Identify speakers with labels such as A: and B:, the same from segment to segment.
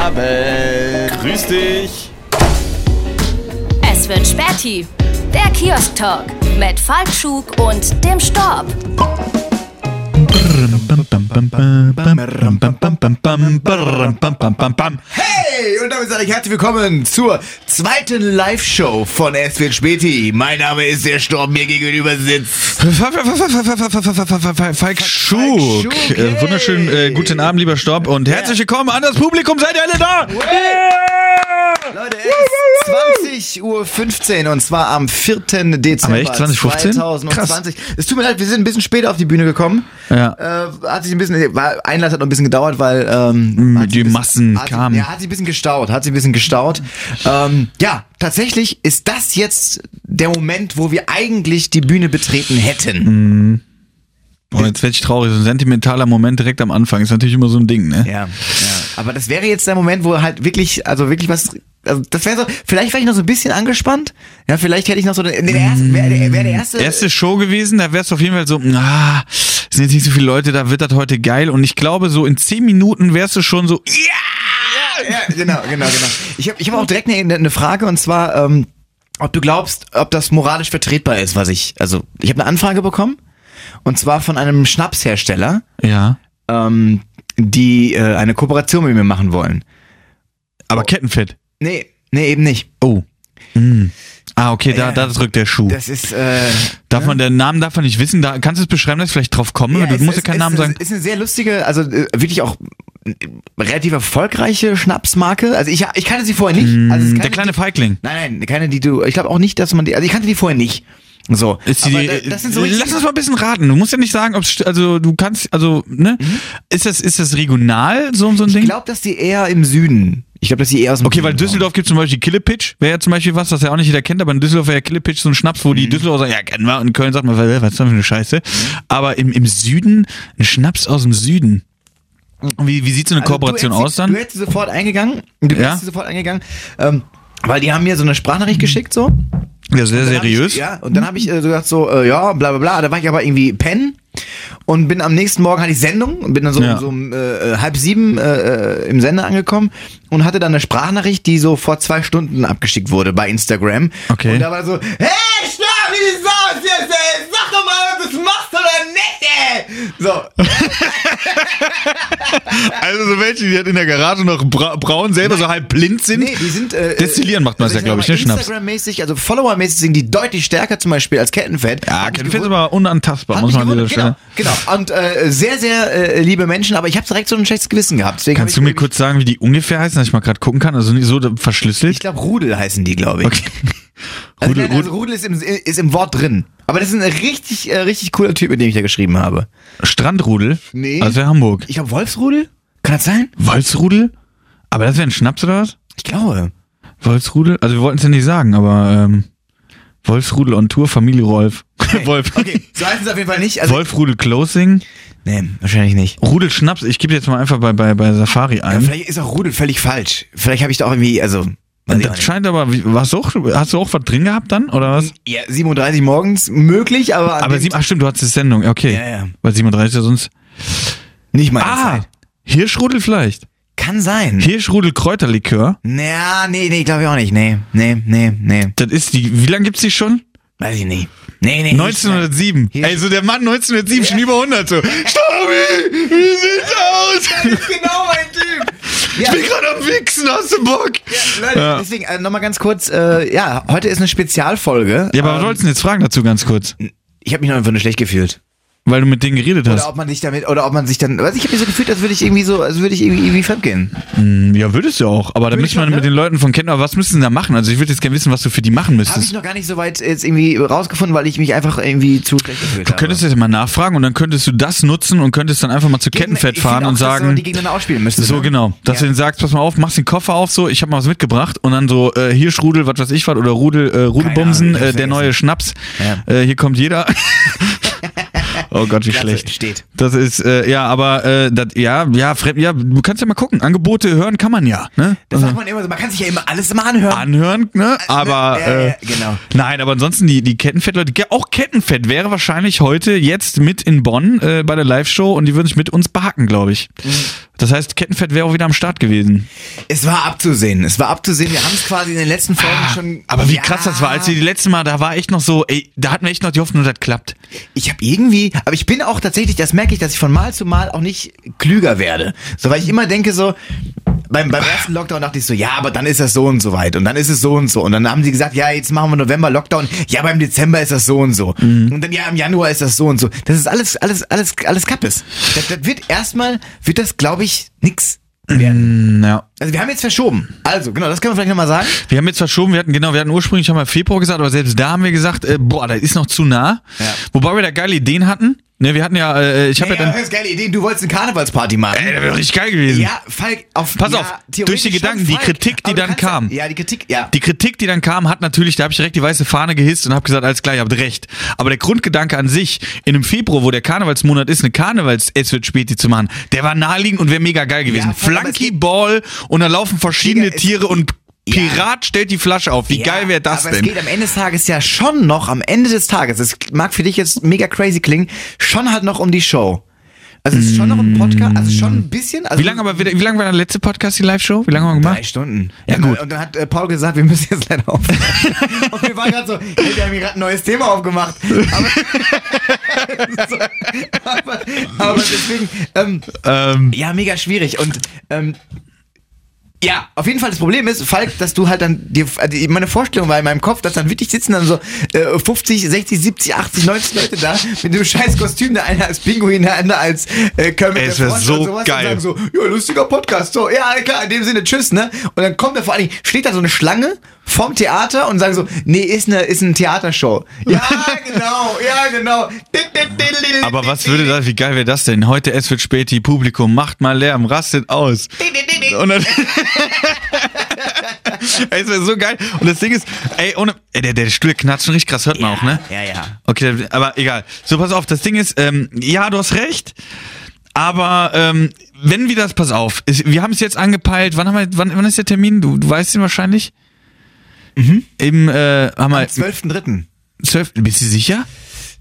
A: Abend. Grüß dich.
B: Es wird Späti. Der Kiosk-Talk mit Falkschuk und dem Storb.
C: Hey! Und damit sage ich herzlich willkommen zur zweiten Live-Show von Es wird Späti. Mein Name ist der Sturm, mir gegenüber sitzt.
A: Falk Schuk.
C: Schuk,
A: Äh,
C: hey.
A: Wunderschönen äh, guten Abend, lieber Stopp. Und herzlich willkommen an das Publikum. Seid ihr alle da?
C: Leute, es ist 20.15 Uhr und zwar am 4. Dezember
A: Aber echt? 2015?
C: 2020. Es tut mir leid, wir sind ein bisschen später auf die Bühne gekommen.
A: Ja.
C: Äh, hat sich ein bisschen, war, Einlass hat noch ein bisschen gedauert, weil ähm, hat sich
A: Mm, die
C: ein bisschen-
A: Massen
C: hat, sich-
A: kamen.
C: Ja, hat sich ein bisschen gestaut, hat sich ein bisschen gestaut. Ähm, ja, tatsächlich ist das jetzt der Moment, wo wir eigentlich die Bühne betreten hätten.
A: Und jetzt werde ich traurig. So ein sentimentaler Moment direkt am Anfang ist natürlich immer so ein Ding, ne?
C: Ja, ja. Aber das wäre jetzt der Moment, wo halt wirklich, also wirklich was. Also das wäre so, vielleicht wäre ich noch so ein bisschen angespannt. Ja, vielleicht hätte ich noch so den, den ersten, wäre der, wär der erste.
A: Erste Show gewesen, da wärst du auf jeden Fall so, ah, es sind jetzt nicht so viele Leute, da wird das heute geil. Und ich glaube, so in zehn Minuten wärst du schon so, ja!
C: Ja, genau, genau, genau. Ich habe ich hab auch direkt eine, eine Frage und zwar, ähm, ob du glaubst, ob das moralisch vertretbar ist, was ich, also ich habe eine Anfrage bekommen und zwar von einem Schnapshersteller,
A: Ja.
C: ähm, die äh, eine Kooperation mit mir machen wollen.
A: Aber Kettenfett.
C: Nee, nee, eben nicht.
A: Oh. Hm. Ah, okay, da, da drückt der Schuh.
C: Das ist, äh,
A: Darf man, den Namen darf man nicht wissen. Da, kannst du es beschreiben, dass ich vielleicht drauf komme?
C: Ja,
A: du
C: es
A: musst ja
C: ist-
A: keinen
C: es
A: Namen
C: ist,
A: sagen.
C: Ist eine sehr lustige, also äh, wirklich auch äh, relativ erfolgreiche Schnapsmarke. Also ich, ich kannte sie vorher nicht. Also es ist
A: Hm,
C: keine,
A: der kleine Feigling.
C: Die, nein, nein, keine, die du. Ich glaube auch nicht, dass man die. Also ich kannte die vorher nicht. So.
A: Ist die, äh,
C: Aber da- das sind so richtig,
A: lass uns mal ein bisschen raten. Du musst ja nicht sagen, ob also du kannst, also, ne? Ist das, ist das regional so, so ein Ding?
C: Mhm. Ich glaube, dass die eher im Süden. Ich glaube, dass die eher aus dem
A: Okay, weil
C: Süden
A: Düsseldorf gibt zum Beispiel Killepitch, wäre ja zum Beispiel was, das ja auch nicht jeder kennt, aber in Düsseldorf wäre ja Killepitch so ein Schnaps, wo
C: Mhm.
A: die Düsseldorfer sagen, ja, kennen wir, und in Köln sagt man, was was ist das für eine Scheiße. Aber im, im Süden, ein Schnaps aus dem Süden. Und wie, wie sieht so eine
C: Mhm. Also
A: Kooperation
C: du hättest,
A: aus dann?
C: Du hättest sofort eingegangen. Du
A: Ja? Hm.
C: hättest sofort eingegangen. Ähm, weil die haben mir so eine Sprachnachricht geschickt, so.
A: Ja, sehr
C: Dann hab
A: seriös.
C: Ich, ja, und dann habe ich äh, so gedacht so, äh, ja, bla bla bla. Da war ich aber irgendwie pennen und bin am nächsten Morgen hatte ich Sendung und bin dann so,
A: Ja.
C: um so um äh, äh, halb sieben äh, äh, im Sender angekommen und hatte dann eine Sprachnachricht, die so vor zwei Stunden abgeschickt wurde bei Instagram.
A: Okay.
C: Und da war so, hey, Schnapp, wie sieht's aus jetzt, ey? Sag doch mal, ob du es machst oder nicht, ey! So,
A: Also so welche, die halt in der Garage noch bra braun selber so halb blind sind.
C: nee, die sind... Äh,
A: Destillieren macht man das ja, glaube ich, ne, Schnaps.
C: Instagram-mäßig, also Follower-mäßig sind die deutlich stärker zum Beispiel als Kettenfett.
A: Ja,
C: Hab ich
A: Kettenfett ist
C: gewusst-
A: aber unantastbar,
C: Hab
A: muss
C: mich
A: man an dieser
C: gewundert,
A: Stelle.
C: Genau, genau. Und äh, sehr, sehr äh, liebe Menschen, aber ich habe direkt so ein schlechtes Gewissen gehabt. Deswegen
A: Kannst
C: hab
A: du
C: ich
A: mir kurz sagen, wie die ungefähr heißen, dass ich mal gerade gucken kann? Also nicht so verschlüsselt.
C: Ich glaube, Rudel heißen die, glaube ich.
A: Okay.
C: Also,
A: Rudel-
C: nein, also Rudel ist im, ist im Wort drin. Aber das ist ein richtig, äh, richtig cooler Typ, mit dem ich da geschrieben habe.
A: Strandrudel?
C: Nee.
A: Also wäre Hamburg.
C: Ich glaube, Wolfsrudel? Kann das sein?
A: Wolfsrudel? Aber das wäre ein Schnaps oder was?
C: Ich glaube.
A: Wolfsrudel? Also wir wollten es ja nicht sagen, aber ähm, Wolfsrudel on Tour, Familie Rolf. Wolf.
C: Okay, so heißen sie auf jeden Fall nicht. Also,
A: Wolfrudel Closing.
C: nee, wahrscheinlich nicht. Ähm,
A: Rudel Schnaps. Ich gebe jetzt mal einfach bei, bei, bei Safari
C: Ja,
A: ein.
C: vielleicht ist auch Rudel völlig falsch. Vielleicht habe ich da auch irgendwie, also. weiß ich auch
A: das
C: nicht.
A: scheint aber, wie- warst du auch, hast du auch was drin gehabt dann, oder was?
C: Ja, 37 morgens möglich, aber. an
A: Aber
C: dem
A: sieben, ach stimmt, du hattest die Sendung, okay.
C: Ja, ja.
A: Bei 37 ja sonst.
C: nicht meine
A: Ah,
C: Zeit.
A: Hirschrudel vielleicht.
C: Kann sein.
A: Hirschrudel Kräuterlikör.
C: Naja, nee, nee, glaube ich auch nicht. Nee, nee, nee, nee.
A: Das ist die, wie lange gibt's die schon?
C: Weiß ich nicht. Nee, nee.
A: 1907.
C: Hirsch-
A: Ey, so der Mann 1907, schon über 100 so. Stabi, wie sieht's aus?
C: ist genau mein Typ.
A: Ich
C: Ja,
A: bin gerade am Wichsen, hast du Bock?
C: Leute,
A: Ja.
C: deswegen äh, nochmal ganz kurz. Äh, ja, heute ist eine Spezialfolge.
A: Ja, aber was wolltest du denn jetzt fragen dazu ganz kurz?
C: Ich habe mich noch einfach nur schlecht gefühlt.
A: Weil du mit denen geredet
C: Oder
A: hast.
C: ob man sich damit, oder ob man sich dann, weiß ich, ich habe mich so gefühlt, als würde ich irgendwie so, als würde ich irgendwie, irgendwie fremdgehen.
A: Ja, würdest du auch. Aber da
C: Würde
A: müsste
C: ich
A: man
C: schon,
A: mit
C: ne?
A: den Leuten von kennen. Aber was müssen sie da machen? Also ich würde jetzt gerne wissen, was du für die machen
C: Habe ich
A: müsstest.
C: noch gar nicht so weit jetzt irgendwie rausgefunden, weil ich mich einfach irgendwie zu schlecht gefühlt
A: Du
C: habe.
A: könntest jetzt mal nachfragen und dann könntest du das nutzen und könntest dann einfach mal zu Kettenfett
C: Ich finde
A: fahren
C: auch,
A: und
C: dass man Die
A: sagen...
C: gegeneinander ausspielen müssen. ne?
A: So genau, dass
C: Ja.
A: du denen sagst, pass mal auf, machst den Koffer auf, so, ich habe mal was mitgebracht und dann so, äh, hier Schrudel, was weiß ich was, oder Rudel, äh, Rudelbumsen,
C: Keine
A: äh,
C: Ahnung, ich hab's
A: der
C: vergessen.
A: neue Schnaps,
C: Ja.
A: äh, hier kommt jeder. Oh Gott, wie
C: Klasse,
A: schlecht.
C: steht.
A: Das ist, äh, ja, aber, äh, das, ja, ja, Fred, ja, du kannst ja mal gucken. Angebote hören kann man ja, ne?
C: Das sagt man immer so, man kann sich ja immer alles immer anhören.
A: anhören, ne? Aber
C: Äh, ja, ja,
A: äh,
C: genau.
A: nein, aber ansonsten die, die Kettenfettleute, Ke- auch Kettenfett wäre wahrscheinlich heute jetzt mit in Bonn äh, bei der Live-Show und die würden sich mit uns behaken, glaube ich.
C: Mhm.
A: Das heißt, Kettenfett wäre auch wieder am Start gewesen.
C: Es war abzusehen. Es war abzusehen. Wir haben es quasi in den letzten Folgen schon.
A: Ah, Aber wie
C: Ja.
A: krass das war, als wir die letzte Mal, da war echt noch so, ey, da hatten wir echt noch die Hoffnung, dass das klappt.
C: Ich habe irgendwie, aber ich bin auch tatsächlich, das merke ich, dass ich von Mal zu Mal auch nicht klüger werde. So, weil ich immer denke so, beim, beim ersten Lockdown dachte ich so, ja, aber dann ist das so und so weit und dann ist es so und so und dann haben sie gesagt, ja, jetzt machen wir November Lockdown, ja, beim Dezember ist das so und so und dann ja, im Januar ist das so und so. Das ist alles, alles, alles, alles Kappes. Das, das wird erstmal, wird das, glaube ich, nix werden.
A: Hm, Ja.
C: Also wir haben jetzt verschoben. Also, genau, das können wir vielleicht nochmal sagen.
A: Wir haben jetzt verschoben, wir hatten genau, wir hatten ursprünglich haben wir Februar gesagt, aber selbst da haben wir gesagt, äh, boah, das ist noch zu nah.
C: Ja.
A: Wobei wir da geile Ideen hatten. Ne, wir hatten ja, äh, ich habe ja,
C: das
A: dann,
C: ist geile Idee, du wolltest eine Karnevalsparty machen.
A: ey, das wäre richtig geil gewesen.
C: Ja, Falk, auf
A: Hm. Pass
C: ja,
A: auf, durch die
C: theoretisch schon,
A: Gedanken, die
C: Falk.
A: Kritik, die
C: Aber du
A: dann
C: kannst
A: kam.
C: Ja, die Kritik, ja.
A: Die Kritik, die dann kam, hat natürlich, da habe ich direkt die weiße Fahne gehisst und habe gesagt, alles klar, ihr habt recht. Aber der Grundgedanke an sich, in einem Februar, wo der Karnevalsmonat ist, eine karnevals es wird späti zu machen, der war naheliegend und wäre mega geil gewesen.
C: Ja, voll, aber es
A: Flunky
C: geht-
A: Ball und da laufen verschiedene
C: Digga, es-
A: Tiere und
C: Ja.
A: Pirat stellt die Flasche auf. Wie
C: ja,
A: geil wäre das
C: aber
A: denn?
C: Es geht am Ende des Tages ja schon noch, am Ende des Tages, es mag für dich jetzt mega crazy klingen, schon halt noch um die Show. Also es ist schon noch ein Podcast, also schon ein bisschen. Also
A: Wie lange aber wie lange war der letzte Podcast, die Live-Show? Wie lange haben wir
C: Drei
A: gemacht?
C: Stunden.
A: Ja,
C: Und dann-
A: gut.
C: Und dann hat äh, Paul gesagt, wir müssen jetzt leider aufhören. und wir waren gerade so, hey, wir haben hier gerade ein neues Thema aufgemacht. Aber, so, aber, aber deswegen, ähm,
A: Ähm,
C: Ja, mega schwierig. Und ähm, ja, auf jeden Fall das Problem ist, Falk, dass du halt dann dir, also meine Vorstellung war in meinem Kopf, dass dann wirklich sitzen dann so äh, 50, 60, 70, 80, 90 Leute da mit dem scheiß Kostüm, der eine als Pinguin, der andere als äh, Kermit
A: Ey,
C: der
A: es wär
C: Frosch
A: so
C: und sowas
A: geil.
C: und sagen so, ja, lustiger Podcast, so, ja, klar, in dem Sinne, tschüss, ne? Und dann kommt da vor allen Dingen, steht da so eine Schlange vom Theater und sagen so, nee, ist eine, ist eine Theatershow. Ja, genau, ja, genau.
A: aber was würde das, wie geil wäre das denn? Heute es wird späti, Publikum, macht mal Lärm, rastet aus. Und dann. ey, es wäre so geil. Und das Ding ist, ey, ohne. Ey, der, der Stuhl knarzt schon richtig krass, hört man auch, ne?
C: Ja, ja.
A: Okay, aber egal. So, pass auf, das Ding ist, ähm, ja, du hast recht. Aber ähm, wenn wir das, pass auf, es- wir haben es jetzt angepeilt, wann, haben wir, wann, wann ist der Termin? Du, du weißt ihn wahrscheinlich. Mhm. Im, äh, haben wir,
C: 12.3.
A: 12, bist du sicher?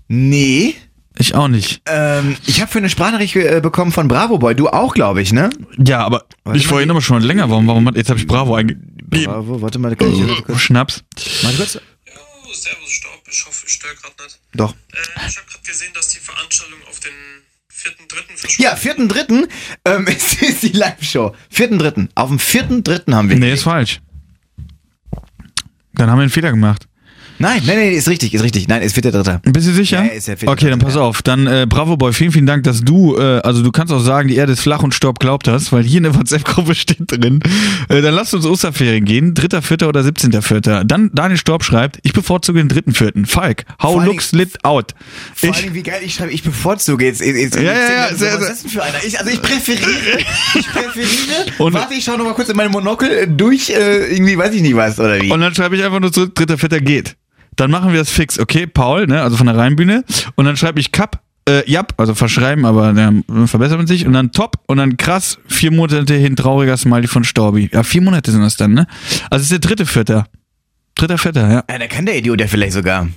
C: Nee.
A: Ich auch nicht.
C: Ähm, ich habe für eine Sprachnachricht äh, bekommen von Bravo Boy. Du auch, glaube ich, ne?
A: Ja, aber ich
C: mal,
A: vorhin aber schon mal länger. Warum, warum hat, jetzt habe ich Bravo eingegeben.
C: Bravo, warte mal, kann ich hier kurz.
A: Schnaps.
C: Mal kurz.
D: Jo, servus Staub, ich hoffe, ich störe gerade nicht.
C: Doch.
D: Äh, ich habe gerade gesehen, dass die Veranstaltung auf den 4.3. verschoben
C: Ja, 4.3. Ähm, ist, ist die Live-Show. 4.3. Auf dem 4.3. haben wir.
A: Nee, ist falsch. Dann haben wir einen Fehler gemacht.
C: Nein, nein, nein, ist richtig, ist richtig. Nein, ist 4.3.
A: Bist du sicher?
C: Ja, ist der Fehler.
A: okay, dann pass auf. Dann äh, Bravo Boy, vielen, vielen Dank, dass du, äh, also du kannst auch sagen, die Erde ist flach und Staub glaubt hast, weil hier in der WhatsApp-Gruppe steht drin. Äh, dann lasst uns Osterferien gehen, 3.4. oder 17.4. Dann Daniel Storb schreibt, ich bevorzuge den 3.4. Falk, how
C: Vor allen
A: looks lit out.
C: Vor
A: Ich-
C: allen Dingen, wie geil ich schreibe, ich bevorzuge jetzt. jetzt, jetzt
A: Ja, ja, ja,
C: jetzt,
A: sehr, sehr.
C: was ist das denn für einer? Ich, also ich präferiere. ich präferiere.
A: Und-
C: warte, ich schaue nochmal kurz in meinem Monokel äh, durch, äh, irgendwie weiß ich nicht was, oder wie?
A: Und dann schreibe ich einfach nur zurück, dritter, vierter geht. Dann machen wir das fix, okay, Paul, ne, also von der Rheinbühne. Und dann schreibe ich Cup, äh, Jap, also verschreiben, aber ne, verbessert man sich. Und dann Top und dann krass, vier Monate hin, trauriger Smiley von Storbi. Ja, vier Monate sind das dann, ne? Also es ist der dritte, vierter. Dritter, vierter, ja.
C: ja, da kann der Idiot ja vielleicht sogar.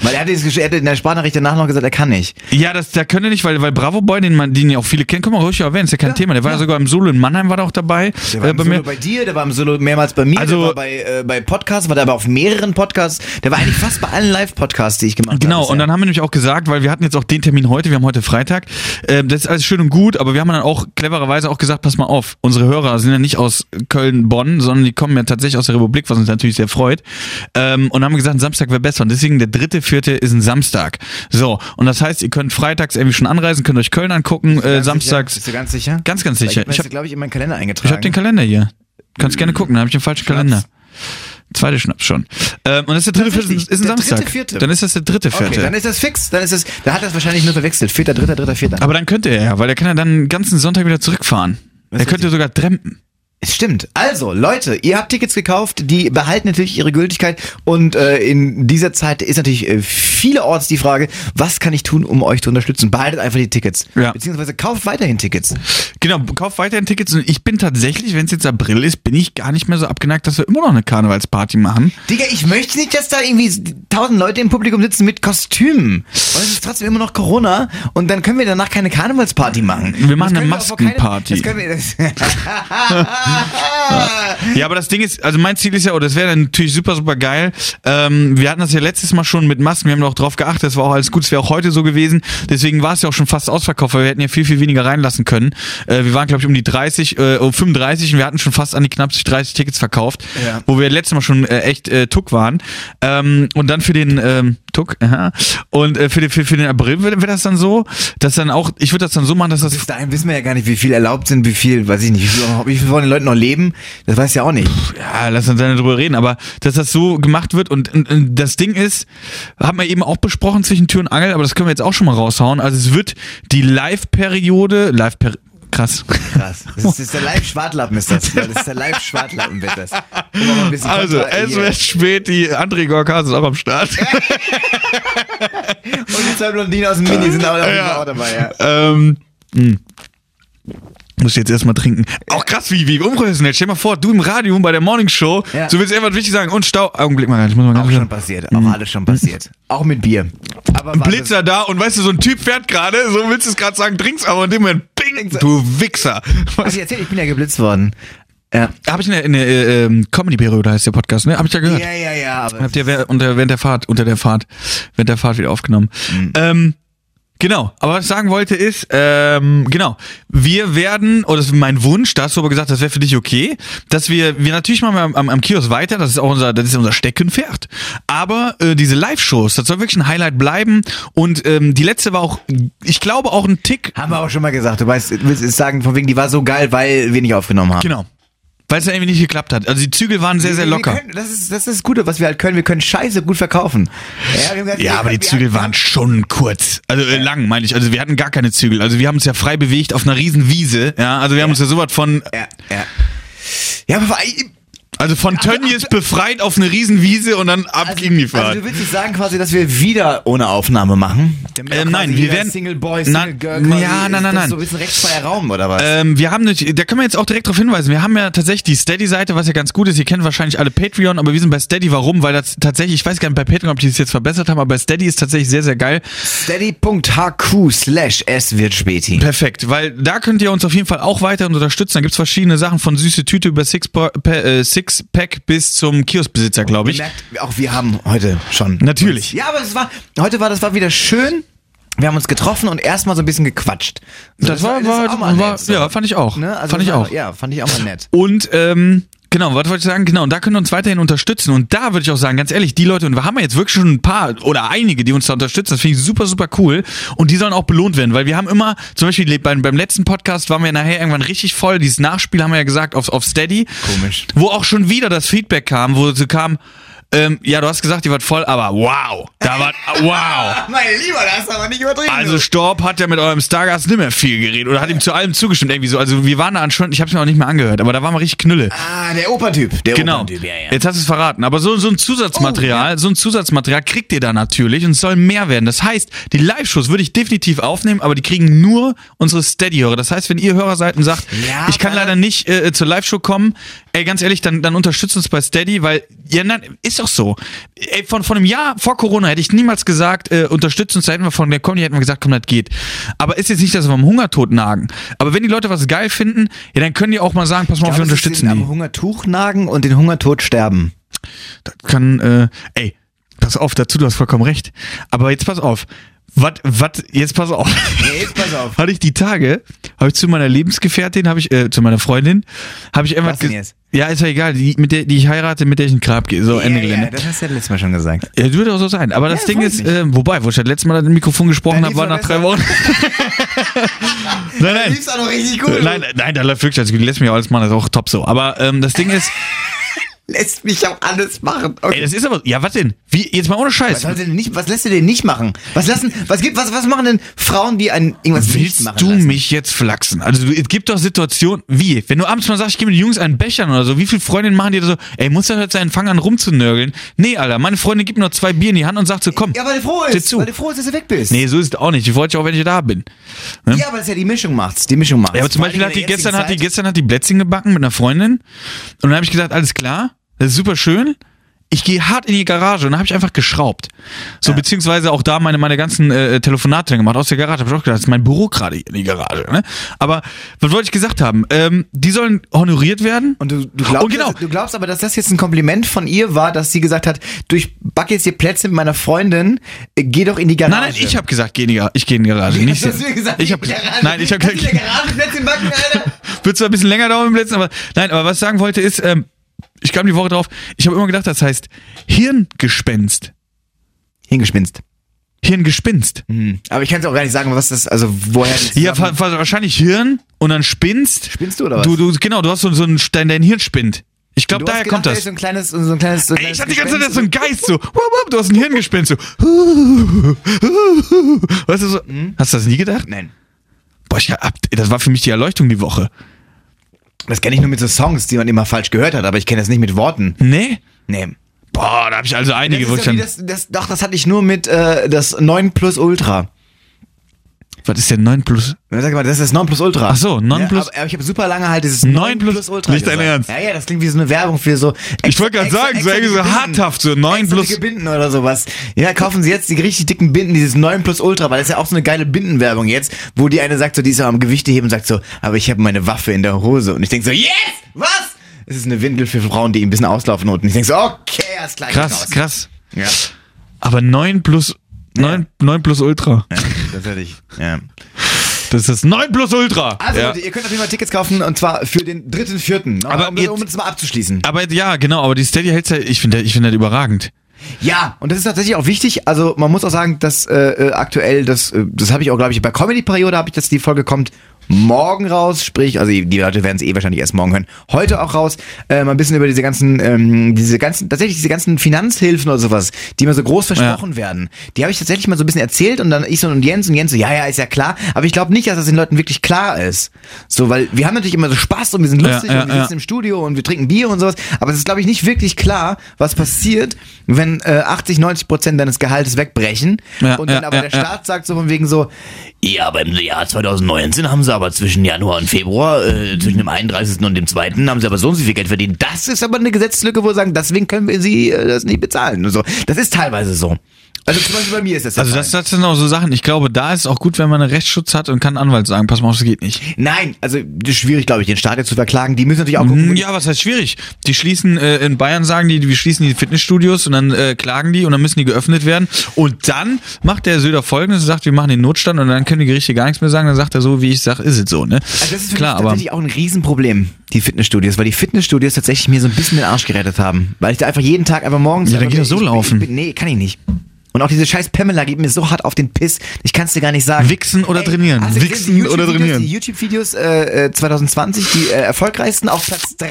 C: Weil er hat, dieses, er hat in der Sprachnachricht danach noch gesagt, er kann nicht.
A: Ja, das, da könnte nicht, weil, weil Bravo Boy, den man, den ja auch viele kennen, können wir ruhig erwähnen, ist ja kein Thema. Der war ja sogar im Solo in Mannheim, war da auch dabei.
C: Der war
A: äh,
C: im
A: bei
C: Solo
A: mir.
C: bei dir, der war im Solo mehrmals bei mir,
A: Also-
C: der war bei, äh, bei Podcasts, war der aber auf mehreren Podcasts, der war eigentlich fast bei allen Live-Podcasts, die ich gemacht
A: Genau,
C: habe.
A: und dann haben wir nämlich auch gesagt, weil wir hatten jetzt auch den Termin heute, wir haben heute Freitag, äh, das ist alles schön und gut, aber wir haben dann auch clevererweise auch gesagt, pass mal auf, unsere Hörer sind ja nicht aus Köln, Bonn, sondern die kommen ja tatsächlich aus der Republik, was uns natürlich sehr freut. Ähm, und haben gesagt, ein Samstag wäre besser. Und deswegen der dritte, vierte ist ein Samstag. So, und das heißt, ihr könnt freitags irgendwie schon anreisen, könnt euch Köln angucken, äh, samstags.
C: Bist du ganz sicher?
A: Ganz, ganz
C: Weil
A: sicher.
C: Ich Hm,
A: Ich
C: habe
A: habe
C: glaube ich, in meinen Kalender eingetragen.
A: ich hab den Kalender hier. Kannst gerne gucken, da habe ich den falschen Kalender. Zweite Schnaps schon. Ähm, und das ist der dritte, vierte,
C: Tatsächlich,
A: ist ein
C: der dritte,
A: Samstag.
C: vierte.
A: Dann ist das der dritte, vierte.
C: Okay, dann ist das fix, dann ist das, da hat er es wahrscheinlich nur verwechselt. Vierter, dritter, dritter, vierter.
A: Aber dann könnte er ja, weil er kann ja dann den ganzen Sonntag wieder zurückfahren.
C: Das
A: er
C: ist
A: könnte sogar drempen.
C: Es Stimmt. Also, Leute, ihr habt Tickets gekauft, die behalten natürlich ihre Gültigkeit und äh, in dieser Zeit ist natürlich äh, vielerorts die Frage, was kann ich tun, um euch zu unterstützen? Behaltet einfach die Tickets.
A: Ja.
C: Beziehungsweise kauft weiterhin Tickets.
A: Genau, kauft weiterhin Tickets. Und ich bin tatsächlich, wenn es jetzt April ist, bin ich gar nicht mehr so abgeneigt, dass wir immer noch eine Karnevalsparty machen.
C: Digga, ich möchte nicht, dass da irgendwie tausend Leute im Publikum sitzen mit Kostümen. Und es ist trotzdem immer noch Corona und dann können wir danach keine Karnevalsparty machen.
A: Wir machen eine
C: Das können auch vor keine-
A: Maskenparty.
C: Das können wir, das
A: Ja, aber das Ding ist, also mein Ziel ist ja, oder das wäre dann natürlich super, super geil. Ähm, wir hatten das ja letztes Mal schon mit Masken, wir haben auch drauf geachtet, das war auch alles gut, es wäre auch heute so gewesen. Deswegen war es ja auch schon fast ausverkauft, weil wir hätten ja viel, viel weniger reinlassen können. Äh, wir waren, glaube ich, um die 30, äh, um 35 und wir hatten schon fast an die knapp 30 Tickets verkauft,
C: Ja.
A: wo wir letztes Mal schon äh, echt äh, Tuck waren. Ähm, und dann für den ähm, Tuck, aha. und äh, für, den, für, für den April wäre das dann so, dass dann auch, ich würde das dann so machen, dass das
C: Bis dahin wissen wir ja gar nicht, wie viel erlaubt sind, wie viel, weiß ich nicht, wie viel, wie viel von den Leuten noch leben. Das weiß ich ja auch nicht.
A: ja, lass uns dann darüber reden, aber dass das so gemacht wird und, und, und das Ding ist, haben wir eben auch besprochen zwischen Tür und Angel, aber das können wir jetzt auch schon mal raushauen. Also es wird die Live-Periode, live -Peri krass.
C: Krass. Das ist, das ist der Live-Schwartlappen, ist das. Das ist der Live-Schwartlappen, wird das. Um mal ein bisschen
A: Also,
C: Kontra-
A: es
C: hier.
A: wird spät, die André Gorkas ist auch am Start.
C: Und die zwei Blondinen aus dem Mini sind aber
A: Ja.
C: auch dabei, ja.
A: ähm, hm. muss ich jetzt erstmal trinken. Auch krass, wie, wie unprofessionell. Stell dir mal vor, du im Radio bei der Morning Show,
C: Ja.
A: so willst du irgendwas wichtig sagen und Stau. Augenblick mal, ich muss mal
C: Auch
A: ganz Hm.
C: schon passiert, auch alles schon passiert. Auch mit Bier. Aber
A: Mhm. ein
C: warte,
A: Blitzer da und weißt du, so ein Typ fährt gerade, so willst du es gerade sagen, trinkst, aber in dem Moment, bing, du Wichser.
C: Was ich erzählt, ich bin ja geblitzt worden. Ja,
A: Habe ich eine, eine äh, ähm, Comedy-Periode, heißt der Podcast, ne? Habe ich ja gehört.
C: ja, ja, ja aber
A: Habt ihr wer- unter, während der Fahrt, unter der Fahrt, während der Fahrt wieder aufgenommen. Ähm, genau, aber was ich sagen wollte ist, ähm, genau, wir werden, oder das ist mein Wunsch, da hast du aber gesagt, das wäre für dich okay, dass wir, wir natürlich machen wir am, am, am Kiosk weiter, das ist auch unser, das ist unser Steckenpferd. Aber äh, diese Live-Shows, das soll wirklich ein Highlight bleiben und ähm, die letzte war auch, ich glaube auch ein Tick
C: haben wir auch schon mal gesagt. Du weißt, du willst jetzt sagen, von wegen, die war so geil, weil wir nicht aufgenommen haben.
A: Genau. Weil es ja irgendwie nicht geklappt hat. Also die Zügel waren sehr, sehr
C: Wir- wir
A: locker.
C: Können, das, ist, das ist das Gute, was wir halt können. Wir können Scheiße gut verkaufen. Ja, wir haben gesagt,
A: Ja,
C: Also wir-
A: aber die
C: wir-
A: Zügel waren schon kurz. Also äh, lang, meine ich. Also wir hatten gar keine Zügel. Also wir haben uns ja frei bewegt auf einer riesen Wiese. Ja, also wir haben uns ja sowas von,
C: Ja, ja. Ja, aber vor allem-
A: also von Tönnies befreit auf eine riesen Wiese und dann ab
C: also,
A: ging die Fahrt.
C: also du willst jetzt sagen quasi, dass wir wieder ohne Aufnahme machen? Damit
A: Ähm,
C: auch
A: nein,
C: quasi
A: wir
C: jeder
A: werden-
C: Single Boy,
A: Na-
C: Single Girl quasi,
A: ja, nein,
C: ist
A: nein,
C: das
A: nein.
C: So ein bisschen rechtsfreier Raum oder was?
A: Ähm, wir haben nicht, da können wir jetzt auch direkt darauf hinweisen. Wir haben ja tatsächlich die Steady-Seite, was ja ganz gut ist. Ihr kennt wahrscheinlich alle Patreon, aber wir sind bei Steady. Warum? Weil das tatsächlich, ich weiß gar nicht bei Patreon, ob die es jetzt verbessert haben, aber bei Steady ist tatsächlich sehr, sehr geil.
C: Steady.hq slash es wird späti.
A: Perfekt, weil da könnt ihr uns auf jeden Fall auch weiterhin unterstützen. Da gibt's verschiedene Sachen von süße Tüte über Sixpa- Pe- äh, Sixpack bis zum Kioskbesitzer, glaube ich.
C: Merkt, auch wir haben heute schon.
A: Natürlich.
C: Ja, aber es war, heute war das war wieder schön. Wir haben uns getroffen und erstmal so ein bisschen gequatscht. So,
A: Das war,
C: das ist auch
A: war,
C: mal
A: war,
C: nett, so.
A: ja, fand ich auch.
C: Ne? Also
A: fand ich
C: das war-
A: auch.
C: Ja, fand ich auch mal nett.
A: Und ähm, genau, was wollte ich sagen? Genau, und da könnt ihr uns weiterhin unterstützen. Und da würde ich auch sagen, ganz ehrlich, die Leute, und wir haben ja jetzt wirklich schon ein paar oder einige, die uns da unterstützen, das finde ich super, super cool. Und die sollen auch belohnt werden, weil wir haben immer, zum Beispiel beim, beim letzten Podcast waren wir nachher irgendwann richtig voll. Dieses Nachspiel haben wir ja gesagt auf, auf Steady.
C: Komisch.
A: Wo auch schon wieder das Feedback kam, wo so kam, ähm, ja, du hast gesagt, die war voll, aber wow, da war, wow.
C: Mein Lieber, das ist aber nicht übertrieben.
A: Also Storb hat ja mit eurem Stargast nicht mehr viel geredet oder hat ihm zu allem zugestimmt irgendwie so. Also wir waren da anscheinend, ich habe es mir auch nicht mehr angehört, aber da waren wir richtig Knülle.
C: ah, der Operntyp. Der
A: Genau.
C: Operntyp, ja, ja. Oh,
A: Jetzt hast du es verraten. Aber so, so ein Zusatzmaterial, so ein Zusatzmaterial kriegt ihr da natürlich und es soll mehr werden. Das heißt, die Live-Shows würde ich definitiv aufnehmen, aber die kriegen nur unsere Steady-Hörer. Das heißt, wenn ihr Hörer seid und sagt,
C: Ja,
A: ich kann
C: aber-
A: leider nicht äh, zur Live-Show kommen, ey, ganz ehrlich, dann, dann unterstützt uns bei Steady, weil, ja, nein, ist doch so. Ey, von, von einem Jahr vor Corona hätte ich niemals gesagt, äh, unterstützt uns, da hätten wir von der Comedy hätten wir gesagt, komm, das geht. Aber ist jetzt nicht, dass wir am Hungertod nagen. Aber wenn die Leute was geil finden, ja, dann können die auch mal sagen, pass mal auf, wir
C: Glaubst du, sie
A: unterstützen
C: sind
A: die.
C: am Hungertuch nagen und den Hungertod sterben.
A: kann, äh, ey, pass auf, dazu, du hast vollkommen recht. Aber jetzt pass auf. Wat, wat, jetzt pass auf.
C: jetzt pass auf.
A: Hatte ich die Tage, habe ich zu meiner Lebensgefährtin, habe ich, äh, zu meiner Freundin, habe ich irgendwas
C: Was denn
A: ge-
C: jetzt?
A: Ja, ist ja egal, die, mit der, die ich heirate, mit der ich in den Grab gehe. So, Ende
C: ja,
A: Gelände.
C: ja, das hast du ja letztes Mal schon gesagt.
A: Ja, das würde auch so sein. Aber das
C: Ja,
A: Ding
C: freut
A: ist,
C: mich.
A: äh, wobei, wo ich das letzte Mal im Mikrofon gesprochen
C: Dann
A: habe, war nach
C: lief's
A: drei
C: doch
A: Wochen. nein, Äh, nein.
C: auch noch richtig
A: Nein, nein, da läuft wirklich, also die lässt mich auch alles machen, das ist auch top so. Aber ähm, das Ding ist,
C: lässt mich auch alles machen.
A: Ey, das ist aber. Ja, was denn? Wie, jetzt mal ohne
C: Was,
A: Scheiß.
C: soll sie denn nicht, was lässt du denn nicht machen? Was lassen, was gibt, was, was machen denn Frauen, die einen irgendwas nicht
A: Willst
C: machen
A: du
C: lassen?
A: mich jetzt flachsen? Also du, es gibt doch Situationen, wie, wenn du abends mal sagst, ich gehe mit den Jungs einen Bechern oder so, wie viele Freundinnen machen dir so, ey, muss das heute sein, fang an rumzunörgeln? Nee, Alter, meine Freundin gibt mir noch zwei Bier in die Hand und sagt so, komm,
C: Ja, weil du froh
A: sieh
C: ist,
A: zu.
C: weil du froh ist, dass du weg bist.
A: Nee, so ist es auch nicht. Ich wollte ja auch, wenn ich da bin.
C: Ja, aber das ist ja die Mischung macht's, die Mischung macht's.
A: Ja, aber zum
C: Vor
A: Beispiel
C: allen
A: hat die,
C: Dingen in der
A: gestern,
C: jetzigen
A: hat die,
C: Zeit.
A: gestern hat die Plätzchen gebacken mit einer Freundin. Und dann habe ich gesagt, alles klar, das ist super schön. Ich gehe hart in die Garage und dann habe ich einfach geschraubt. So, beziehungsweise auch da meine, meine ganzen äh, Telefonate dann gemacht aus der Garage. Habe ich auch gedacht, das ist mein Büro gerade in die Garage. Ne? Aber was wollte ich gesagt haben? Ähm, die sollen honoriert werden.
C: Und du, du, glaubst,
A: Und genau.
C: du glaubst aber, dass das jetzt ein Kompliment von ihr war, dass sie gesagt hat, du, ich back jetzt hier Plätze mit meiner Freundin, äh, geh doch in die Garage.
A: Nein, nein, ich habe gesagt, geh in die Garage. Ich gehe in die Garage. Nicht
C: Hast du
A: sie.
C: mir gesagt,
A: ich habe
C: in die
A: gesagt,
C: Garage?
A: nein, ich habe
C: Kannst du in
A: gesagt,
C: der Garage Plätzchen backen, Alter.
A: Wird zwar ein bisschen länger dauern im letzten, aber nein, aber was ich sagen wollte ist, ähm, ich kam die Woche drauf, ich habe immer gedacht, das heißt Hirngespenst.
C: Hingespinst.
A: Hirngespinst.
C: Hm. Aber ich kann es auch gar nicht sagen, was das, also woher das
A: Ja,
C: zusammen-
A: fa- fa- wahrscheinlich Hirn und dann spinnst.
C: Spinnst du oder was?
A: Du, du, genau, du hast so, so ein, dein, dein Hirn spinnt. Ich glaube,
C: Du hast
A: daher
C: gedacht,
A: kommt
C: da
A: das.
C: ist So ein kleines, so ein kleines, so ein
A: Ey,
C: kleines
A: ich hatte die ganze Zeit
C: Gespenst.
A: so einen Geist so. Wupp, wupp, du hast ein Hirngespinst so. Weißt du so?
C: Mhm.
A: Hast du das nie gedacht?
C: Nein.
A: Boah, ich hab, das war für mich die Erleuchtung die Woche.
C: Das kenne ich nur mit so Songs, die man immer falsch gehört hat, aber ich kenne das nicht mit Worten.
A: Nee?
C: Nee.
A: Boah, da habe ich also
C: Das
A: einige,
C: ist
A: wo
C: so
A: ich
C: wie
A: dann.
C: das, das, doch, das hatte ich nur mit äh, das 9 plus Ultra.
A: Was ist denn 9 plus?
C: Sag mal, das ist das 9 plus Ultra.
A: Ach so, 9 plus-
C: Ja, aber, aber ich habe super lange halt dieses
A: 9
C: 9,
A: plus-
C: plus, Ultra.
A: Nicht dein
C: gesagt.
A: Ernst?
C: Ja, ja, das klingt wie so eine Werbung für so.
A: Ich wollte gerade
C: extra-
A: sagen, so
C: extra
A: irgendwie so
C: dicke Binden.
A: harthaft, so 9
C: Extra
A: plus-
C: dicke Binden oder sowas. Ja, kaufen Sie jetzt die richtig dicken Binden, dieses 9 plus Ultra, weil das ist ja auch so eine geile Bindenwerbung jetzt, wo die eine sagt, so, die ist so am Gewichte heben und sagt so, aber ich habe meine Waffe in der Hose. Und ich denke so, yes! Was? Es ist eine Windel für Frauen, die ein bisschen auslaufen unten. Ich denke so, okay, alles klar. ich
A: Krass,
C: raus.
A: krass.
C: Ja.
A: Aber 9 plus. 9, 9 plus Ultra.
C: Das hätte ich. Ja.
A: Das ist das 9 plus Ultra.
C: Also,
A: ja.
C: Leute, ihr könnt auf jeden Fall Tickets kaufen und zwar für den dritten, vierten.
A: Aber
C: um,
A: jetzt-
C: um das mal abzuschließen.
A: Aber ja, genau, aber die Steady hält's halt, ich finde ich finde das überragend.
C: Ja, und das ist tatsächlich auch wichtig. Also man muss auch sagen, dass äh, äh, aktuell, das, äh, das habe ich auch, glaube ich, bei Comedy-Periode habe ich das, die Folge kommt morgen raus, sprich, also die die Leute werden es eh wahrscheinlich erst morgen hören, heute auch raus, äh, mal ein bisschen über diese ganzen, ähm, diese ganzen, tatsächlich diese ganzen Finanzhilfen oder sowas, die immer so groß versprochen werden. Die habe ich tatsächlich mal so ein bisschen erzählt und dann ich so und Jens und Jens so, ja, ja, ist ja klar, aber ich glaube nicht, dass das den Leuten wirklich klar ist. So, weil wir haben natürlich immer so Spaß und wir sind
A: Ja,
C: lustig
A: ja,
C: und wir
A: ja.
C: sitzen im im Studio und wir trinken Bier und sowas. Aber es ist, glaube ich, nicht wirklich klar, was passiert, wenn äh, 80, 90 Prozent deines Gehaltes wegbrechen
A: Ja,
C: und dann
A: ja,
C: aber
A: ja,
C: der
A: ja.
C: Staat sagt so von wegen so, ja, aber im Jahr 2019 haben sie aber zwischen Januar und Februar, äh, zwischen dem 31. und dem 2. haben sie aber so und so viel Geld verdient. Das ist aber eine Gesetzeslücke, wo wir sagen, deswegen können wir sie äh, das nicht bezahlen und so. Das ist teilweise so. Also zum Beispiel bei mir ist das der
A: Also
C: Fall.
A: das, das sind auch so Sachen, ich glaube, da ist es auch gut, wenn man einen Rechtsschutz hat und kann einen Anwalt sagen, pass mal auf, das geht nicht.
C: Nein, also das ist schwierig, glaube ich, den Staat jetzt zu verklagen. Die müssen natürlich auch gucken, wo die
A: Ja, was heißt schwierig? Die schließen äh, in Bayern sagen die, wir schließen die Fitnessstudios und dann äh, klagen die und dann müssen die geöffnet werden und dann macht der Söder folgendes und sagt, wir machen den Notstand und dann können die Gerichte gar nichts mehr sagen, dann sagt er so, wie ich sag, ist es so, ne?
C: Also das ist für
A: Klar,
C: mich
A: aber
C: tatsächlich auch ein Riesenproblem, die Fitnessstudios, weil die Fitnessstudios tatsächlich mir so ein bisschen den Arsch gerettet haben. Weil ich da einfach jeden Tag einfach morgens.
A: Ja, dann
C: einfach
A: geht das
C: nur-
A: so
C: ich,
A: laufen.
C: Ich, bin- nee, kann ich nicht. Und auch diese scheiß Pamela geht mir so hart auf den Piss. Ich kann es dir gar nicht sagen.
A: Wichsen oder trainieren.
C: hast du gesehen,
A: Wichsen
C: die YouTube-
A: oder
C: Videos,
A: trainieren.
C: Die YouTube-Videos äh, äh, 2020, die äh, erfolgreichsten auf Platz 3.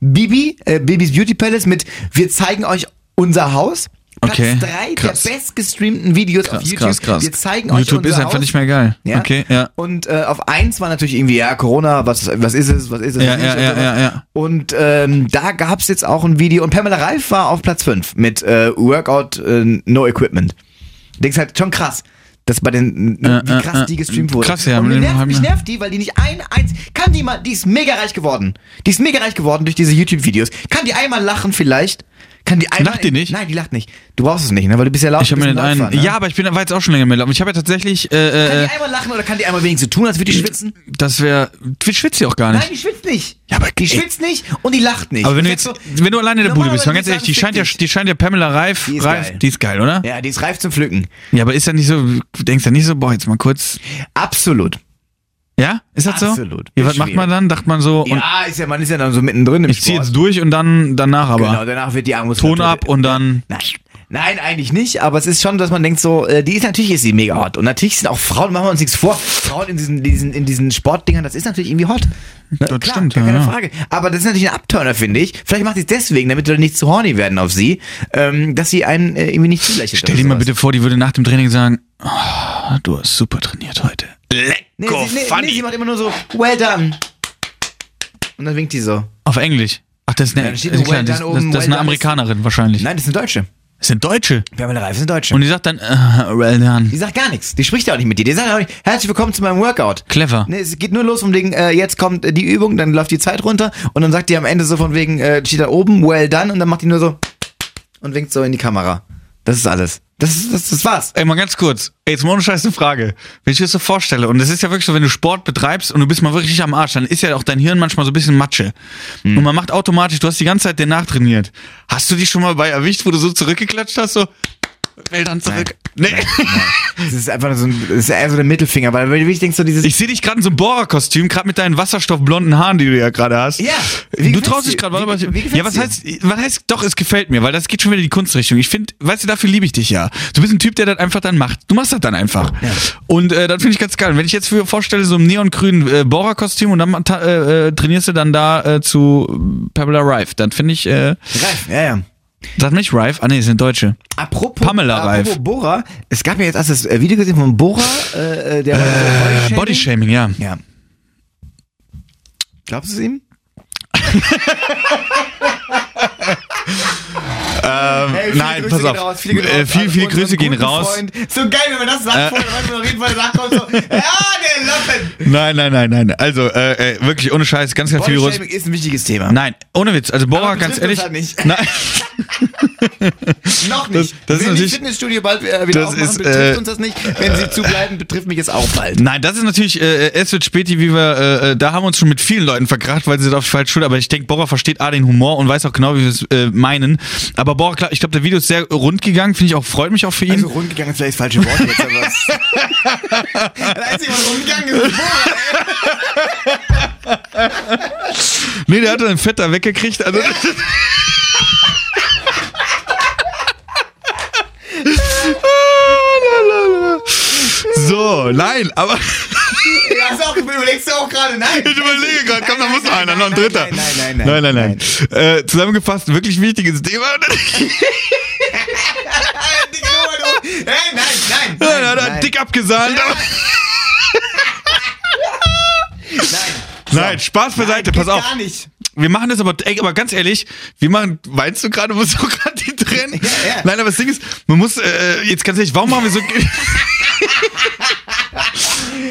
C: Bibi, äh, Bibis Beauty Palace mit Wir zeigen euch unser Haus. Platz
A: Okay,
C: 3
A: krass.
C: der bestgestreamten Videos auf
A: krass,
C: YouTube.
A: krass, krass.
C: Wir zeigen euch
A: YouTube
C: unser
A: ist einfach
C: Haus.
A: nicht mehr geil.
C: Ja?
A: Okay, ja.
C: Und äh, auf eins war natürlich irgendwie, ja, Corona, was, was ist es, was ist es?
A: Ja,
C: was ist
A: ja,
C: es?
A: ja, ja, ja.
C: Und ähm, da gab's jetzt auch ein Video. Und Pamela Reif war auf Platz 5 mit äh, Workout äh, No Equipment. Denkst halt schon krass, dass bei den,
A: Ja,
C: wie krass
A: ja,
C: die
A: ja.
C: gestreamt wurde.
A: Krass, ja,
C: Und
A: mit
C: mich
A: dem
C: nervt,
A: haben
C: mich
A: wir-
C: nervt die, weil die nicht ein, eins, kann die mal, die ist mega reich geworden. Die ist mega reich geworden durch diese YouTube-Videos. Kann die einmal lachen vielleicht? Kann die einmal.
A: Lacht die nicht?
C: Nein, die lacht nicht. Du brauchst es nicht, ne? Weil du bist ja laut.
A: ich habe
C: du
A: mir
C: bist
A: den
C: ein
A: einen,
C: Läufer, ne?
A: ja, aber ich bin war jetzt auch schon länger mit, aber ich habe ja tatsächlich
C: Kann
A: äh, äh,
C: die einmal lachen oder kann die einmal wenigstens tun, als würde die schwitzen?
A: das wäre Twitch schwitzt ja auch gar nicht.
C: Nein, die schwitzt nicht.
A: Ja, aber-
C: die schwitzt nicht und die halt lacht nicht.
A: Aber wenn du
C: Und
A: jetzt,
C: sagst so,
A: wenn du alleine in der Bude bist, mal ganz
C: normalerweise
A: ehrlich, die scheint
C: sagen,
A: ja,
C: fick
A: die scheint ja Pamela Reif,
C: Die ist
A: Reif,
C: geil.
A: die ist geil, oder?
C: dich. Ja, die ist reif zum Pflücken.
A: Ja, aber ist ja nicht so, du denkst ja nicht so, boah, jetzt mal kurz.
C: Absolut.
A: Ja? Ist das so?
C: Absolut.
A: Ja, was
C: Ist
A: macht man dann? Dacht man so, und
C: ja, ist ja, man ist ja dann so mittendrin im
A: ich
C: Sport.
A: zieh jetzt durch und dann danach aber.
C: genau, danach wird die Armut
A: Ton ab und dann.
C: Nein. Nein, eigentlich nicht, aber es ist schon, dass man denkt so, äh, die ist natürlich ist sie mega hot. Und natürlich sind auch Frauen, machen wir uns nichts vor, Frauen in diesen, diesen, in diesen Sportdingern, das ist natürlich irgendwie hot. Ne?
A: Das stimmt,
C: gar
A: ja,
C: keine
A: ja.
C: Frage. Aber das ist natürlich ein Abturner, finde ich. Vielleicht macht sie es deswegen, damit wir nicht zu horny werden auf sie, ähm, dass sie einen äh, irgendwie nicht zulächelt.
A: Stell dir mal bitte vor, die würde nach dem Training sagen, "Ah, du hast super trainiert heute.
C: Nee,
A: Lecker,
C: sie, nee,
A: funny.
C: nee, sie macht immer nur so, well done. Und dann winkt die so.
A: Auf Englisch. Ach, das ist eine,
C: Ja, da steht
A: also
C: nur
A: klar,
C: well
A: das,
C: done
A: das, das
C: oben,
A: ist
C: well
A: eine
C: done
A: Amerikanerin wahrscheinlich.
C: Nein, das sind Deutsche.
A: Das sind Deutsche.
C: Pamela Reif sind Deutsche.
A: Und die sagt dann, "Ah, well done.
C: Die sagt gar nichts. Die spricht ja auch nicht mit dir. Die sagt auch nicht, herzlich willkommen zu meinem Workout.
A: Clever.
C: Ne, es geht nur los um wegen, äh, jetzt kommt äh, die Übung, dann läuft die Zeit runter und dann sagt die am Ende so von wegen, äh, steht da oben, well done und dann macht die nur so und winkt so in die Kamera. Das ist alles. Das, ist- das, das war's.
A: Ey, mal ganz kurz. Ey, jetzt mal ohne Scheiß eine Frage. Wenn ich mir das so vorstelle, und es ist ja wirklich so, wenn du Sport betreibst und du bist mal wirklich am Arsch, dann ist ja auch dein Hirn manchmal so ein bisschen Matsche. Und man macht automatisch, du hast die ganze Zeit den nachtrainiert. Hast du dich schon mal bei erwischt, wo du so zurückgeklatscht hast, so, well done zurück? Nee.
C: Das ist einfach so ein, das ist eher so der Mittelfinger, weil wenn ich denke so dieses...
A: Ich sehe dich gerade in so einem Bohrerkostüm, gerade mit deinen wasserstoffblonden Haaren, die du ja gerade hast.
C: Ja,
A: Du
C: wie gefällt's
A: traust dich
C: dir?
A: gerade, warte
C: Wie-
A: mal.
C: wie gefällt's
A: Ja, was
C: dir?
A: heißt, was heißt, doch, es gefällt mir, weil das geht schon wieder in die Kunstrichtung. Ich finde, weißt du, dafür liebe ich dich ja. Du bist ein Typ, der das einfach dann macht. Du machst das dann einfach. Und äh, das finde ich ganz geil. Und wenn ich jetzt mir vorstelle, so im neongrünen äh, Bohrerkostüm und dann ta- äh, äh, trainierst du dann da äh, zu Pamela Rife, dann finde ich, äh,
C: Reif, ja, ja.
A: sag nicht Rife, ah nee, sind Deutsche.
C: Apropos,
A: Pamela
C: apropos
A: Reif.
C: Bora, es gab ja jetzt erst das äh, Video gesehen von Bora, äh, äh, der war so
A: Bodyshaming,
C: Bodyshaming.
A: ja.
C: Ja. Glaubst du es ihm? Hey, viele
A: nein,
C: Grüße
A: pass
C: gehen
A: auf.
C: Raus, viele Grüße
A: Äh,
C: raus
A: viel-
C: an
A: viel
C: unseren
A: Grüße gehen
C: guten
A: raus. Äh.
C: Freund. So geil, wenn man das sagt, vorher, dann weiß man auf jeden Fall, sagt kommt so, ja, der Lappen.
A: Nein, nein, nein, nein. Also, äh, äh, wirklich, ohne Scheiß, ganz, ganz viel Rust.
C: Bodyshaming ist ein wichtiges Thema.
A: Nein, ohne Witz. Also Bora,
C: Aber
A: ganz
C: betrifft
A: ehrlich.
C: uns halt nicht.
A: Nein,
C: Noch nicht.
A: das ist
C: wenn
A: natürlich-
C: die Fitnessstudio bald äh, wieder
A: Das
C: aufmachen,
A: ist,
C: betrifft
A: äh,
C: uns das nicht. Wenn sie zubleiben, betrifft mich es auch bald.
A: nein, das ist natürlich, äh, es wird spät, wie wir, äh, äh, da haben wir uns schon mit vielen Leuten verkracht, weil sie sind auf die falsche Schuld, aber ich denke, Bora versteht A den Humor und weiß auch genau, wie wir es äh, meinen. Aber Bora, klar, ich glaube, der Video ist sehr rund gegangen, finde ich auch, freut mich auch für ihn.
C: Also rundgegangen ist vielleicht das falsche Wort jetzt, aber... da ist jemand rundgegangen, das ist Bora.
A: nee, der hat dann Fett da weggekriegt. Also, so, nein, aber
C: Ja, hast du auch, überlegst du auch gerade, nein.
A: Ich überlege gerade, komm, da
C: Nein,
A: muss noch
C: nein,
A: einer,
C: nein,
A: noch ein
C: nein,
A: dritter.
C: nein, nein, nein,
A: nein.
C: nein,
A: nein, nein. Äh, zusammengefasst, wirklich wichtiges Thema.
C: Äh, dick, Nummer, du. Äh, nein, nein, nein,
A: Dann hat er dick abgesahnt. aber-
C: nein.
A: Nein, Spaß beiseite, pass
C: Geht
A: auf.
C: Gar nicht.
A: Wir machen das aber, ey, aber ganz ehrlich, wir machen, weinst du gerade, musst du gerade die Tränen?
C: ja.
A: Nein, aber das Ding ist, man muss, äh, jetzt ganz ehrlich, warum machen wir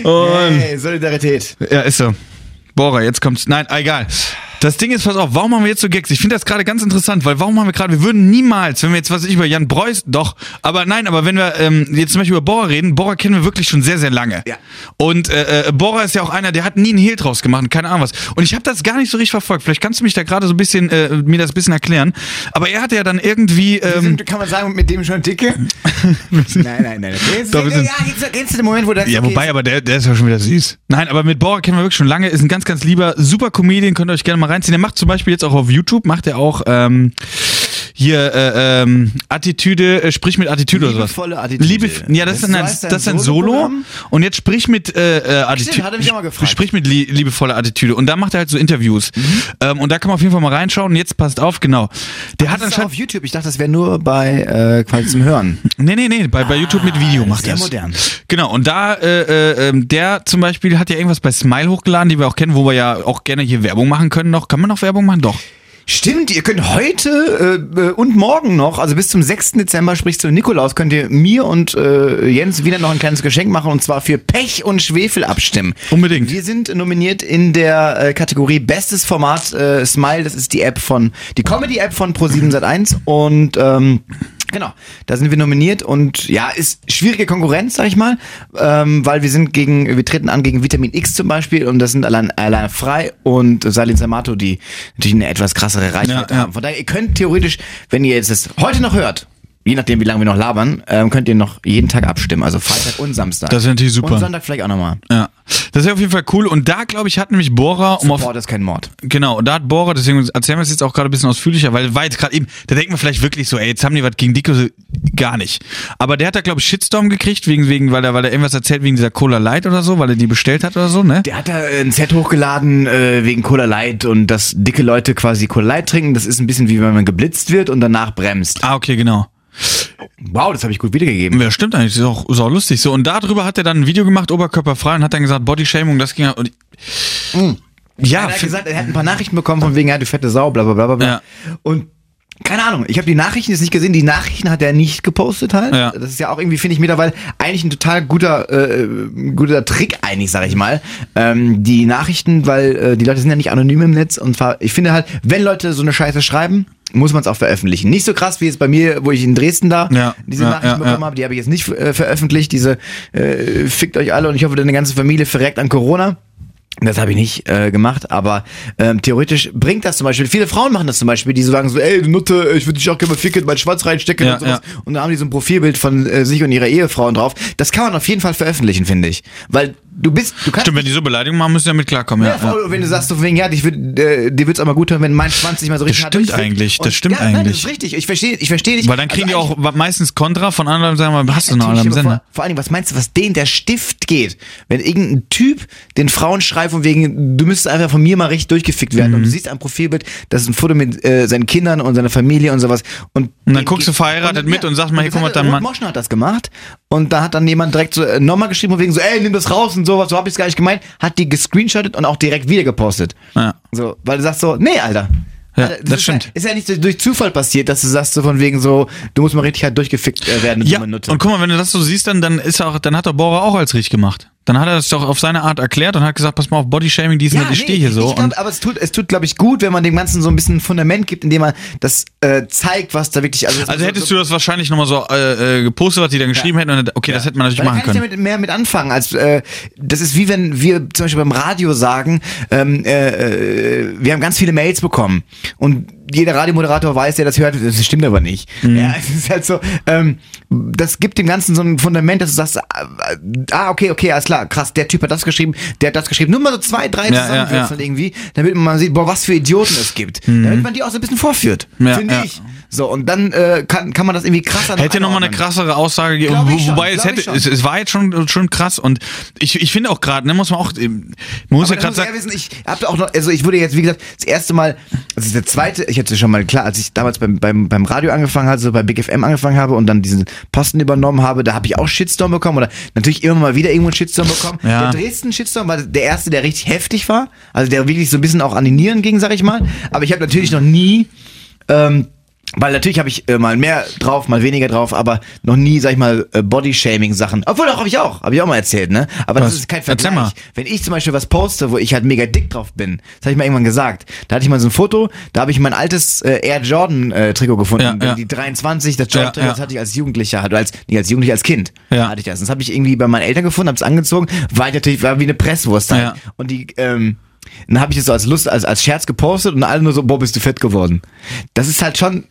A: so... Und,
C: Hey, Solidarität.
A: ja, ist so. Bohrer, jetzt kommt's. Nein, ah, egal. Das Ding ist, pass auf, warum machen wir jetzt so Gags? Ich finde das gerade ganz interessant, weil warum machen wir gerade, wir würden niemals, wenn wir jetzt, was weiß ich über Jan Breuß, doch, aber nein, aber wenn wir ähm, jetzt zum Beispiel über Bohrer reden, Bohrer kennen wir wirklich schon sehr, sehr lange.
C: Ja.
A: Und äh, äh, Bohrer ist ja auch einer, der hat nie einen Hehl draus gemacht, und keine Ahnung was. Und ich habe das gar nicht so richtig verfolgt. Vielleicht kannst du mich da gerade so ein bisschen, äh, mir das ein bisschen erklären. Aber er hatte ja dann irgendwie,
C: Wir
A: ähm,
C: sind, kann man sagen, mit dem schon dicke? nein, nein, nein. Jetzt,
A: Doch, wir sind-
C: ja, jetzt, jetzt ist der Moment, wo das
A: Ja,
C: okay
A: wobei,
C: ist.
A: aber der, der ist ja schon wieder süß. Nein, aber mit Borer kennen wir wirklich schon lange. Ist ein ganz, ganz lieber, super Comedian. Könnt ihr euch gerne mal reinziehen. Der macht zum Beispiel jetzt auch auf YouTube, macht er auch ähm, hier äh, ähm, Attitüde, äh, sprich mit Attitüde oder sowas.
C: Liebevolle Attitüde.
A: Liebe, ja, das,
C: Das
A: ist ein,
C: heißt,
A: das ist ein
C: ein
A: Solo.
C: Soloprogramm?
A: Und jetzt sprich mit äh, äh, Attitüde.
C: hat er mich auch mal gefragt. Mhm.
A: Sprich mit li liebevoller Attitüde. Und da macht er halt so Interviews. Ähm, und da kann man auf jeden Fall mal reinschauen. Und jetzt passt auf, genau. Der hat
C: Das ist auch auf
A: anscheinend.
C: YouTube. Ich dachte, das wäre nur bei äh, quasi zum Hören.
A: Nee, nee, nee, bei, bei YouTube mit Video macht
C: Ah, sehr
A: er
C: modern.
A: Genau, und da, äh, äh, ähm, der zum Beispiel hat ja irgendwas bei Smile hochgeladen, die wir auch kennen, wo wir ja auch gerne hier Werbung machen können noch. Kann man noch Werbung machen? Doch.
C: Stimmt, ihr könnt heute äh, äh, und morgen noch, also bis zum 6. Dezember, sprich zu Nikolaus, könnt ihr mir und äh, Jens wieder noch ein kleines Geschenk machen und zwar für Pech und Schwefel abstimmen.
A: Unbedingt.
C: Wir sind nominiert in der äh, Kategorie Bestes Format äh, Smile, das ist die App von, die Comedy-App von Pro7 Sat1 und ähm, genau, da sind wir nominiert und ja, ist schwierige Konkurrenz, sag ich mal, ähm, weil wir sind gegen, wir treten an gegen Vitamin X zum Beispiel und das sind allein, allein frei und Salin Samato, die natürlich eine etwas krassere Reichweite
A: Ja, ja.
C: haben. Von daher, ihr könnt theoretisch, wenn ihr jetzt das heute noch hört, je nachdem, wie lange wir noch labern, ähm, könnt ihr noch jeden Tag abstimmen. Also Freitag und Samstag.
A: Das ist natürlich super.
C: Und Sonntag vielleicht auch nochmal.
A: Ja. Das ist auf jeden Fall cool. Und da, glaube ich, hat nämlich Bora, um auf,
C: Mord ist kein Mord.
A: Genau, und da hat Bohrer, deswegen erzählen wir es jetzt auch gerade ein bisschen ausführlicher, weil war jetzt gerade eben, da denkt man vielleicht wirklich so, ey, jetzt haben die was gegen Dicke, so, gar nicht. Aber der hat da, glaube ich, Shitstorm gekriegt, wegen, wegen, weil er, weil er irgendwas erzählt wegen dieser Cola Light oder so, weil er die bestellt hat oder so, ne?
C: Der hat da äh, ein Set hochgeladen äh, wegen Cola Light und dass dicke Leute quasi Cola Light trinken. Das ist ein bisschen wie wenn man geblitzt wird und danach bremst.
A: Ah, okay, genau.
C: Wow, das habe ich gut wiedergegeben.
A: Ja, stimmt eigentlich, ist auch, ist auch lustig. So, und darüber hat er dann ein Video gemacht, oberkörperfrei, und hat dann gesagt, Bodyshaming, das ging ja, und, ja,
C: er hat
A: fi-
C: gesagt, er hat ein paar Nachrichten bekommen von wegen, ja, du fette Sau, bla bla bla bla. bla. Und keine Ahnung, ich habe die Nachrichten jetzt nicht gesehen, die Nachrichten hat er nicht gepostet halt.
A: Ja.
C: Das ist ja auch irgendwie, finde ich, mittlerweile eigentlich ein total guter, äh, guter Trick eigentlich, sag ich mal. Ähm, die Nachrichten, weil äh, die Leute sind ja nicht anonym im Netz und zwar, ich finde halt, wenn Leute so eine Scheiße schreiben, muss man es auch veröffentlichen. Nicht so krass wie jetzt bei mir, wo ich in Dresden da
A: Ja,
C: diese
A: ja,
C: Nachrichten
A: ja, ja.
C: bekommen habe, die habe ich jetzt nicht äh, veröffentlicht, diese äh, fickt euch alle und ich hoffe, deine ganze Familie verreckt an Corona. Das habe ich nicht äh, gemacht, aber ähm, theoretisch bringt das zum Beispiel. Viele Frauen machen das zum Beispiel, die so sagen so, ey, du Nutte, ich würde dich auch gerne mal ficken, mein Schwanz reinstecken
A: Ja,
C: und sowas.
A: ja.
C: Und da haben die so ein Profilbild von äh, sich und ihrer Ehefrauen drauf. Das kann man auf jeden Fall veröffentlichen, finde ich. Weil du bist, du kannst
A: Stimmt, wenn die so Beleidigungen machen, müssen sie damit klarkommen, ja.
C: ja, voll, wenn du sagst, so von wegen, ja, dich würd, äh, dir wird's aber gut tun, wenn mein Schwanz nicht mal so richtig hart
A: stimmt
C: durchfickt.
A: eigentlich, das
C: Und-
A: stimmt
C: ja, Nein, das
A: eigentlich.
C: ist richtig. Ich verstehe, ich verstehe dich.
A: Weil dann kriegen
C: Also
A: die auch meistens Kontra von anderen und sagen, was hast du noch alle am
C: Natürlich, aber
A: Sender?
C: Vor, vor allem, was meinst du, was denen der Stift geht? Wenn irgendein Typ den Frauen schreibt und wegen, du müsstest einfach von mir mal richtig durchgefickt werden
A: Mhm.
C: und du siehst ein Profilbild, das ist ein Foto mit äh, seinen Kindern und seiner Familie und sowas. Und,
A: Und dann guckst du verheiratet mit und sagst mal, hier, guck mal,
C: hat-
A: dein
C: Ruth
A: Mann-
C: Moschner hat das gemacht und da hat dann jemand direkt so, äh, nochmal geschrieben von wegen so, ey, nimm das raus und sowas, so hab ich's gar nicht gemeint, hat die gescreenshottet und auch direkt wieder gepostet.
A: Ja.
C: So, weil du sagst so, nee, Alter.
A: Ja,
C: Alter,
A: das
C: ist
A: stimmt.
C: Ja, ist ja nicht so durch Zufall passiert, dass du sagst so von wegen so, du musst mal richtig halt durchgefickt äh, werden, du
A: Ja,
C: dumme Nutte.
A: und guck mal, wenn du das so siehst, dann, dann ist er auch, dann hat der Bohrer auch als richtig gemacht. Dann hat er das doch auf seine Art erklärt und hat gesagt, pass mal auf Bodyshaming, dies und das, ich stehe hier so.
C: Ich glaub, also
A: und
C: aber es tut, es tut, glaube ich, gut, wenn man dem Ganzen so ein bisschen ein Fundament gibt, indem man das äh, zeigt, was da wirklich. Also,
A: also hättest
C: so,
A: du das wahrscheinlich nochmal so äh, äh, gepostet, was die dann geschrieben hätten, und hätte- okay, das hätte man natürlich
C: weil da
A: machen
C: kann
A: können.
C: ich damit mehr mit anfangen. Als, äh, das ist wie wenn wir zum Beispiel beim Radio sagen, ähm, äh, äh, wir haben ganz viele Mails bekommen und jeder Radiomoderator weiß, der das hört, das stimmt aber nicht.
A: Mhm.
C: Ja, es ist halt so, ähm, das gibt dem Ganzen so ein Fundament, dass du sagst, ah, ah, okay, okay, alles klar, krass, der Typ hat das geschrieben, der hat das geschrieben. Nur mal so zwei, drei
A: Ja, ja,
C: zusammenwürfeln
A: ja. Mhm.
C: irgendwie, damit man mal sieht, boah, was für Idioten es gibt. Damit man die auch so ein bisschen vorführt.
A: Ja,
C: finde
A: ja.
C: ich. So, und dann äh, kann, kann man das irgendwie krasser noch
A: Hätte nochmal eine
C: einordnen.
A: krassere Aussage gegeben.
C: Glaub ich
A: Wo- Wobei
C: schon,
A: es
C: glaub ich
A: hätte,
C: schon.
A: es, es war jetzt schon, schon krass und ich, ich finde auch gerade, ne, muss man auch, man muss ja
C: Aber
A: gerade
C: das muss
A: sagen,
C: ich ja wissen, ich habe auch noch, also ich wurde jetzt, wie gesagt, das erste Mal, das ist der zweite, ich hatte schon mal klar, als ich damals beim, beim, beim Radio angefangen hatte, so bei Big FM angefangen habe und dann diesen Posten übernommen habe, da habe ich auch Shitstorm bekommen oder natürlich immer mal wieder irgendwo einen Shitstorm bekommen.
A: Ja.
C: Der Dresden-Shitstorm war der erste, der richtig heftig war, also der wirklich so ein bisschen auch an die Nieren ging, sag ich mal. Aber ich habe natürlich noch nie, ähm, weil natürlich habe ich äh, mal mehr drauf, mal weniger drauf, aber noch nie, sag ich mal, äh, Body-Shaming-Sachen. Obwohl, doch, habe ich auch. Habe ich auch mal erzählt, ne? Aber
A: Was?
C: das ist kein
A: Erzähl
C: Vergleich.
A: mal.
C: Wenn ich zum Beispiel was poste, wo ich halt mega dick drauf bin, das habe ich mal irgendwann gesagt. Da hatte ich mal so ein Foto, da habe ich mein altes äh, Air Jordan äh, Trikot gefunden,
A: Ja, ja.
C: die 23, das Jordan Trikot,
A: Ja, ja.
C: das hatte ich als Jugendlicher, hatte als nicht als Jugendlicher, als Kind
A: Ja.
C: hatte ich das. Das habe ich irgendwie bei meinen Eltern gefunden, habe es angezogen, war ich natürlich war wie eine Presswurst halt.
A: Ja.
C: Und die ähm dann habe ich das so als Lust, als, als Scherz gepostet und alle nur so, boah, bist du fett geworden. Das ist halt schon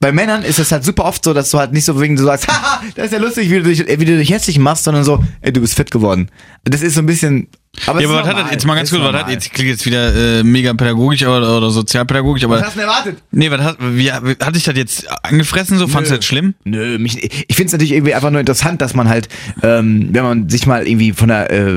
C: bei Männern ist es halt super oft so, dass du halt nicht so wegen du sagst, haha, das ist ja lustig, wie du dich, wie du dich hässlich machst, sondern so, ey, du bist fett geworden. Das ist so ein bisschen. Aber
A: ja,
C: es
A: aber was
C: ist
A: hat das,
C: normal.
A: jetzt mal ganz
C: Es ist
A: kurz, was hat,
C: normal.
A: jetzt klingt jetzt wieder äh, mega pädagogisch oder, oder sozialpädagogisch, aber
C: Was hast du denn erwartet?
A: Nee, was hat, wie, hat dich das jetzt angefressen so? Fandst du das schlimm?
C: Nö, mich, ich finde es natürlich irgendwie einfach nur interessant, dass man halt, ähm, wenn man sich mal irgendwie von der äh,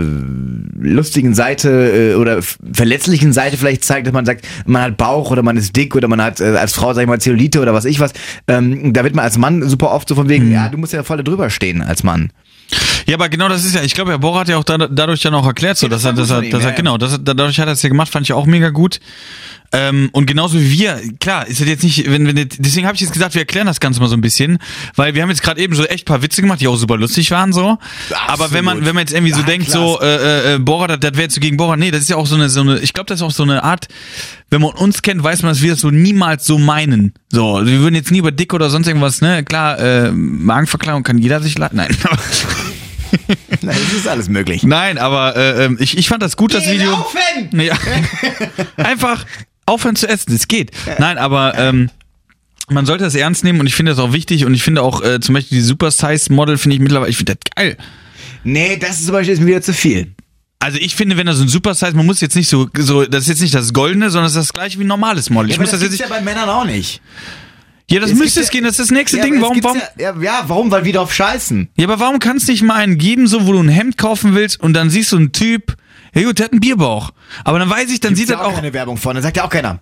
C: lustigen Seite äh, oder f- verletzlichen Seite vielleicht zeigt, dass man sagt, man hat Bauch oder man ist dick oder man hat äh, als Frau, sag ich mal, Zellulite oder was ich was, ähm, da wird man als Mann super oft so von wegen,
A: Hm.
C: ja, du musst ja voll da drüber stehen als Mann.
A: Ja, aber genau das ist ja, ich glaube, Herr Bohr hat ja auch da, dadurch dann auch erklärt, so, dass er, dass er,
C: von ihm,
A: dass er,
C: ja, ja.
A: genau, dass er, dadurch hat er es ja gemacht, fand ich auch mega gut. Ähm, und genauso wie wir, klar, ist das jetzt nicht, wenn, wenn, deswegen habe ich jetzt gesagt, wir erklären das Ganze mal so ein bisschen, weil wir haben jetzt gerade eben so echt paar Witze gemacht, die auch super lustig waren, so. Aber wenn man, wenn man jetzt irgendwie so
C: Ah,
A: denkt,
C: klasse.
A: so, äh, äh, äh, Bohrer, das, das wäre jetzt so gegen Bohrer. Nee, das ist ja auch so eine, so eine ich glaube, das ist auch so eine Art, wenn man uns kennt, weiß man, dass wir das so niemals so meinen. So, wir würden jetzt nie über dick oder sonst irgendwas, ne? Klar, äh, Magenverkleidung kann jeder sich leiden. Nein, aber,
C: Nein, das ist alles möglich.
A: nein, aber äh, ähm, ich, ich fand das gut, das Video.
C: Laufen!
A: Ja. Einfach aufhören zu essen, es geht. Nein, aber ähm, man sollte das ernst nehmen und ich finde das auch wichtig und ich finde auch äh, zum Beispiel die Super Size Model finde ich mittlerweile, ich finde das geil.
C: Nee, das ist zum Beispiel ist mir wieder zu viel.
A: Also ich finde, wenn das so ein Super Size, man muss jetzt nicht so, so, das ist jetzt nicht das Goldene, sondern das ist das gleiche wie ein normales Model. ich
C: aber
A: muss das jetzt
C: gibt's
A: nicht,
C: ja bei Männern auch nicht.
A: ja, das
C: Es
A: müsste
C: gibt
A: es gehen, das ist das nächste
C: Ja,
A: Ding.
C: aber es
A: Warum,
C: gibt's
A: warum,
C: Ja, ja, ja, warum? Weil wir drauf scheißen.
A: Ja, aber warum kann es nicht mal einen geben, so wo du ein Hemd kaufen willst und dann siehst du einen Typ, ja gut, der hat einen Bierbauch. Aber dann weiß ich, dann sieht
C: Ist ja
A: das auch.
C: keine Werbung von, da sagt ja auch keiner.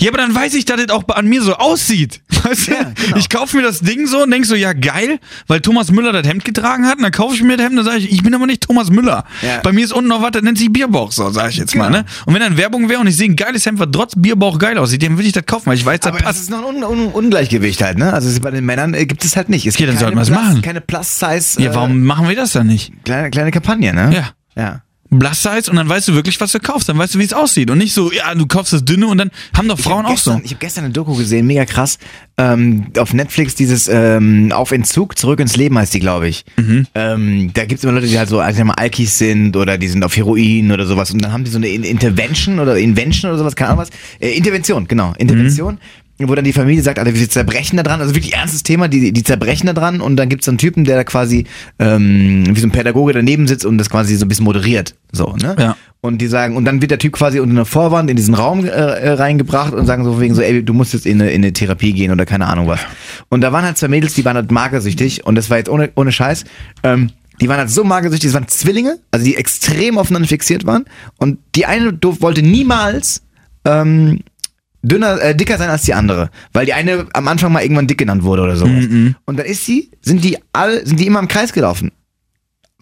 A: Ja, aber dann weiß ich, dass das auch an mir so aussieht. Weißt du?
C: Ja, genau.
A: Ich kaufe mir das Ding so und denk so, ja geil, weil Thomas Müller das Hemd getragen hat. Und dann kaufe ich mir das Hemd und sage ich, ich bin aber nicht Thomas Müller.
C: Ja. Genau.
A: Bei mir ist unten noch was, das nennt sich Bierbauch, so sage ich jetzt mal. Ne? Und wenn dann Werbung wäre und ich sehe ein geiles Hemd, was trotz Bierbauch geil aussieht, dann würde ich das kaufen, weil ich weiß, das
C: Aber das
A: passt.
C: ist noch ein Un Un Ungleichgewicht halt, ne? Also es- bei den Männern äh, gibt es halt nicht. Es
A: Okay, dann
C: gibt keine
A: sollten wir's
C: Plus-
A: machen.
C: Keine Plus-Size.
A: ja, warum machen wir das dann nicht?
C: Äh, kleine, kleine Kampagne, ne?
A: Ja.
C: Ja.
A: Blass Size und dann weißt du wirklich, was du kaufst. Dann weißt du, wie es aussieht. Und nicht so, ja, du kaufst das Dünne und dann haben doch Frauen
C: Ich hab
A: auch so.
C: gestern, Ich habe gestern eine Doku gesehen, mega krass. Ähm, auf Netflix dieses ähm, Auf Entzug, zurück ins Leben heißt die, glaube ich.
A: Mhm.
C: Ähm, da gibt's immer Leute, die halt so also ich sag mal, Alkis sind oder die sind auf Heroin oder sowas. Und dann haben die so eine In- Intervention oder Invention oder sowas, keine Ahnung was. Äh, Intervention, genau. Intervention.
A: Mhm.
C: Wo dann die Familie sagt, Alter, wir zerbrechen da dran, also wirklich ernstes Thema, die, die zerbrechen da dran und dann gibt's so einen Typen, der da quasi ähm, wie so ein Pädagoge daneben sitzt und das quasi so ein bisschen moderiert. So, ne?
A: Ja.
C: Und die sagen, und dann wird der Typ quasi unter einer Vorwand in diesen Raum äh, äh, reingebracht und sagen so von wegen so, ey, du musst jetzt in eine, in eine Therapie gehen oder keine Ahnung was. Und da waren halt zwei Mädels, die waren halt magersüchtig und das war jetzt ohne, ohne Scheiß. Ähm, die waren halt so magersüchtig, das waren Zwillinge, also die extrem aufeinander fixiert waren. Und die eine durf, wollte niemals ähm, dünner, äh, dicker sein als die andere, weil die eine am Anfang mal irgendwann dick genannt wurde oder sowas. Und dann ist sie, sind die all, sind die immer im Kreis gelaufen.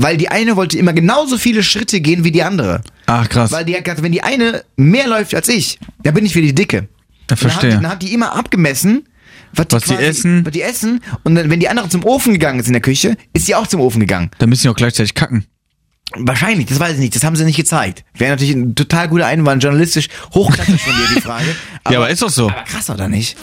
C: Weil die eine wollte immer genauso viele Schritte gehen wie die andere.
A: Ach krass.
C: Weil die hat gesagt, wenn die eine mehr läuft als ich, dann bin ich wieder die Dicke.
A: Ja, verstehe.
C: Dann hat, die, dann hat die immer abgemessen, was,
A: Was die
C: quasi-
A: essen.
C: Was die essen. Und dann, wenn die andere zum Ofen gegangen ist in der Küche, ist sie auch zum Ofen gegangen.
A: Da müssen die auch gleichzeitig kacken.
C: Wahrscheinlich, das weiß ich nicht, das haben sie nicht gezeigt. Wäre natürlich ein total guter Einwand, journalistisch hochklassisch von dir die Frage.
A: Ja, aber ist doch so.
C: Aber krass, oder nicht?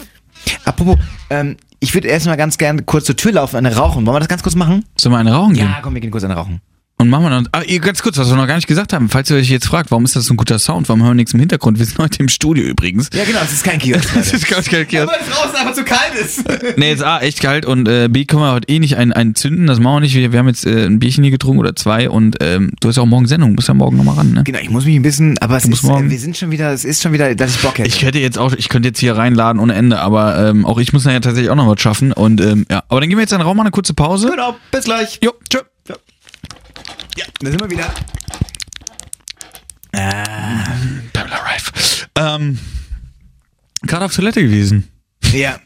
C: Apropos, ähm, ich würde erstmal ganz gerne kurz zur Tür laufen, eine rauchen. Wollen wir das ganz kurz machen?
A: Sollen wir einen rauchen gehen?
C: komm, wir gehen kurz eine rauchen.
A: Und machen wir dann. Ah, ihr, ganz kurz, was wir noch gar nicht gesagt haben. Falls ihr euch jetzt fragt, warum ist das so ein guter Sound? Warum hören wir nichts im Hintergrund? Wir sind heute im Studio übrigens.
C: Ja, genau, es ist kein Kiosk.
A: Das ist ganz geil.
C: Weil es draußen einfach zu kalt ist.
A: Nee, jetzt A, echt kalt und äh, B, können wir heute eh nicht einen, einen zünden. Das machen wir nicht. Wir, wir haben jetzt äh, ein Bierchen hier getrunken oder zwei und ähm, du hast ja auch morgen Sendung. Du musst ja morgen nochmal ran, ne?
C: Genau, ich muss mich ein bisschen, aber es
A: musst
C: ist,
A: morgen-
C: äh, wir sind schon wieder, es ist schon wieder, dass ich Bock hätte.
A: Ich hätte jetzt auch, ich könnte jetzt hier reinladen ohne Ende, aber ähm, auch ich muss nachher tatsächlich auch noch was schaffen. Und ähm, ja, aber dann gehen wir jetzt in den Raum mal eine kurze Pause.
C: genau, bis gleich.
A: Jo, tschö.
C: Ja, da sind wir wieder.
A: Pamela Reif. Ähm, gerade auf Toilette gewesen.
C: Ja.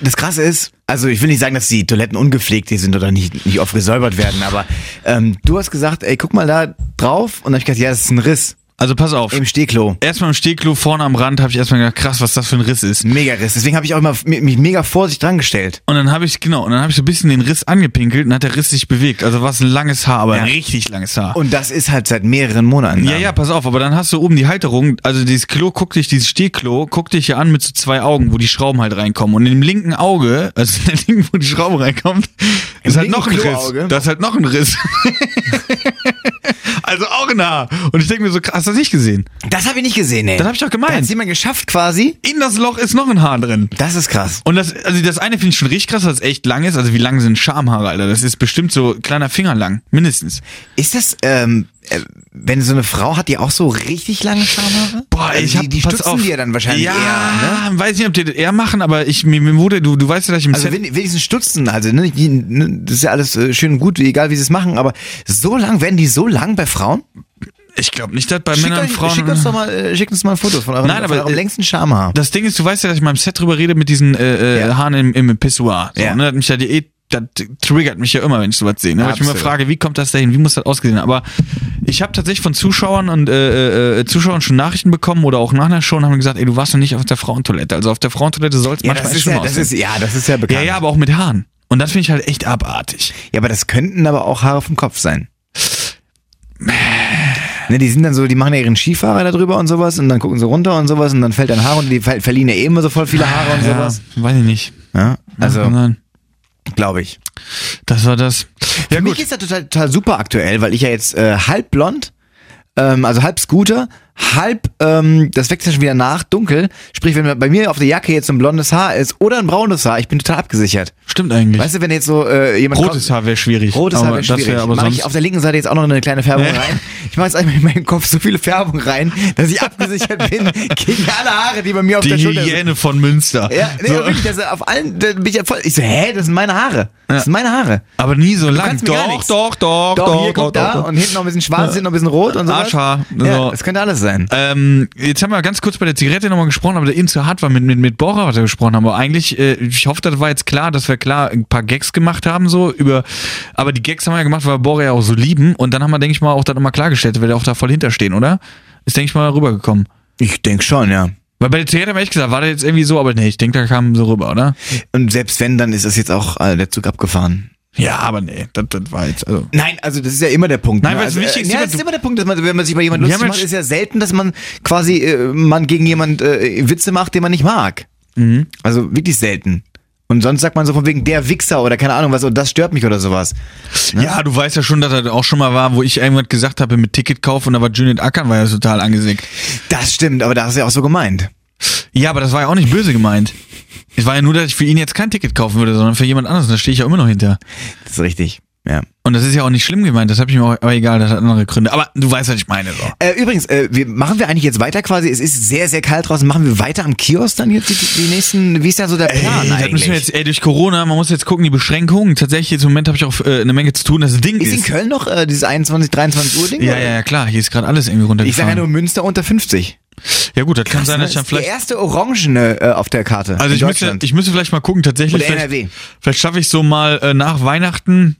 C: Das Krasse ist, also ich will nicht sagen, dass die Toiletten ungepflegt hier sind oder nicht, nicht oft gesäubert werden, aber ähm, du hast gesagt, ey, guck mal da drauf und dann hab ich gedacht, ja, das ist ein Riss
A: Also pass auf.
C: im Stehklo.
A: Erstmal im Stehklo vorne am Rand habe ich erstmal gedacht, krass, was das für ein Riss ist.
C: Mega Riss. Deswegen habe ich auch immer f- mich mega vorsichtig dran gestellt.
A: Und dann habe ich, genau, und dann habe ich so ein bisschen den Riss angepinkelt und hat der Riss sich bewegt. Also war es ein langes Haar, aber
C: Ja.
A: ein richtig langes Haar.
C: Und das ist halt seit mehreren Monaten.
A: ja, ja, pass auf, aber dann hast du oben die Halterung, also dieses Klo guckt dich, dieses Stehklo guckt dich ja an mit so zwei Augen, wo die Schrauben halt reinkommen. Und im linken Auge, also in der linken, wo die Schraube reinkommt, ist halt
C: linken
A: noch ein Riss.
C: Kloauge?
A: Da ist halt noch ein Riss. also auch ein Haar. Und ich denke mir so, krass, hast du das nicht gesehen?
C: Das habe ich nicht gesehen, ey.
A: Das habe ich doch
C: Da hat's
A: gemeint.
C: jemand geschafft quasi.
A: In das Loch ist noch ein Haar drin.
C: Das ist krass.
A: Und das, also das eine finde ich schon richtig krass, weil es echt lang ist. Also wie lang sind Schamhaare, Alter? Das ist bestimmt so kleiner Finger lang, mindestens.
C: Ist das, ähm, äh, wenn so eine Frau hat, die auch so richtig lange Schamhaare? Also die, die
A: pass
C: stutzen dir dann wahrscheinlich
A: ja,
C: eher, ne?
A: weiß nicht, ob die das eher machen, aber ich, mir, mir wurde, du, du weißt ja, dass ich im
C: Also
A: Set,
C: wen- wenigstens stutzen, also ne, die- ne, das ist ja alles äh, schön und gut, egal wie sie es machen, aber so lang werden die so lang bei Frauen?
A: ich glaube nicht, dass bei
C: Schickt
A: Männern und
C: euch-
A: Frauen...
C: Schickt uns doch mal, äh, schickt uns mal ein Foto von eurem,
A: Nein, aber,
C: von eurem
A: äh,
C: längsten Schamhaar.
A: das Ding ist, du weißt ja, dass ich mal im Set drüber rede mit diesen äh, äh,
C: Ja.
A: Haaren im, im Pissoir. So,
C: Ja.
A: ne? Das, hat mich ja die, eh- das triggert mich ja immer, wenn ich sowas sehe. Ne? Weil ich mir immer
C: Absolut.
A: frage, wie kommt das dahin, wie muss das ausgesehen? haben? Aber ich habe tatsächlich von Zuschauern und äh, äh, Zuschauern schon Nachrichten bekommen oder auch nachher schon haben gesagt, ey, du warst noch nicht auf der Frauentoilette. Also auf der Frauentoilette soll es
C: Ja,
A: manchmal
C: das
A: echt
C: ist
A: schon
C: ja,
A: mal
C: das
A: aussehen.
C: ist, ja, das ist ja
A: Ja,
C: bekannt.
A: ja, aber auch mit Haaren. Und das finde ich halt echt abartig.
C: Ja, aber das könnten aber auch Haare vom Kopf sein. Ne, die sind dann so, die machen ja ihren Skifahrer da drüber und sowas und dann gucken sie runter und sowas und dann fällt dann Haare und die ver- verlieren ja eh immer so voll viele Haare und
A: Ja,
C: sowas.
A: weiß ich nicht.
C: Ja,
A: Kann
C: also,
A: sein.
C: glaube ich.
A: das war das. Ja,
C: Für
A: gut.
C: mich ist das total, total super aktuell, weil ich ja jetzt äh, halb blond, ähm, also halb Scooter, halb, ähm, das wächst ja schon wieder nach, dunkel. Sprich, wenn bei mir auf der Jacke jetzt ein blondes Haar ist oder ein braunes Haar, ich bin total abgesichert.
A: Stimmt eigentlich.
C: Weißt du, wenn jetzt so äh, jemand
A: Rotes Haar wäre schwierig.
C: Rotes Haar
A: aber
C: wäre
A: das wär
C: Oh, schwierig.
A: aber
C: Mach
A: sonst.
C: ich auf der linken Seite jetzt auch noch eine kleine Färbung rein. Ich mache jetzt einfach in meinen Kopf so viele Färbung rein, dass ich abgesichert bin gegen alle Haare, die bei mir auf
A: die
C: der Schulter sind.
A: Hygiene von Münster.
C: Ja, nee,
A: so.
C: aber wirklich, das, auf allen, da bin ich ja voll. Ich so, hä, das sind meine Haare.
A: Ja.
C: Das sind meine Haare.
A: Aber nie so lang.
C: kannst mir gar
A: Doch,
C: nichts.
A: doch, doch, doch,
C: Doch,
A: doch,
C: hier
A: doch,
C: kommt da
A: doch.
C: und hinten noch ein bisschen schwarz, hinten noch ein bisschen rot und so.
A: Arschhaar,
C: Ja,
A: so.
C: Das könnte alles sein.
A: Ähm, jetzt haben wir ganz kurz bei der Zigarette nochmal gesprochen, aber der eben zu hart war mit, mit, mit Bora, was wir gesprochen haben. Aber eigentlich, äh, ich hoffe, das war jetzt klar, dass wir klar ein paar Gags gemacht haben, so über, aber die Gags haben wir ja gemacht, weil wir Bora ja auch so lieben. Und dann haben wir, denke ich mal, auch das nochmal klargestellt, weil wir auch da voll hinterstehen, oder? Ist, denke ich mal, rübergekommen.
C: Ich denk schon, ja.
A: Weil bei der Zigarette haben wir echt gesagt, war das jetzt irgendwie so, aber nee, ich denke, da kam so rüber, oder?
C: Und selbst wenn, dann ist das jetzt auch äh, der Zug abgefahren.
A: Ja, aber nee, das, das war jetzt, also.
C: Nein, also das ist ja immer der Punkt.
A: Nein,
C: ne?
A: weil das
C: also,
A: Wichtigste
C: ja,
A: war,
C: das ist
A: du-
C: immer der Punkt, dass man, wenn man sich über jemanden
A: Wir
C: lustig
A: haben
C: macht,
A: jetzt-
C: ist ja selten, dass man quasi äh, man gegen jemand äh, Witze macht, den man nicht mag.
A: Mhm.
C: Also wirklich selten. Und sonst sagt man so von wegen der Wichser oder keine Ahnung was und das stört mich oder sowas.
A: Ja, du weißt ja schon, dass das auch schon mal war, wo ich irgendwas gesagt habe mit Ticketkauf und da war Juliet Ackern, war ja total angesickt.
C: Das stimmt, aber das ist ja auch so gemeint.
A: Ja, aber das war ja auch nicht böse gemeint. Es war ja nur, dass ich für ihn jetzt kein Ticket kaufen würde, sondern für jemand anderes. Und da stehe ich ja immer noch hinter.
C: Das ist richtig. Ja.
A: Und das ist ja auch nicht schlimm gemeint. Das habe ich mir auch, aber egal, das hat andere Gründe. Aber du weißt, was ich meine. So.
C: Äh, übrigens, äh, wir, machen wir eigentlich jetzt weiter quasi? Es ist sehr, sehr kalt draußen. Machen wir weiter am Kiosk dann jetzt die, die nächsten? Wie ist da so der Plan
A: Ey, Äh, das
C: eigentlich?
A: müssen wir jetzt, ey, durch Corona, man muss jetzt gucken, die Beschränkungen. Tatsächlich, jetzt im Moment habe ich auch äh, eine Menge zu tun. Das Ding
C: ist in
A: ist.
C: Köln noch äh, dieses 21, 23 Uhr Ding?
A: Ja,
C: oder?
A: ja, ja, klar, hier ist gerade alles irgendwie
C: Ich sage ja
A: runtergefahren.
C: ne? nur Münster unter 50.
A: ja gut, das kann sein, dass ich dann
C: ist die
A: vielleicht.
C: erste Orangene äh, auf der Karte.
A: Also
C: in
A: ich müsste,
C: Deutschland.
A: ich müsste vielleicht mal gucken, tatsächlich.
C: Oder
A: Vielleicht,
C: NRW.
A: vielleicht schaffe ich so mal äh, nach Weihnachten,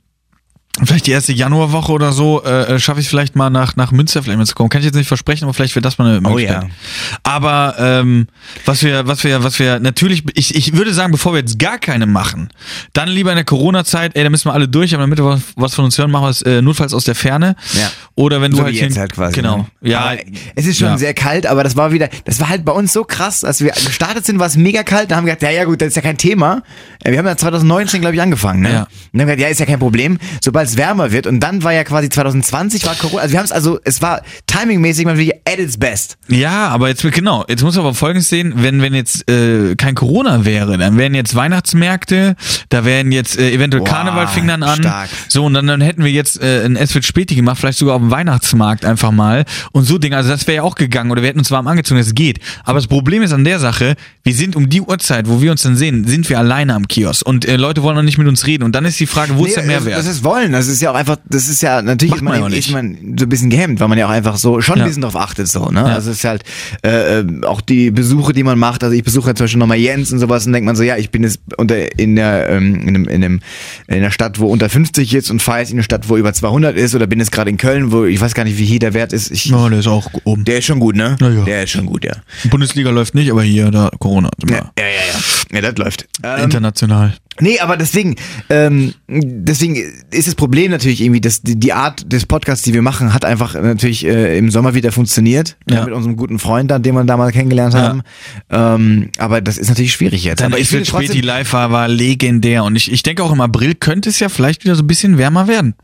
A: vielleicht die erste Januarwoche oder so, äh, äh, schaffe ich vielleicht mal nach, nach Münster vielleicht mal zu kommen. Kann ich jetzt nicht versprechen, aber vielleicht wird das mal eine Möglichkeit.
C: Oh ja.
A: Aber ähm, was wir, was wir, was wir natürlich, ich, ich würde sagen, bevor wir jetzt gar keine machen, dann lieber in der Corona-Zeit, ey, da müssen wir alle durch, aber damit wir was- was von uns hören, machen wir es äh, notfalls aus der Ferne.
C: Ja.
A: Oder wenn du
C: so
A: halt
C: wie
A: hin-
C: jetzt halt quasi.
A: Genau.
C: Ne?
A: Ja.
C: Aber es ist schon
A: ja.
C: sehr kalt, aber das war wieder, das war halt bei uns so krass, als wir gestartet sind, war es mega kalt. Da haben wir gedacht, ja, ja gut, das ist ja kein Thema. Äh, Wir haben ja 2019, glaube ich, angefangen. Ne?
A: Ja.
C: Und dann haben wir gedacht, ja, ist ja kein Problem, sobald es wärmer wird. Und dann war ja quasi 2020, war Corona. Also wir haben es also, es war timingmäßig mal wieder at its best.
A: Ja, aber jetzt genau, jetzt muss aber folgendes sehen, wenn wenn jetzt äh, kein Corona wäre, dann wären jetzt Weihnachtsmärkte, da wären jetzt äh, eventuell
C: Boah,
A: Karneval fing dann an.
C: stark.
A: So und dann, dann hätten wir jetzt äh, ein Es wird späti gemacht, vielleicht sogar auf dem Weihnachtsmarkt einfach mal und so Dinge, also das wäre ja auch gegangen oder wir hätten uns warm angezogen, das geht. Aber das Problem ist an der Sache, wir sind um die Uhrzeit, wo wir uns dann sehen, sind wir alleine am Kiosk und äh, Leute wollen noch nicht mit uns reden und dann ist die Frage, wo ist der
C: Nee,
A: Mehrwert?
C: Das ist wollen. Das ist ja auch einfach, das ist ja natürlich
A: Macht man ja auch
C: ist
A: nicht.
C: man so ein bisschen gehemmt, weil man ja auch einfach so schon
A: Ja.
C: ein bisschen drauf achtet so. Ne? Also es ist halt äh, äh, auch die Besuche, die man macht. Also ich besuche ja zum Beispiel nochmal Jens und sowas und denkt man so, ja, ich bin jetzt unter in der ähm, in, einem, in, einem, in einer Stadt, wo unter 50 ist und fahre jetzt in eine Stadt, wo über 200 ist oder bin jetzt gerade in Köln, wo ich weiß gar nicht, wie hier der Wert ist. Ich,
A: ja, der ist auch oben.
C: Der ist schon gut, ne?
A: Na ja.
C: Der ist schon gut, ja.
A: Bundesliga läuft nicht, aber hier da Corona. sind wir.
C: Ja, ja, ja. Ja, das läuft. Ähm,
A: International.
C: Nee, aber deswegen, ähm, deswegen ist das Problem natürlich irgendwie, dass die, die Art des Podcasts, die wir machen, hat einfach natürlich äh, im Sommer wieder funktioniert.
A: Ja.
C: Mit unserem guten Freund, dann, den wir damals kennengelernt
A: Ja.
C: haben. Ähm, aber das ist natürlich schwierig jetzt.
A: Dann
C: aber
A: ich
C: finde
A: finde Äh, spät die Live war, war legendär und ich, ich denke auch im April könnte es ja vielleicht wieder so ein bisschen wärmer werden,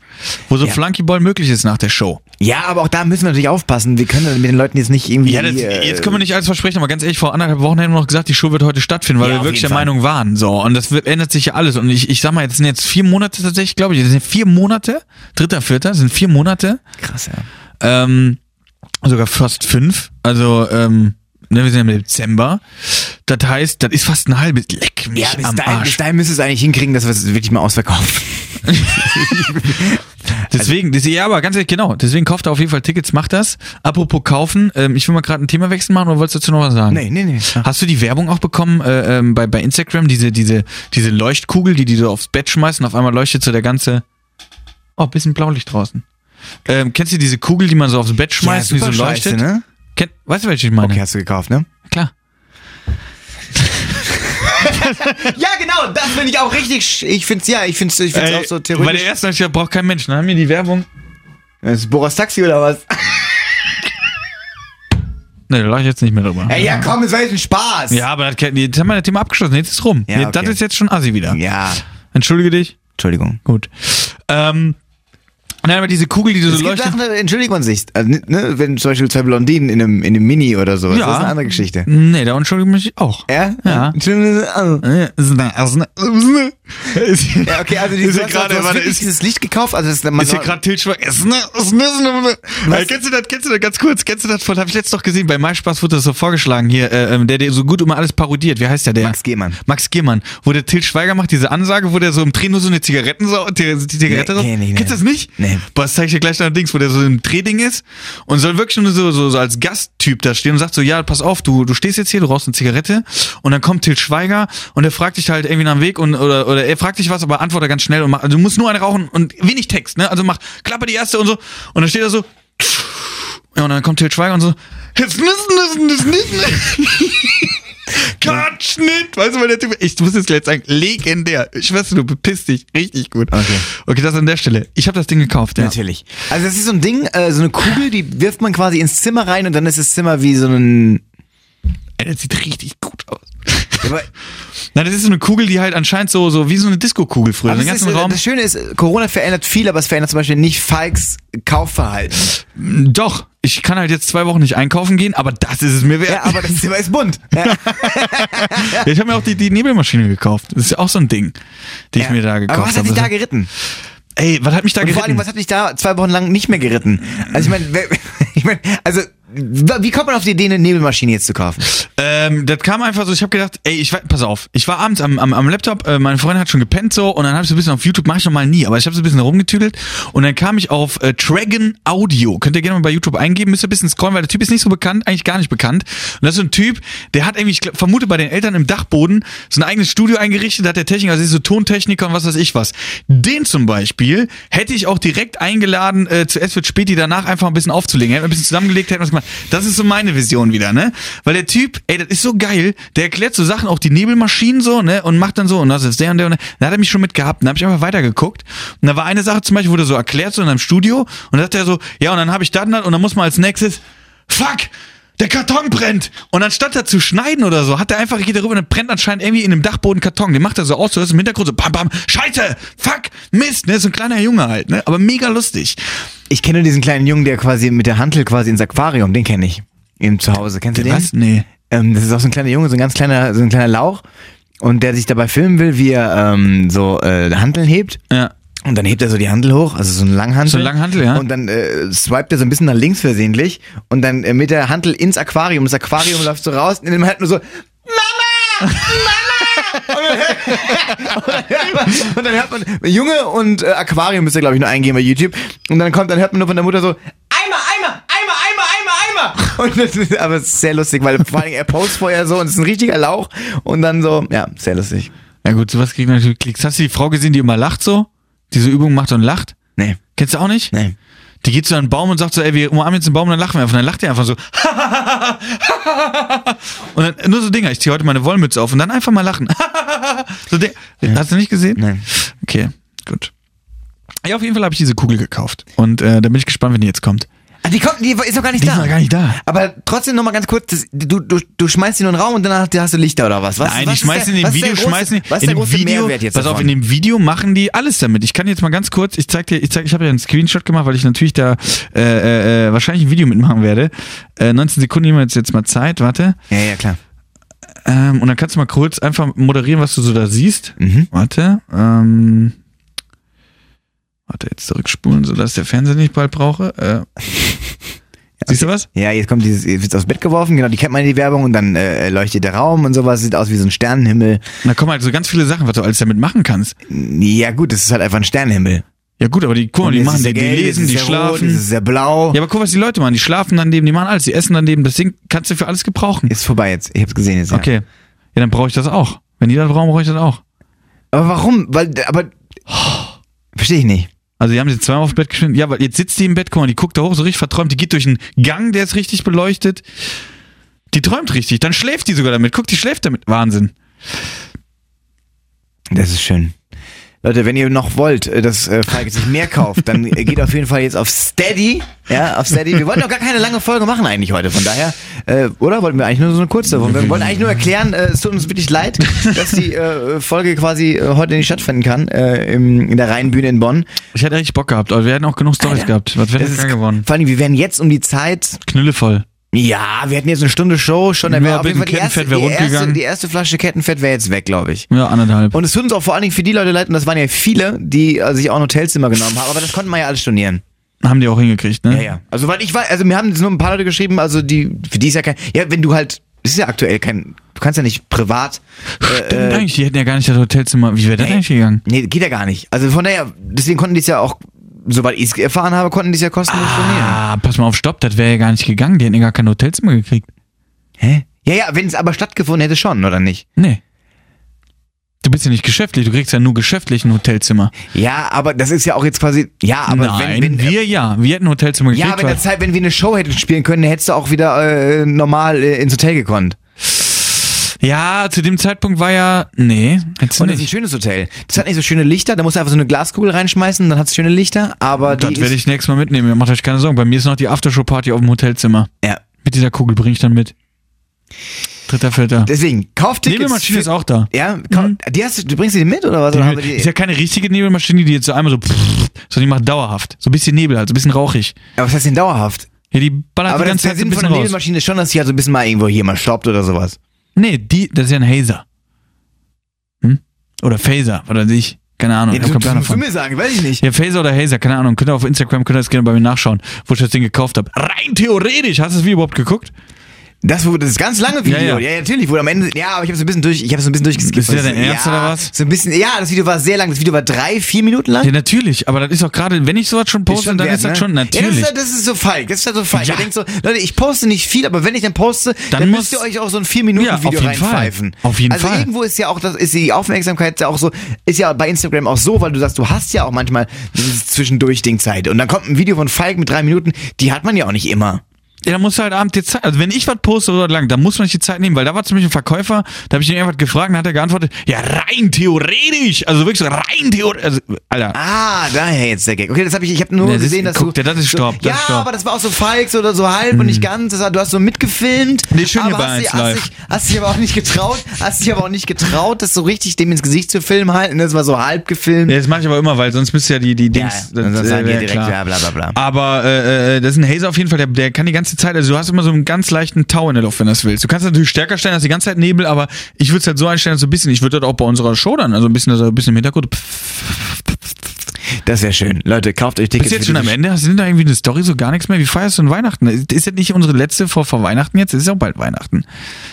A: wo so
C: Ja.
A: Flunkyball möglich ist nach der Show.
C: ja, aber auch da müssen wir natürlich aufpassen. Wir können mit den Leuten jetzt nicht irgendwie.
A: Ja, das,
C: äh,
A: jetzt können wir nicht alles versprechen, aber ganz ehrlich, vor anderthalb Wochen hätten wir noch gesagt, die Show wird heute stattfinden, weil
C: Ja,
A: wir
C: auf
A: wirklich der
C: jeden Fall.
A: Meinung waren. So und das wird- ändert sich ja alles und ich, ich sag mal, jetzt sind jetzt vier Monate tatsächlich, glaube ich, das sind vier Monate, dritter, vierter, sind vier Monate,
C: krass, ja.
A: ähm, sogar fast fünf. Also ähm, ne, wir sind im Dezember. Das heißt, das ist fast ein halbes Leck mich
C: Ja, bis
A: am
C: dahin,
A: Arsch.
C: bis dahin müsste es eigentlich hinkriegen, dass wir es wirklich mal ausverkaufen. Also
A: Deswegen, das, ja, aber ganz ehrlich, genau. Deswegen kauft er auf jeden Fall Tickets, macht das. Apropos kaufen, ähm, ich will mal gerade ein Themawechsel machen oder wolltest du dazu noch was sagen?
C: Nee, nee, nee.
A: Hast du die Werbung auch bekommen äh, ähm, bei, bei Instagram, diese, diese, diese Leuchtkugel, die die so aufs Bett schmeißen, auf einmal leuchtet so der ganze. Oh, bisschen Blaulicht draußen. Ähm, kennst du diese Kugel, die man so aufs Bett schmeißt,
C: ja,
A: die so
C: super
A: leuchtet?
C: scheiße, ne?
A: Kenn, weißt du, welche ich meine?
C: Okay, hast du gekauft, ne?
A: Klar.
C: Ja, genau, das finde ich auch richtig. sch- Ich finde es ja, ich finde es ich
A: Äh,
C: find's auch so
A: bei der
C: theoretisch.
A: ersten hab ich gedacht, braucht kein Mensch. Dann haben wir die Werbung.
C: Das ist Boris Taxi oder was?
A: Ne, da lache ich jetzt nicht mehr drüber.
C: Ey, ja, komm, es war jetzt ein Spaß.
A: Ja, aber das, kann- jetzt haben wir das Thema abgeschlossen. Jetzt ist es rum.
C: Ja,
A: Jetzt- Das
C: okay.
A: ist jetzt schon assi wieder.
C: Ja.
A: Entschuldige dich.
C: Entschuldigung.
A: Gut. Ähm, Nein, aber diese Kugel, die so
C: Es gibt
A: leuchtet.
C: Sachen, da entschuldigt man sich. Also, ne, wenn zum Beispiel zwei Blondinen in einem, in einem Mini oder sowas, das ist eine andere Geschichte.
A: Nee, da entschuldige ich mich auch.
C: Ja?
A: Ja.
C: Ja.
A: Äh, ist eine- ist eine- ist-
C: Ja, okay, also die
A: Ist hier
C: du hast-
A: gerade,
C: du hast
A: warte,
C: wirklich
A: ist-
C: dieses Licht gekauft, also das, man
A: Ist hier gerade Tilt Schweiger? Ist ne, ist ne, ist ne, ist ne. Äh, Kennst du das, kennst du das, ganz kurz, kennst du das von, hab ich letztens noch gesehen, bei MySpaß wurde das so vorgeschlagen hier, äh, ähm, der, der so gut immer alles parodiert, wie heißt der, der?
C: Max Gehmann.
A: Max Gehmann, wo der Til Schweiger macht diese Ansage, wo der so im Dreh nur so eine Zigarettensau, die, die Zigarette
C: Nee,
A: raus-
C: kenn ich nicht.
A: Kennst du das nicht?
C: Nee.
A: Boah, das zeig ich dir gleich noch Dings, wo der so im Drehding ist und soll wirklich nur so, so, so als Gasttyp da stehen und sagt so, ja, pass auf, du, du stehst jetzt hier, du rauchst eine Zigarette und dann kommt Til Schweiger und er fragt dich halt irgendwie nach dem Weg und, oder, oder er fragt dich was, aber antworte ganz schnell und mach, also du musst nur eine rauchen und wenig Text, ne? Also mach, klappe die erste und so und dann steht er so, ja, und dann kommt Til Schweiger und so, jetzt müssen wir das nicht mehr. Cut, Schnitt. Weißt du, weil der Typ, ich muss jetzt gleich sagen, legendär. Ich weiß, du bepisst dich richtig gut.
C: Okay.
A: Okay, das an der Stelle. Ich habe das Ding gekauft, ja.
C: Natürlich. Also das ist so ein Ding, äh, so eine Kugel, die wirft man quasi ins Zimmer rein und dann ist das Zimmer wie so ein...
A: Ey, das sieht richtig gut aus.
C: Aber,
A: Nein, das ist so eine Kugel, die halt anscheinend so, so wie so eine Disco-Kugel früher.
C: aber
A: Den
C: das,
A: ganzen
C: ist, äh,
A: Raum.
C: das Schöne ist, Corona verändert viel, aber es verändert zum Beispiel nicht Falks Kaufverhalten.
A: Doch, ich kann halt jetzt zwei Wochen nicht einkaufen gehen, aber das ist es mir wert.
C: Ja, aber das Zimmer ist bunt. Ja.
A: Ja, ich habe mir auch die, die Nebelmaschine gekauft. Das ist ja auch so ein Ding, die ich mir da gekauft habe.
C: aber was hat dich da geritten?
A: Ey, was hat mich da
C: Und vor allem,
A: geritten?
C: was hat dich da zwei Wochen lang nicht mehr geritten? Also ich meine, wer- ich mein, also wie kommt man auf die Idee, eine Nebelmaschine jetzt zu kaufen?
A: Ähm, das kam einfach so, ich habe gedacht, ey, ich war, pass auf, ich war abends am, am, am Laptop, äh, meine Freundin hat schon gepennt so und dann habe ich so ein bisschen auf YouTube, mache ich normal nie, aber ich habe so ein bisschen rumgetüdelt und dann kam ich auf äh, Dragon Audio. Könnt ihr gerne mal bei YouTube eingeben, müsst ihr ein bisschen scrollen, weil der Typ ist nicht so bekannt, eigentlich gar nicht bekannt. Und das ist so ein Typ, der hat irgendwie, ich glaub, vermute bei den Eltern im Dachboden, so ein eigenes Studio eingerichtet, da hat der Techniker, also ist so Tontechniker und was weiß ich was. Den zum Beispiel hätte ich auch direkt eingeladen, äh, zu Es wird spät, die danach einfach ein bisschen aufzulegen. Hätten wir ein bisschen zusammengelegt, hätten was gemacht. Das ist so meine Vision wieder, ne? Weil der Typ, ey, das ist so geil, der erklärt so Sachen, auch die Nebelmaschinen so, ne? Und macht dann so, und das ist der und der und der. Da hat er mich schon mit gehabt. Dann habe ich einfach weitergeguckt. Und da war eine Sache zum Beispiel, wurde so erklärt, so in einem Studio. Und da sagt er so, ja, und dann habe ich das und das. Und dann muss man als nächstes, fuck! Der Karton brennt! Und anstatt da zu schneiden oder so, hat er einfach, geht darüber und dann brennt anscheinend irgendwie in einem Dachboden Karton. Den macht er so aus, du hörst im Hintergrund so, bam, bam, Scheiße! Fuck! Mist! Ne? So ein kleiner Junge halt, ne? Aber mega lustig.
C: Ich kenne nur diesen kleinen Jungen, der quasi mit der Hantel quasi ins Aquarium, den kenne ich. Im Zuhause. Kennst du den?
A: Was? Nee.
C: Ähm, das ist auch so ein kleiner Junge, so ein ganz kleiner, so ein kleiner Lauch. Und der sich dabei filmen will, wie er ähm, so äh, Hanteln hebt.
A: Ja.
C: Und dann hebt er so die Handel hoch, also so ein Langhandel.
A: So ein Langhantel, ja.
C: Und dann äh, swipet er so ein bisschen nach links versehentlich und dann äh, mit der Handel ins Aquarium. Das Aquarium läuft so raus und dann halt nur so, Und dann hört man, Junge und äh, Aquarium müsst ihr, glaube ich, nur eingehen bei YouTube. Und dann kommt, dann hört man nur von der Mutter so, Eimer, Eimer, Eimer, Eimer, Eimer, Eimer. Und das ist, aber es ist sehr lustig, weil vor allem er postet vorher so und es ist ein richtiger Lauch. Und dann so, ja, sehr lustig.
A: Ja gut, sowas kriegt man natürlich Klicks. Hast du die Frau gesehen, die immer lacht so? Diese Übung macht und lacht?
C: Nee,
A: Kennst du auch nicht?
C: nee.
A: Die geht zu einem Baum und sagt so, ey, wir umarmen jetzt einen Baum und dann lachen wir einfach. Und dann lacht die einfach so. und dann nur so Dinger, ich ziehe heute meine Wollmütze auf und dann einfach mal lachen. so Ding- Hast du nicht gesehen?
C: Nein.
A: Okay, gut. Ja, auf jeden Fall habe ich diese Kugel gekauft. Und äh, da bin ich gespannt, wenn die jetzt kommt.
C: Ah, die kommt, die ist noch gar nicht
A: Die
C: da.
A: ist noch gar nicht da.
C: Aber trotzdem nochmal ganz kurz, das, du, du, du schmeißt in den Raum und danach hast du Lichter oder was? was
A: Nein,
C: Also was
A: die
C: ist
A: schmeißen
C: der-
A: in dem
C: was ist der
A: Video,
C: große-
A: schmeißen
C: was ist
A: in
C: der
A: dem
C: große
A: Video,
C: Mehrwert jetzt
A: pass auf,
C: davon?
A: in dem Video machen die alles damit. Ich kann jetzt mal ganz kurz, ich zeig dir, ich zeig, ich habe ja einen Screenshot gemacht, weil ich natürlich da äh, äh, wahrscheinlich ein Video mitmachen werde. Äh, 19 Sekunden nehmen wir jetzt, jetzt mal Zeit, warte.
C: Ja, ja, klar.
A: Ähm, und dann kannst du mal kurz einfach moderieren, was du so da siehst.
C: Mhm.
A: Warte. Ähm, warte, jetzt zurückspulen, sodass der Fernseher nicht bald brauche. Äh, Siehst du was?
C: Ja, jetzt kommt dieses, jetzt wird's aufs Bett geworfen, genau, die kennt man die Werbung und dann äh, leuchtet der Raum und sowas, sieht aus wie so ein Sternenhimmel.
A: Und da kommen halt so ganz viele Sachen, was du alles damit machen kannst.
C: Ja gut, es ist halt einfach ein Sternenhimmel.
A: Ja gut, aber die gucken, die
C: es
A: machen, die,
C: ist sehr
A: die
C: gelb, es
A: lesen,
C: ist
A: die
C: sehr Rot,
A: schlafen.
C: es ist sehr blau.
A: Ja, aber guck, was die Leute machen. Die schlafen daneben, die machen alles, die essen daneben. Das Ding kannst du für alles gebrauchen.
C: Ist vorbei jetzt, ich hab's gesehen jetzt. Ja.
A: Okay. Ja, dann brauche ich das auch. Wenn die das brauchen, brauche ich das auch.
C: Aber warum? Weil, aber, verstehe ich nicht.
A: Also die haben sie zweimal aufs Bett geschnitten. Ja, weil jetzt sitzt die im Bett, guck mal, die guckt da hoch, so richtig verträumt. Die geht durch einen Gang, der ist richtig beleuchtet. Die träumt richtig. Dann schläft die sogar damit. Guck, die schläft damit. Wahnsinn.
C: Das ist schön. Leute, wenn ihr noch wollt, äh, dass äh, Falk sich mehr kauft, dann äh, geht auf jeden Fall jetzt auf Steady. Ja, auf Steady. Wir wollten doch gar keine lange Folge machen eigentlich heute, von daher. Äh, oder wollten wir eigentlich nur so eine kurze? Wir wollten eigentlich nur erklären, äh, es tut uns wirklich leid, dass die äh, Folge quasi äh, heute nicht stattfinden kann, äh, im, in der Rheinbühne in Bonn.
A: Ich hätte richtig Bock gehabt, aber wir hätten auch genug Stories
C: Alter,
A: gehabt. Was wäre
C: das
A: das
C: ist-
A: denn gewonnen?
C: Vor allem, wir wären jetzt um die Zeit.
A: Knüllevoll.
C: Ja, wir hätten jetzt eine Stunde Show schon. dann
A: Ja,
C: wäre auf jeden
A: bitte,
C: Fall die,
A: Kettenfett
C: erste,
A: wäre
C: die, erste,
A: rundgegangen.
C: die erste Flasche Kettenfett wäre jetzt weg, glaube ich.
A: Ja, anderthalb.
C: Und es tut uns auch vor allen Dingen für die Leute leid, und das waren ja viele, die äh, sich auch ein Hotelzimmer genommen haben, aber das konnten wir ja alles stornieren.
A: Haben die auch hingekriegt, ne?
C: Ja, ja. Also, weil ich weiß, also mir haben jetzt nur ein paar Leute geschrieben, also die, für die ist ja kein, ja, wenn du halt, das ist ja aktuell kein, du kannst ja nicht privat,
A: Stimmt eigentlich, die hätten ja gar nicht das Hotelzimmer. Wie wäre das
C: Äh, Nee.
A: eigentlich gegangen?
C: nee, geht ja gar nicht. Also von daher, deswegen konnten die es ja auch, soweit ich es erfahren habe, konnten die es ja kostenlos stornieren.
A: Ah, pass mal auf, stopp, das wäre ja gar nicht gegangen. Die hätten ja gar kein Hotelzimmer gekriegt.
C: Hä? Ja, ja, wenn es aber stattgefunden hätte schon, oder nicht?
A: Nee. Du bist ja nicht geschäftlich, du kriegst ja nur geschäftlich ein Hotelzimmer.
C: Ja, aber das ist ja auch jetzt quasi, ja, aber
A: Nein,
C: wenn, wenn,
A: wir ja. Wir hätten ein Hotelzimmer gekriegt.
C: ja, aber in der
A: weil-
C: Zeit, wenn wir eine Show hätten spielen können, hättest du auch wieder äh, normal äh, ins Hotel gekonnt.
A: ja, zu dem Zeitpunkt war ja. Nee, hättest du
C: Und das ist ein
A: nicht.
C: schönes Hotel. Das hat nicht so schöne Lichter, da musst du einfach so eine Glaskugel reinschmeißen, dann hat es schöne Lichter, aber
A: Das
C: die
A: werde
C: ist,
A: ich nächstes Mal mitnehmen. Ihr macht euch keine Sorgen. Bei mir ist noch die Aftershow-Party auf dem Hotelzimmer.
C: ja.
A: Mit dieser Kugel bringe ich dann mit. Dritter, vierter.
C: Deswegen, kauf Tickets.
A: Nebelmaschine
C: für-
A: ist auch da. Mhm.
C: Ja, kau- die hast, du- du bringst die mit oder was? Oder haben wir die,
A: ist ja keine richtige Nebelmaschine, die jetzt so einmal so, pff, sondern die macht dauerhaft. So ein bisschen Nebel halt, so ein bisschen rauchig.
C: aber was heißt denn dauerhaft?
A: Ja, die ballert
C: aber
A: die ganze
C: das der
A: Zeit so ein
C: Sinn von
A: bisschen
C: einer
A: raus.
C: Nebelmaschine ist schon, dass sie halt so ein bisschen mal irgendwo hier mal stoppt oder sowas.
A: Nee, die, das ist ja ein Hazer. Hm? Oder Phaser, oder ich. Keine Ahnung.
C: Ja,
A: ich hab keine
C: du, du
A: Ahnung
C: musst du
A: von.
C: mir sagen, weiß ich nicht.
A: Ja, Phaser oder Hazer, keine Ahnung. Könnt ihr auf Instagram, könnt ihr das gerne bei mir nachschauen, wo ich das Ding gekauft habe. Rein theoretisch, hast du es wie überhaupt geguckt?
C: Das wurde das ist ganz lange Video. Ja,
A: Ja, ja.
C: natürlich wurde am Ende. Ja, aber ich habe so ein bisschen durch. Ich habe so ein bisschen durchgeskippt.
A: Ist der dein Ernst
C: ja,
A: oder was?
C: So ein bisschen. Ja, das Video war sehr lang. Das Video war drei, vier Minuten lang.
A: Ja, natürlich. Aber das ist doch gerade, wenn ich sowas schon poste,
C: schon
A: dann
C: wert,
A: ist das
C: ne?
A: schon
C: Ja, das,
A: natürlich.
C: ist, halt- das ist so falsch. Das ist halt so falsch.
A: Ja.
C: Ihr denkt so, Leute, ich poste nicht viel, aber wenn ich dann poste, dann,
A: Dann
C: müsst ihr
A: muss-
C: euch auch so ein 4-Minuten-Video
A: Ja, auf jeden
C: reinpfeifen.
A: Fall. Auf jeden
C: also
A: Fall.
C: irgendwo ist ja auch, das ist die Aufmerksamkeit ja auch so, ist ja bei Instagram auch so, weil du sagst, du hast ja auch manchmal dieses Zwischendurch-Ding-Zeit. Und dann kommt ein Video von Falk mit drei Minuten, die hat man ja auch nicht immer.
A: Ja, da musst du halt abends die Zeit, also wenn ich was poste oder lang, dann muss man sich die Zeit nehmen, weil da war zum Beispiel ein Verkäufer, da habe ich ihn irgendwas gefragt und hat er geantwortet, ja, rein theoretisch, also wirklich so rein theoretisch, also, Alter.
C: Ah, daher jetzt der Gag. Okay, das habe ich, ich habe nur
A: Nee, das ist-
C: gesehen, dass
A: guck,
C: du.
A: der- das ist
C: so,
A: Staub, das
C: ja,
A: ist Staub. Hm.
C: aber das war auch so falsch oder so halb und nicht ganz. Das war, du hast so mitgefilmt.
A: Nee, schön hier
C: aber
A: bei
C: hast,
A: 1
C: dich- hast,
A: live.
C: dich, hast dich aber auch nicht getraut, hast dich aber auch nicht getraut, das so richtig dem ins Gesicht zu filmen halten. Das war so halb gefilmt.
A: Ja, das mache ich aber immer, weil sonst müsst ihr ja die, die Dings. äh,
C: ja, sonst sagen die
A: wär
C: direkt, ja, bla, bla, bla.
A: Aber äh, äh, das ist ein Hazer auf jeden Fall, der, der kann die ganze Zeit, also du hast immer so einen ganz leichten Tau in der Luft, wenn du das willst. Du kannst natürlich stärker stellen als die ganze Zeit Nebel, aber ich würde es halt so einstellen, dass so ein bisschen, ich würde das auch bei unserer Show dann, also ein bisschen, dass er ein bisschen im Hintergrund. Pff,
C: Das wäre schön. Leute, kauft euch Tickets.
A: bist du jetzt
C: für
A: schon am
C: diese-
A: Ende? Hast du denn da irgendwie eine Story, so gar nichts mehr? Wie feierst du denn Weihnachten? Ist das nicht unsere letzte vor, vor Weihnachten jetzt? Es Ist ja auch bald Weihnachten.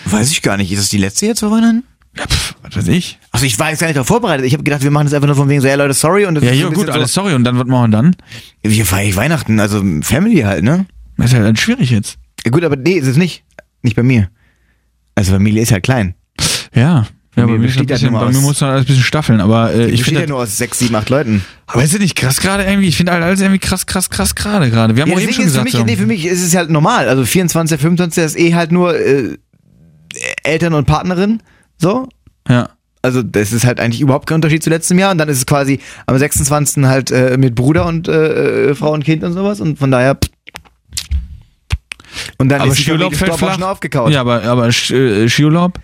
C: Weiß ich gar nicht. Ist das die letzte jetzt vor Weihnachten?
A: Ja, pff, was weiß ich.
C: Also ich war jetzt gar nicht darauf vorbereitet. Ich habe gedacht, wir machen das einfach nur von wegen so, ja Leute, sorry. Und das
A: Ja,
C: ist so
A: ja,
C: ein
A: gut,
C: bisschen
A: alles
C: so,
A: sorry. Und dann, was machen wir dann?
C: Wir feiern ich Weihnachten, also Family halt, ne?
A: Das ist halt dann schwierig jetzt.
C: Ja, gut, aber nee, ist es nicht. Nicht bei mir. Also Familie ist halt klein.
A: Ja. Ja, bei mir, ist
C: besteht
A: ein
C: das
A: bisschen,
C: nur
A: bei
C: aus-
A: mir muss man alles ein bisschen staffeln, aber äh, ich
C: Besteht
A: finde
C: ja nur aus sechs, sieben, acht Leuten.
A: Aber ist das nicht krass gerade irgendwie? Ich finde halt alles irgendwie krass, krass, krass gerade gerade. Wir haben
C: Ja,
A: auch eben
C: deswegen
A: schon
C: ist für
A: gesagt,
C: mich,
A: so.
C: nee, für mich ist es halt normal. Also 24, 25 ist eh halt nur äh, Eltern und Partnerin. So.
A: ja.
C: Also das ist halt eigentlich überhaupt kein Unterschied zu letztem Jahr. Und dann ist es quasi am 26. halt äh, mit Bruder und äh, äh, Frau und Kind und sowas. Und von daher. pff. Und dann
A: Aber
C: ist die
A: Skiurlaub
C: Familie
A: fällt
C: Staub auch
A: flach.
C: schon aufgekaut.
A: Ja, aber, aber Sch- äh, Skiurlaub,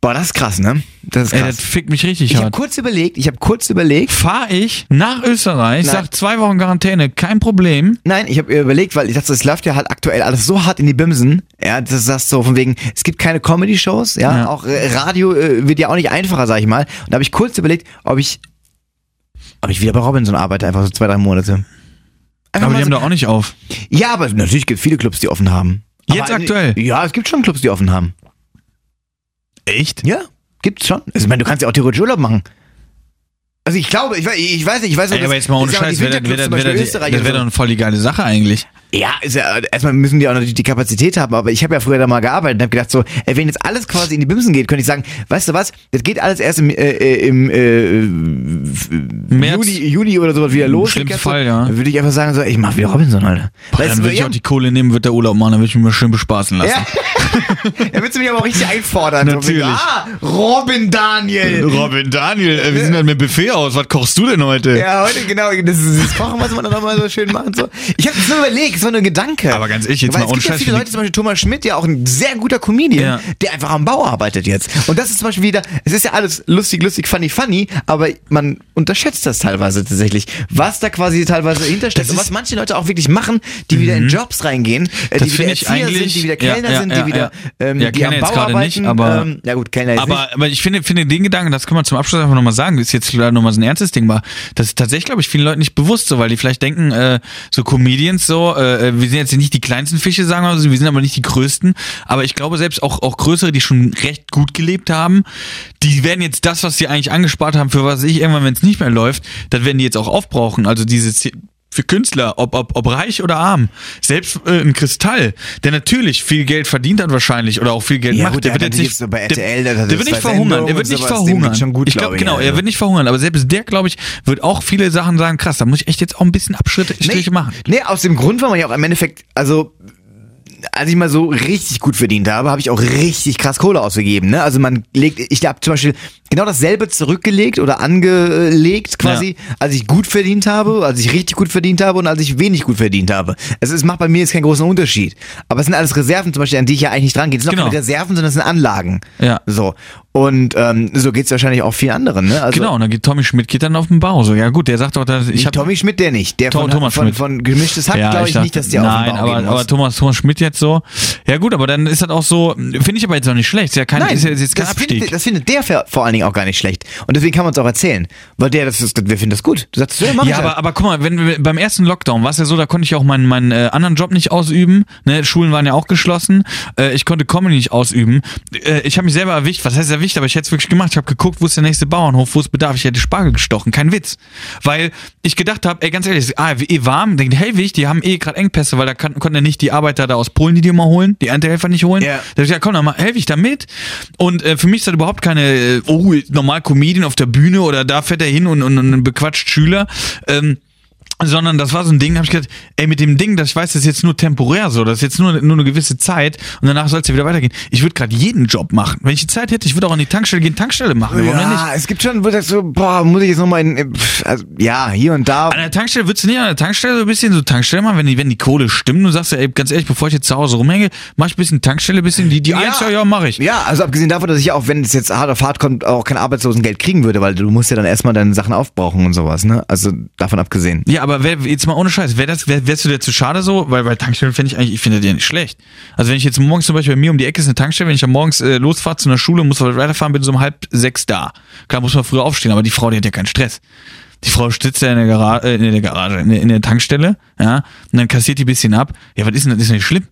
C: Boah, das ist krass, ne? Das ist
A: ey, das
C: krass.
A: fickt mich richtig
C: ich habe
A: hart.
C: kurz überlegt, ich habe kurz überlegt.
A: Fahre ich nach Österreich,
C: Nein.
A: sag zwei Wochen Quarantäne, kein Problem.
C: Nein, ich habe überlegt, weil ich dachte, es läuft ja halt aktuell alles so hart in die Bimsen. Ja, das ist das so von wegen, es gibt keine Comedy-Shows, ja,
A: Ja.
C: auch äh, Radio äh, wird ja auch nicht einfacher, sag ich mal. Und da habe ich kurz überlegt, ob ich, ob ich wieder bei Robinson arbeite, einfach so zwei, drei Monate.
A: Aber
C: Einfach mal
A: die haben
C: so,
A: da auch nicht auf.
C: ja, aber natürlich gibt es viele Clubs, die offen haben.
A: Jetzt
C: aber,
A: aktuell?
C: Ja, es gibt schon Clubs, die offen haben.
A: Echt?
C: Ja, gibt's schon. Also, ich meine, du kannst ja auch theoretisch Urlaub machen. Also ich glaube, ich, weiß- ich weiß nicht, ich weiß nicht,
A: Ey, aber jetzt mal ohne Scheiß, wäre das, wär das, wär das, das wär doch eine voll die geile Sache eigentlich.
C: Ja, ist ja, erstmal müssen die auch noch die, die Kapazität haben, aber ich habe ja früher da mal gearbeitet und habe gedacht so, ey, wenn jetzt alles quasi in die Bimsen geht, könnte ich sagen, weißt du was, das geht alles erst im, äh, äh, im äh,
A: März.
C: Juli, Juli oder sowas wieder los.
A: schlimmsten
C: Dann kannst du-
A: Fall, ja.
C: Dann würde ich einfach sagen so, ey, ich mach wieder Robinson, Alter.
A: Boah, dann würde ich auch die Kohle nehmen, wird der Urlaub machen, dann würde ich mich mal schön bespaßen lassen.
C: ja. Dann willst du mich aber auch richtig einfordern. So,
A: Natürlich.
C: ah, Robin Daniel.
A: Robin, Daniel, wir sind halt mit Buffet aus. Was kochst du denn heute?
C: Ja, heute genau, das ist das Kochen, was man dann nochmal so schön macht. So. Ich habe das nur überlegt, es war nur ein Gedanke.
A: Aber ganz ehrlich, jetzt
C: Weil
A: mal
C: es
A: ohne
C: gibt ja
A: Scheiß,
C: viele
A: wie-
C: Leute, zum Beispiel Thomas Schmidt, ja auch ein sehr guter Comedian,
A: Ja.
C: der einfach am Bau arbeitet jetzt. Und das ist zum Beispiel wieder, es ist ja alles lustig, lustig, funny, funny, aber man unterschätzt das teilweise tatsächlich, was da quasi teilweise hintersteckt
A: Das
C: und
A: ist- Mhm.
C: was manche Leute auch wirklich machen, die wieder in Jobs reingehen, äh,
A: Das
C: die wieder
A: finde ich
C: sind,
A: eigentlich-
C: die wieder
A: ja,
C: Kellner
A: ja,
C: sind,
A: ja,
C: die wieder
A: ja.
C: ähm,
A: Ja,
C: die
A: Kellner
C: am
A: jetzt
C: Bau
A: gerade
C: arbeiten.
A: nicht, aber-
C: ähm, ja gut, Kellner jetzt nicht.
A: Aber, aber ich finde, finde den Gedanken, das können wir zum Abschluss einfach nochmal sagen, das ist jetzt leider nochmal so ein ernstes Ding war. Das ist tatsächlich, glaube ich, vielen Leuten nicht bewusst so, weil die vielleicht denken, äh, so Comedians so, äh, wir sind jetzt nicht die kleinsten Fische, sagen wir mal so, wir sind aber nicht die größten. Aber ich glaube, selbst auch, auch größere, die schon recht gut gelebt haben, die werden jetzt das, was sie eigentlich angespart haben, für was ich irgendwann, wenn es nicht mehr läuft, dann werden die jetzt auch aufbrauchen. Also dieses für Künstler, ob, ob, ob reich oder arm, selbst äh, ein Kristall, der natürlich viel Geld verdient hat wahrscheinlich oder auch viel Geld
C: Ja,
A: macht,
C: gut,
A: der
C: der
A: wird jetzt
C: hat natürlich
A: nicht,
C: so
A: der,
C: bei RTL, da hat er
A: der wird
C: zwei
A: nicht verhungern,
C: Sendungen
A: der wird
C: und
A: nicht
C: sowas, dem
A: verhungern.
C: geht's schon gut,
A: ich
C: glaub
A: glaube,
C: ich,
A: genau,
C: also.
A: er wird nicht verhungern, aber selbst der, glaube ich, wird auch viele Sachen sagen, krass, da muss ich echt jetzt auch ein bisschen Abschritte Striche machen.
C: Nee, also aus dem Grund, weil man ja auch im Endeffekt, also als ich mal so richtig gut verdient habe, habe ich auch richtig krass Kohle ausgegeben. Ne? Also man legt, ich habe zum Beispiel genau dasselbe zurückgelegt oder angelegt quasi, als ich gut verdient habe, als ich richtig gut verdient habe und als ich wenig gut verdient habe. Also es macht bei mir jetzt keinen großen Unterschied. Aber es sind alles Reserven zum Beispiel, an die ich ja eigentlich nicht rangehe. Das sind
A: Genau.
C: auch keine Reserven, sondern das sind Anlagen.
A: Ja.
C: So. Und ähm, so geht's wahrscheinlich auch vielen anderen. Ne? Also,
A: genau, und dann geht Tommy Schmidt geht dann auf den Bau. So, ja gut, der sagt doch, dass ich
C: Ich
A: habe
C: Tommy Schmidt, der nicht. Der
A: Tom-
C: von,
A: Thomas
C: von,
A: Schmidt.
C: von gemischtes Hack, glaube ich,
A: dachte-
C: nicht, dass der auf
A: Nein,
C: den Bau
A: aber,
C: gehen muss.
A: aber Thomas, Thomas Schmidt jetzt so. Ja gut, aber dann ist das auch so, finde ich aber jetzt noch nicht schlecht. Ist ja kein, ist ja, ist jetzt kein
C: das
A: Abstieg.
C: Findet, das findet der ver- vor allen Dingen auch gar nicht schlecht. Und deswegen kann man es auch erzählen. Weil der, das ist, wir finden das gut. Du sagst, ja, mach ich
A: Ja,
C: halt.
A: aber, aber guck mal, wenn wir, beim ersten Lockdown war es ja so, da konnte ich auch meinen, meinen äh, anderen Job nicht ausüben. Ne? Schulen waren ja auch geschlossen. Äh, ich konnte Comedy nicht ausüben. Äh, ich habe mich selber erwischt. Was heißt erwischt? Aber ich hätte es wirklich gemacht. Ich habe geguckt, wo ist der nächste Bauernhof, wo es bedarf. Ich hätte Spargel gestochen. Kein Witz. Weil ich gedacht habe, ey, ganz ehrlich, es ist ah, eh warm. Denkt, hey, Wig, die haben eh gerade Engpässe, weil da kann, konnten ja nicht die Arbeiter da aus Polen, die die immer holen, die Erntehelfer nicht holen. Da
C: Ja.
A: da hab ich gesagt, komm, dann mal helfe ich da mit. Und äh, für mich ist das überhaupt keine, äh, oh, normal Comedian auf der Bühne oder da fährt er hin und, und, und bequatscht Schüler. Ähm, sondern das war so ein Ding, habe ich gedacht, ey, mit dem Ding, das ich weiß, das ist jetzt nur temporär so, das ist jetzt nur, nur eine gewisse Zeit und danach soll es ja wieder weitergehen. Ich würde gerade jeden Job machen. Wenn ich die Zeit hätte, ich würde auch an die Tankstelle gehen, Tankstelle machen. Warum denn nicht?
C: ja, es gibt schon, wo das so, boah, muss ich jetzt nochmal in, pff, also, ja, hier und da.
A: An der Tankstelle würdest du nicht an der Tankstelle so ein bisschen so Tankstelle machen, wenn die, wenn die Kohle stimmt und sagst, du, ey, ganz ehrlich, bevor ich jetzt zu Hause rumhänge, mach ich ein bisschen Tankstelle, ein bisschen die, die ja. eins, ja, ja, mach ich.
C: Ja, also abgesehen davon, dass ich auch, wenn es jetzt hart auf hart kommt, auch kein Arbeitslosengeld kriegen würde, weil du musst ja dann erstmal deine Sachen aufbrauchen und sowas, ne? Also davon abgesehen.
A: Ja, aber wär, jetzt mal ohne Scheiß, wär das, wär, wärst du dir zu schade so? Weil bei Tankstellen finde ich eigentlich, ich finde die ja nicht schlecht. Also wenn ich jetzt morgens zum Beispiel bei mir um die Ecke ist eine Tankstelle, wenn ich am morgens äh, losfahre zu einer Schule, muss weiterfahren, bin so um halb sechs da. Klar muss man früher aufstehen, aber die Frau, die hat ja keinen Stress. Die Frau sitzt ja in der, Gara äh, in der Garage, in der, in der Tankstelle, ja, und dann kassiert die bisschen ab. Ja, was ist denn das? Ist nicht schlimm?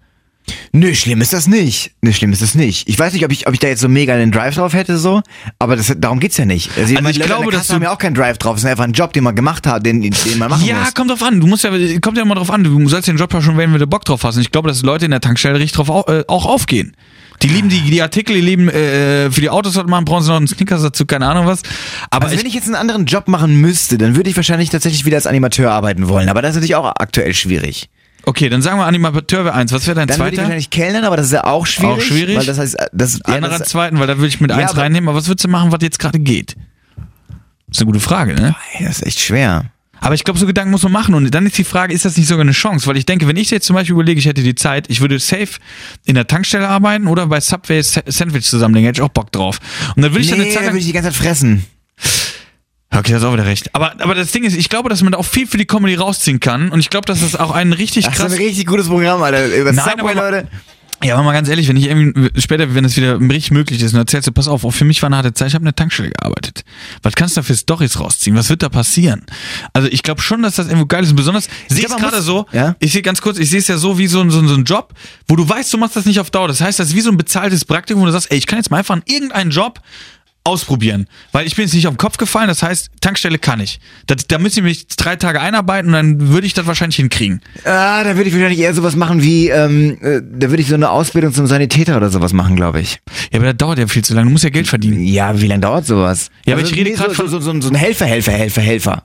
C: Nö, schlimm ist das nicht. Nö, schlimm ist das nicht. Ich weiß nicht, ob ich, ob ich da jetzt so mega den Drive drauf hätte, so, aber das, darum geht's ja nicht. Also, meine,
A: ich
C: Leute an
A: glaube,
C: der
A: dass
C: Kasse
A: du-
C: haben ja auch keinen Drive drauf, es ist einfach ein Job, den man gemacht hat, den, den man machen
A: ja,
C: muss.
A: kommt drauf an. Du musst ja, kommt ja immer drauf an. Du sollst den Job ja schon wählen, wenn du Bock drauf hast. Und ich glaube, dass Leute in der Tankstelle richtig drauf au, äh, auch aufgehen. Die lieben die, die Artikel, die lieben äh, für die Autos was machen, brauchen sie noch einen Snickers dazu, keine Ahnung was. Aber
C: Also
A: ich,
C: wenn ich jetzt einen anderen Job machen müsste, dann würde ich wahrscheinlich tatsächlich wieder als Animateur arbeiten wollen. Aber das ist natürlich auch aktuell schwierig.
A: okay, dann sagen wir Animateur wäre eins. Was wäre dein
C: Dann würde ich
A: zweiter?
C: wahrscheinlich kellnern, aber das ist ja auch schwierig.
A: Auch schwierig.
C: Weil das heißt, äh, das ist ja,
A: Anderer
C: das,
A: zweiten, weil da würde ich mit
C: Ja,
A: eins
C: aber-
A: reinnehmen. Aber was würdest du machen, was jetzt gerade geht? ist eine gute Frage, ne?
C: Ey, das ist echt schwer.
A: Aber ich glaube, so Gedanken muss man machen. Und dann ist die Frage, ist das nicht sogar eine Chance? Weil ich denke, wenn ich jetzt zum Beispiel überlege, ich hätte die Zeit, ich würde safe in der Tankstelle arbeiten oder bei Subway Sa- Sandwich zusammenlegen. Hätte ich auch Bock drauf. Und dann würde ich
C: nee,
A: dann eine Zeit
C: würde ich
A: lang
C: die ganze Zeit fressen.
A: Okay, das ist auch wieder recht. Aber, aber das Ding ist, ich glaube, dass man da auch viel für die Comedy rausziehen kann. Und ich glaube, dass das auch einen richtig
C: Das ist
A: krass...
C: ein richtig gutes Programm, Alter. Über
A: Nein,
C: Subway,
A: aber-
C: Leute.
A: Ja, aber mal ganz ehrlich, wenn ich irgendwie später, wenn es wieder richtig möglich ist, und erzählst du, pass auf, auch für mich war eine harte Zeit, ich habe in der Tankstelle gearbeitet. Was kannst du da für Stories rausziehen? Was wird da passieren? Also ich glaube schon, dass das irgendwo geil ist. Und besonders sehe ich
C: glaub, man
A: gerade
C: muss-
A: so,
C: Ja?
A: ich sehe ganz kurz, ich sehe es ja so wie so ein, so, ein, so ein Job, wo du weißt, du machst das nicht auf Dauer. Das heißt, das ist wie so ein bezahltes Praktikum, wo du sagst, ey, ich kann jetzt mal einfach irgendeinen Job ausprobieren, weil ich bin jetzt nicht auf den Kopf gefallen, das heißt, Tankstelle kann ich. Das, da müsste ich mich drei Tage einarbeiten und dann würde ich das wahrscheinlich hinkriegen.
C: Ah, da würde ich wahrscheinlich eher sowas machen wie, ähm, äh, da würde ich so eine Ausbildung zum Sanitäter oder sowas machen, glaube ich.
A: Ja, aber das dauert ja viel zu lange, du musst ja Geld verdienen.
C: Ja, wie lange dauert sowas? Also,
A: Ja, aber ich rede
C: nee,
A: grad
C: so,
A: von-
C: so, so, so ein Helfer, Helfer, Helfer, Helfer.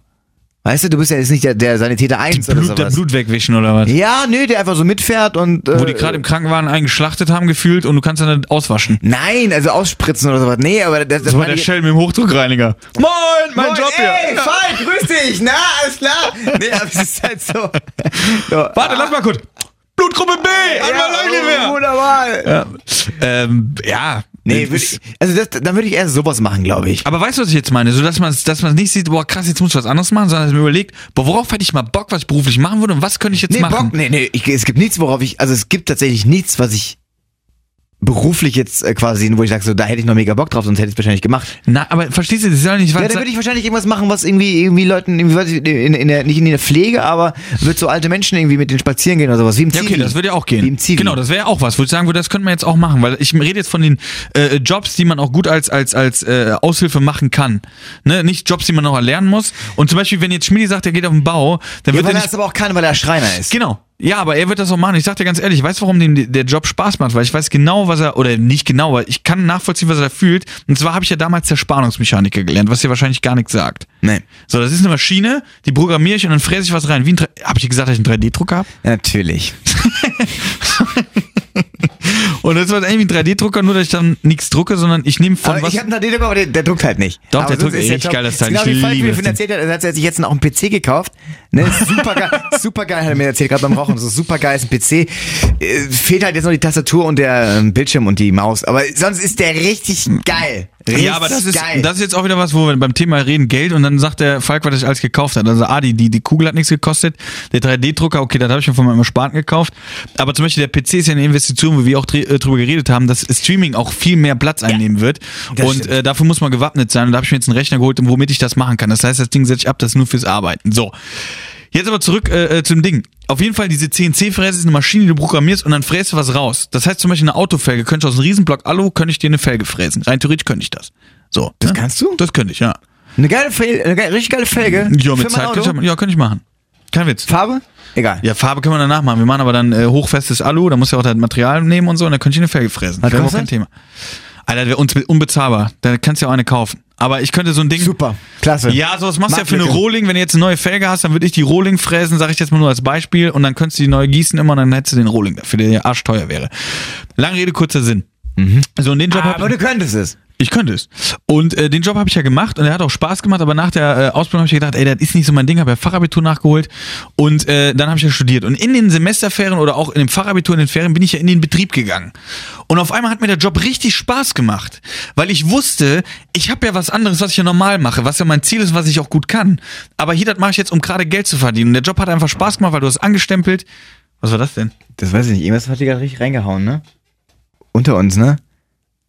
C: Weißt du, du bist ja jetzt nicht der, der Sanitäter 1 oder
A: Blut, der
C: sowas. Äh,
A: Blut wegwischen oder was?
C: Ja, nö, der einfach so mitfährt und. Äh,
A: Wo die gerade im Krankenwagen einen geschlachtet haben gefühlt und du kannst dann nicht auswaschen.
C: Nein, also ausspritzen oder sowas. Nee, aber das, das
A: Das war der Shell mit dem Hochdruckreiniger. Moin, mein
C: Moin,
A: Job hier.
C: Ey, Falk, grüß dich. Na, alles klar. Nee, aber es ist halt so. Ja.
A: Warte, lass mal kurz. Blutgruppe B, einmal
C: Ah.
A: Langgewehr.
C: oh, wunderbar.
A: Ja. Ähm, ja.
C: Nee,
A: Das
C: würd
A: ist-
C: ich, also das, dann würde ich eher sowas machen, glaube ich.
A: Aber weißt du, was ich jetzt meine? So, dass man dass man nicht sieht, boah, krass, jetzt muss ich was anderes machen, sondern dass man überlegt, boah, worauf hätte ich mal Bock, was ich beruflich machen würde und was könnte ich jetzt
C: Nee,
A: machen?
C: Bock, nee, nee, ich, es gibt nichts, worauf ich, also es gibt tatsächlich nichts, was ich beruflich jetzt äh, quasi, wo ich sage, so, da hätte ich noch mega Bock drauf, sonst hätte ich es wahrscheinlich gemacht.
A: Na, aber verstehst du, das soll nicht was
C: Ja, dann würde ich wahrscheinlich irgendwas machen, was irgendwie, irgendwie Leuten, irgendwie, weiß ich, in, in der, nicht in der Pflege, aber wird so alte Menschen irgendwie mit denen spazieren gehen oder sowas, wie im
A: Ja,
C: Zivi.
A: okay, das würde ja auch gehen.
C: Wie im Zivi.
A: Genau, das wäre ja auch was, wo ich sagen würde, das könnte man jetzt auch machen, weil ich rede jetzt von den äh, Jobs, die man auch gut als als als äh, Aushilfe machen kann. Ne, nicht Jobs, die man noch erlernen muss. Und zum Beispiel, wenn jetzt Schmidi sagt, er geht auf den Bau, dann
C: ja,
A: wird er
C: weil er
A: nicht
C: das aber auch kann, weil er Schreiner ist.
A: Genau. Ja, aber er wird das auch machen. Ich sag dir ganz ehrlich, ich weiß, warum dem der Job Spaß macht, weil ich weiß genau, was er, oder nicht genau, aber ich kann nachvollziehen, was er da fühlt. Und zwar habe ich ja damals Zerspannungsmechaniker gelernt, was dir wahrscheinlich gar nichts sagt.
C: Nee.
A: So, das ist eine Maschine, die programmiere ich und dann fräse ich was rein. Wie ein, Dre- hab ich dir gesagt, dass ich einen 3D-Drucker habe?
C: Ja, natürlich.
A: Und das war eigentlich wie ein 3D-Drucker, nur dass ich dann nichts drucke, sondern ich nehme von
C: Aber
A: was.
C: ich habe einen Datendrucker, aber der, der druckt halt nicht.
A: Doch,
C: aber
A: der druckt echt geil, das Teil.
C: das Genau
A: Ich
C: wie Falk
A: liebe
C: mir
A: das
C: vorhin erzählt hat, er hat sich jetzt noch einen PC gekauft. Ne, super geil, super geil, hat er mir erzählt, gerade beim Rauchen. So super geil ist ein PC. Äh, fehlt halt jetzt noch die Tastatur und der ähm, Bildschirm und die Maus. Aber sonst ist der richtig geil. Richtig
A: ja, aber das ist,
C: geil.
A: das ist jetzt auch wieder was, wo wir beim Thema reden, Geld und dann sagt der Falk, was ich alles gekauft hat. Also Adi, die, die Kugel hat nichts gekostet, der 3D-Drucker, okay, das habe ich mir von meinem Ersparten gekauft. Aber zum Beispiel der PC ist ja eine Investition, wo wir auch dre- äh, drüber geredet haben, dass Streaming auch viel mehr Platz einnehmen wird.
C: das
A: Und
C: stimmt.
A: äh, dafür muss man gewappnet sein. Und da habe ich mir jetzt einen Rechner geholt, womit ich das machen kann. Das heißt, das Ding setze ich ab, das ist nur fürs Arbeiten. So. Jetzt aber zurück äh, äh, zum Ding. Auf jeden Fall, diese CNC-Fräse ist eine Maschine, die du programmierst und dann fräst du was raus. Das heißt zum Beispiel eine Autofelge. Könnte ich aus einem Riesenblock Alu, könnte ich dir eine Felge fräsen. Rein theoretisch könnte ich das. So. Das
C: kannst du?
A: Das könnte ich, ja.
C: eine geile Felge, eine geile, richtig geile Felge.
A: Ja,
C: Für
A: mit
C: mein
A: Zeit
C: Auto.
A: könnte ich, ja, könnte ich machen. Kein Witz.
C: Farbe? Egal.
A: Ja, Farbe können wir danach machen. Wir machen aber dann äh, hochfestes Alu, da muss ja auch das Material nehmen und so, und dann könnte ich eine Felge fräsen.
C: Was
A: Wäre auch
C: kostet
A: kein Thema. Alter, das wäre unbe- unbezahlbar. Da kannst du ja auch eine kaufen. Aber ich könnte so ein Ding.
C: Super. Klasse.
A: Ja, sowas machst du ja für eine
C: Marktlücke.
A: Rohling. Wenn du jetzt eine neue Felge hast, dann würde ich die Rohling fräsen, sage ich jetzt mal nur als Beispiel. Und dann könntest du die neu gießen immer und dann hättest du den Rohling dafür, der ja arschteuer wäre. Lange Rede, kurzer Sinn. So, und den Job hab
C: Mhm. Ah, Aber du könntest es.
A: ich könnte es. Und äh, den Job habe ich ja gemacht und er hat auch Spaß gemacht, aber nach der äh, Ausbildung habe ich gedacht, ey, das ist nicht so mein Ding, habe ja Fachabitur nachgeholt und äh, dann habe ich ja studiert. Und in den Semesterferien oder auch in dem Fachabitur, in den Ferien bin ich ja in den Betrieb gegangen. Und auf einmal hat mir der Job richtig Spaß gemacht, weil ich wusste, ich habe ja was anderes, was ich ja normal mache, was ja mein Ziel ist, was ich auch gut kann. Aber hier, das mache ich jetzt, um gerade Geld zu verdienen. Und der Job hat einfach Spaß gemacht, weil du hast angestempelt. Was war das denn?
C: Das weiß ich nicht. Irgendwas hat die gerade richtig reingehauen, ne? Unter uns, ne?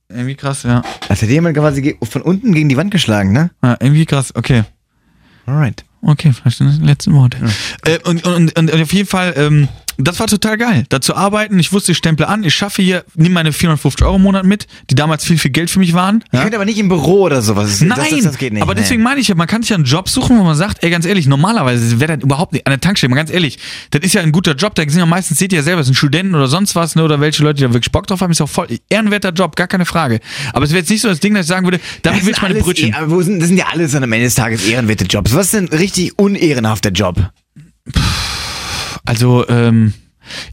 A: Irgendwie krass, ja.
C: Als hätte jemand quasi ge- von unten gegen die Wand geschlagen, ne?
A: ja irgendwie krass, okay.
C: Alright.
A: Okay, vielleicht sind das die letzten Worte. Äh, und, und, und, und auf jeden Fall, ähm, das war total geil, da zu arbeiten. Ich wusste, ich stemple an, ich schaffe hier, nimm meine 450 Euro im Monat mit, die damals viel, viel Geld für mich waren.
C: Ihr
A: Ja?
C: könnt aber nicht im Büro oder sowas.
A: Nein,
C: das, das, das geht nicht.
A: aber deswegen meine ich ja, man kann sich ja einen Job suchen, wo man sagt, ey, ganz ehrlich, normalerweise wäre das überhaupt nicht an der Tankstelle, mal ganz ehrlich, das ist ja ein guter Job, da sind ja meistens, seht ihr ja selber, das sind Studenten oder sonst was, ne, oder welche Leute, die da wirklich Bock drauf haben, ist auch voll ehrenwerter Job, gar keine Frage. Aber es wäre jetzt nicht so das Ding, dass ich sagen würde, damit
C: Das
A: will
C: sind,
A: ich meine
C: alles, eh-
A: Brötchen.
C: aber wo sind, das sind ja alles dann am Ende des Tages ehrenwerte Jobs. Was ist denn ein richtig unehrenhafter Job?
A: Also, ähm,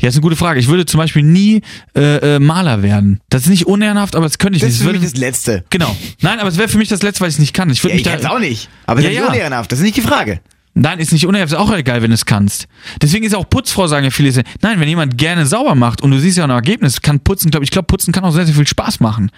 A: ja, ist eine gute Frage. Ich würde zum Beispiel nie äh, äh, Maler werden. Das ist nicht unehrenhaft, aber das könnte ich
C: Das
A: nicht.
C: ist für
A: würde-
C: mich das Letzte.
A: genau. Nein, aber es wäre für mich das Letzte, weil ich es nicht kann. Ich würde
C: Ja, ich
A: mich
C: kann es
A: da.
C: auch nicht. Aber es
A: Ja,
C: ist
A: ja.
C: nicht unehrenhaft. Das ist nicht die Frage.
A: Nein, ist nicht unehrenhaft, ist auch egal, wenn du es kannst. Deswegen ist auch Putzfrau, sagen ja viele. Nein, wenn jemand gerne sauber macht und du siehst ja auch ein Ergebnis, kann Putzen, glaube ich, glaube, Putzen kann auch sehr, sehr viel Spaß machen.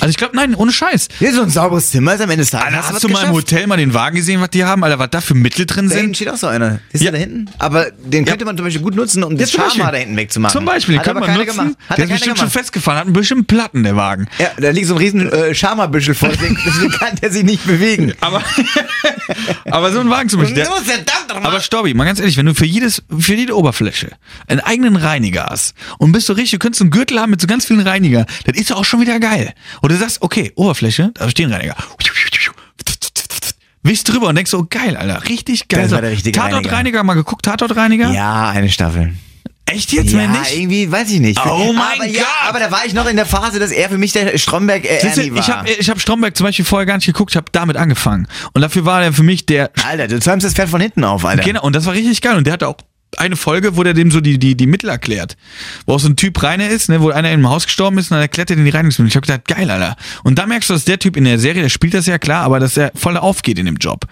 A: Also ich glaube, nein, ohne Scheiß.
C: Hier so ein sauberes Zimmer ist am Ende des Tages.
A: Alter, hast,
C: was
A: du mal im
C: geschafft.
A: Hotel mal den Wagen gesehen, was die haben? Alter, was da für Mittel drin
C: Da hinten
A: sind?
C: steht auch so einer. Ist
A: Ja.
C: der da hinten? Aber den könnte man zum Beispiel gut nutzen, um das
A: zum Beispiel.
C: Schamhaar da hinten wegzumachen.
A: Zum Beispiel, den
C: Hat
A: kann
C: aber
A: man
C: keiner
A: nutzen.
C: gemacht. Hat
A: der
C: ja
A: ist
C: keiner
A: bestimmt schon
C: gemacht.
A: festgefahren, hat einen bisschen Platten, der Wagen.
C: Ja, da liegt so ein riesen äh, Schamhaarbüschel vor, deswegen deswegen kann der sich nicht bewegen.
A: Aber, aber so ein Wagen zum Beispiel. Der,
C: Los, verdammt nochmal.
A: aber Stobby, mal ganz ehrlich, wenn du für, jedes, für jede Oberfläche einen eigenen Reiniger hast und bist so richtig, du könntest einen Gürtel haben mit so ganz vielen Reiniger, das ist doch auch schon wieder geil. Oder du sagst, okay, Oberfläche, da steht ein Reiniger. Wischst drüber und denkst so, geil, Alter, richtig geil.
C: Das war der richtige
A: Tatortreiniger, mal geguckt, Tatortreiniger?
C: Ja, eine Staffel.
A: Echt jetzt,
C: Ja,
A: wenn nicht?
C: irgendwie, weiß ich nicht.
A: Oh mein
C: aber, Ja,
A: Gott!
C: aber da war ich noch in der Phase, dass er für mich der Stromberg äh,
A: Siehste,
C: Ernie war.
A: ich habe ich hab Stromberg zum Beispiel vorher gar nicht geguckt, ich habe damit angefangen. Und dafür war er für mich der
C: Alter, du zäumst das Pferd von hinten auf, Alter.
A: Genau, und das war richtig geil. Und der hatte auch eine Folge, wo der dem so die, die, die Mittel erklärt. Wo auch so ein Typ reiner ist, ne, wo einer im Haus gestorben ist und dann erklärt er den die Reinigungsmittel. Ich hab gedacht, geil, Alter. Und da merkst du, dass der Typ in der Serie, der spielt das ja klar, aber dass er voll aufgeht in dem Job.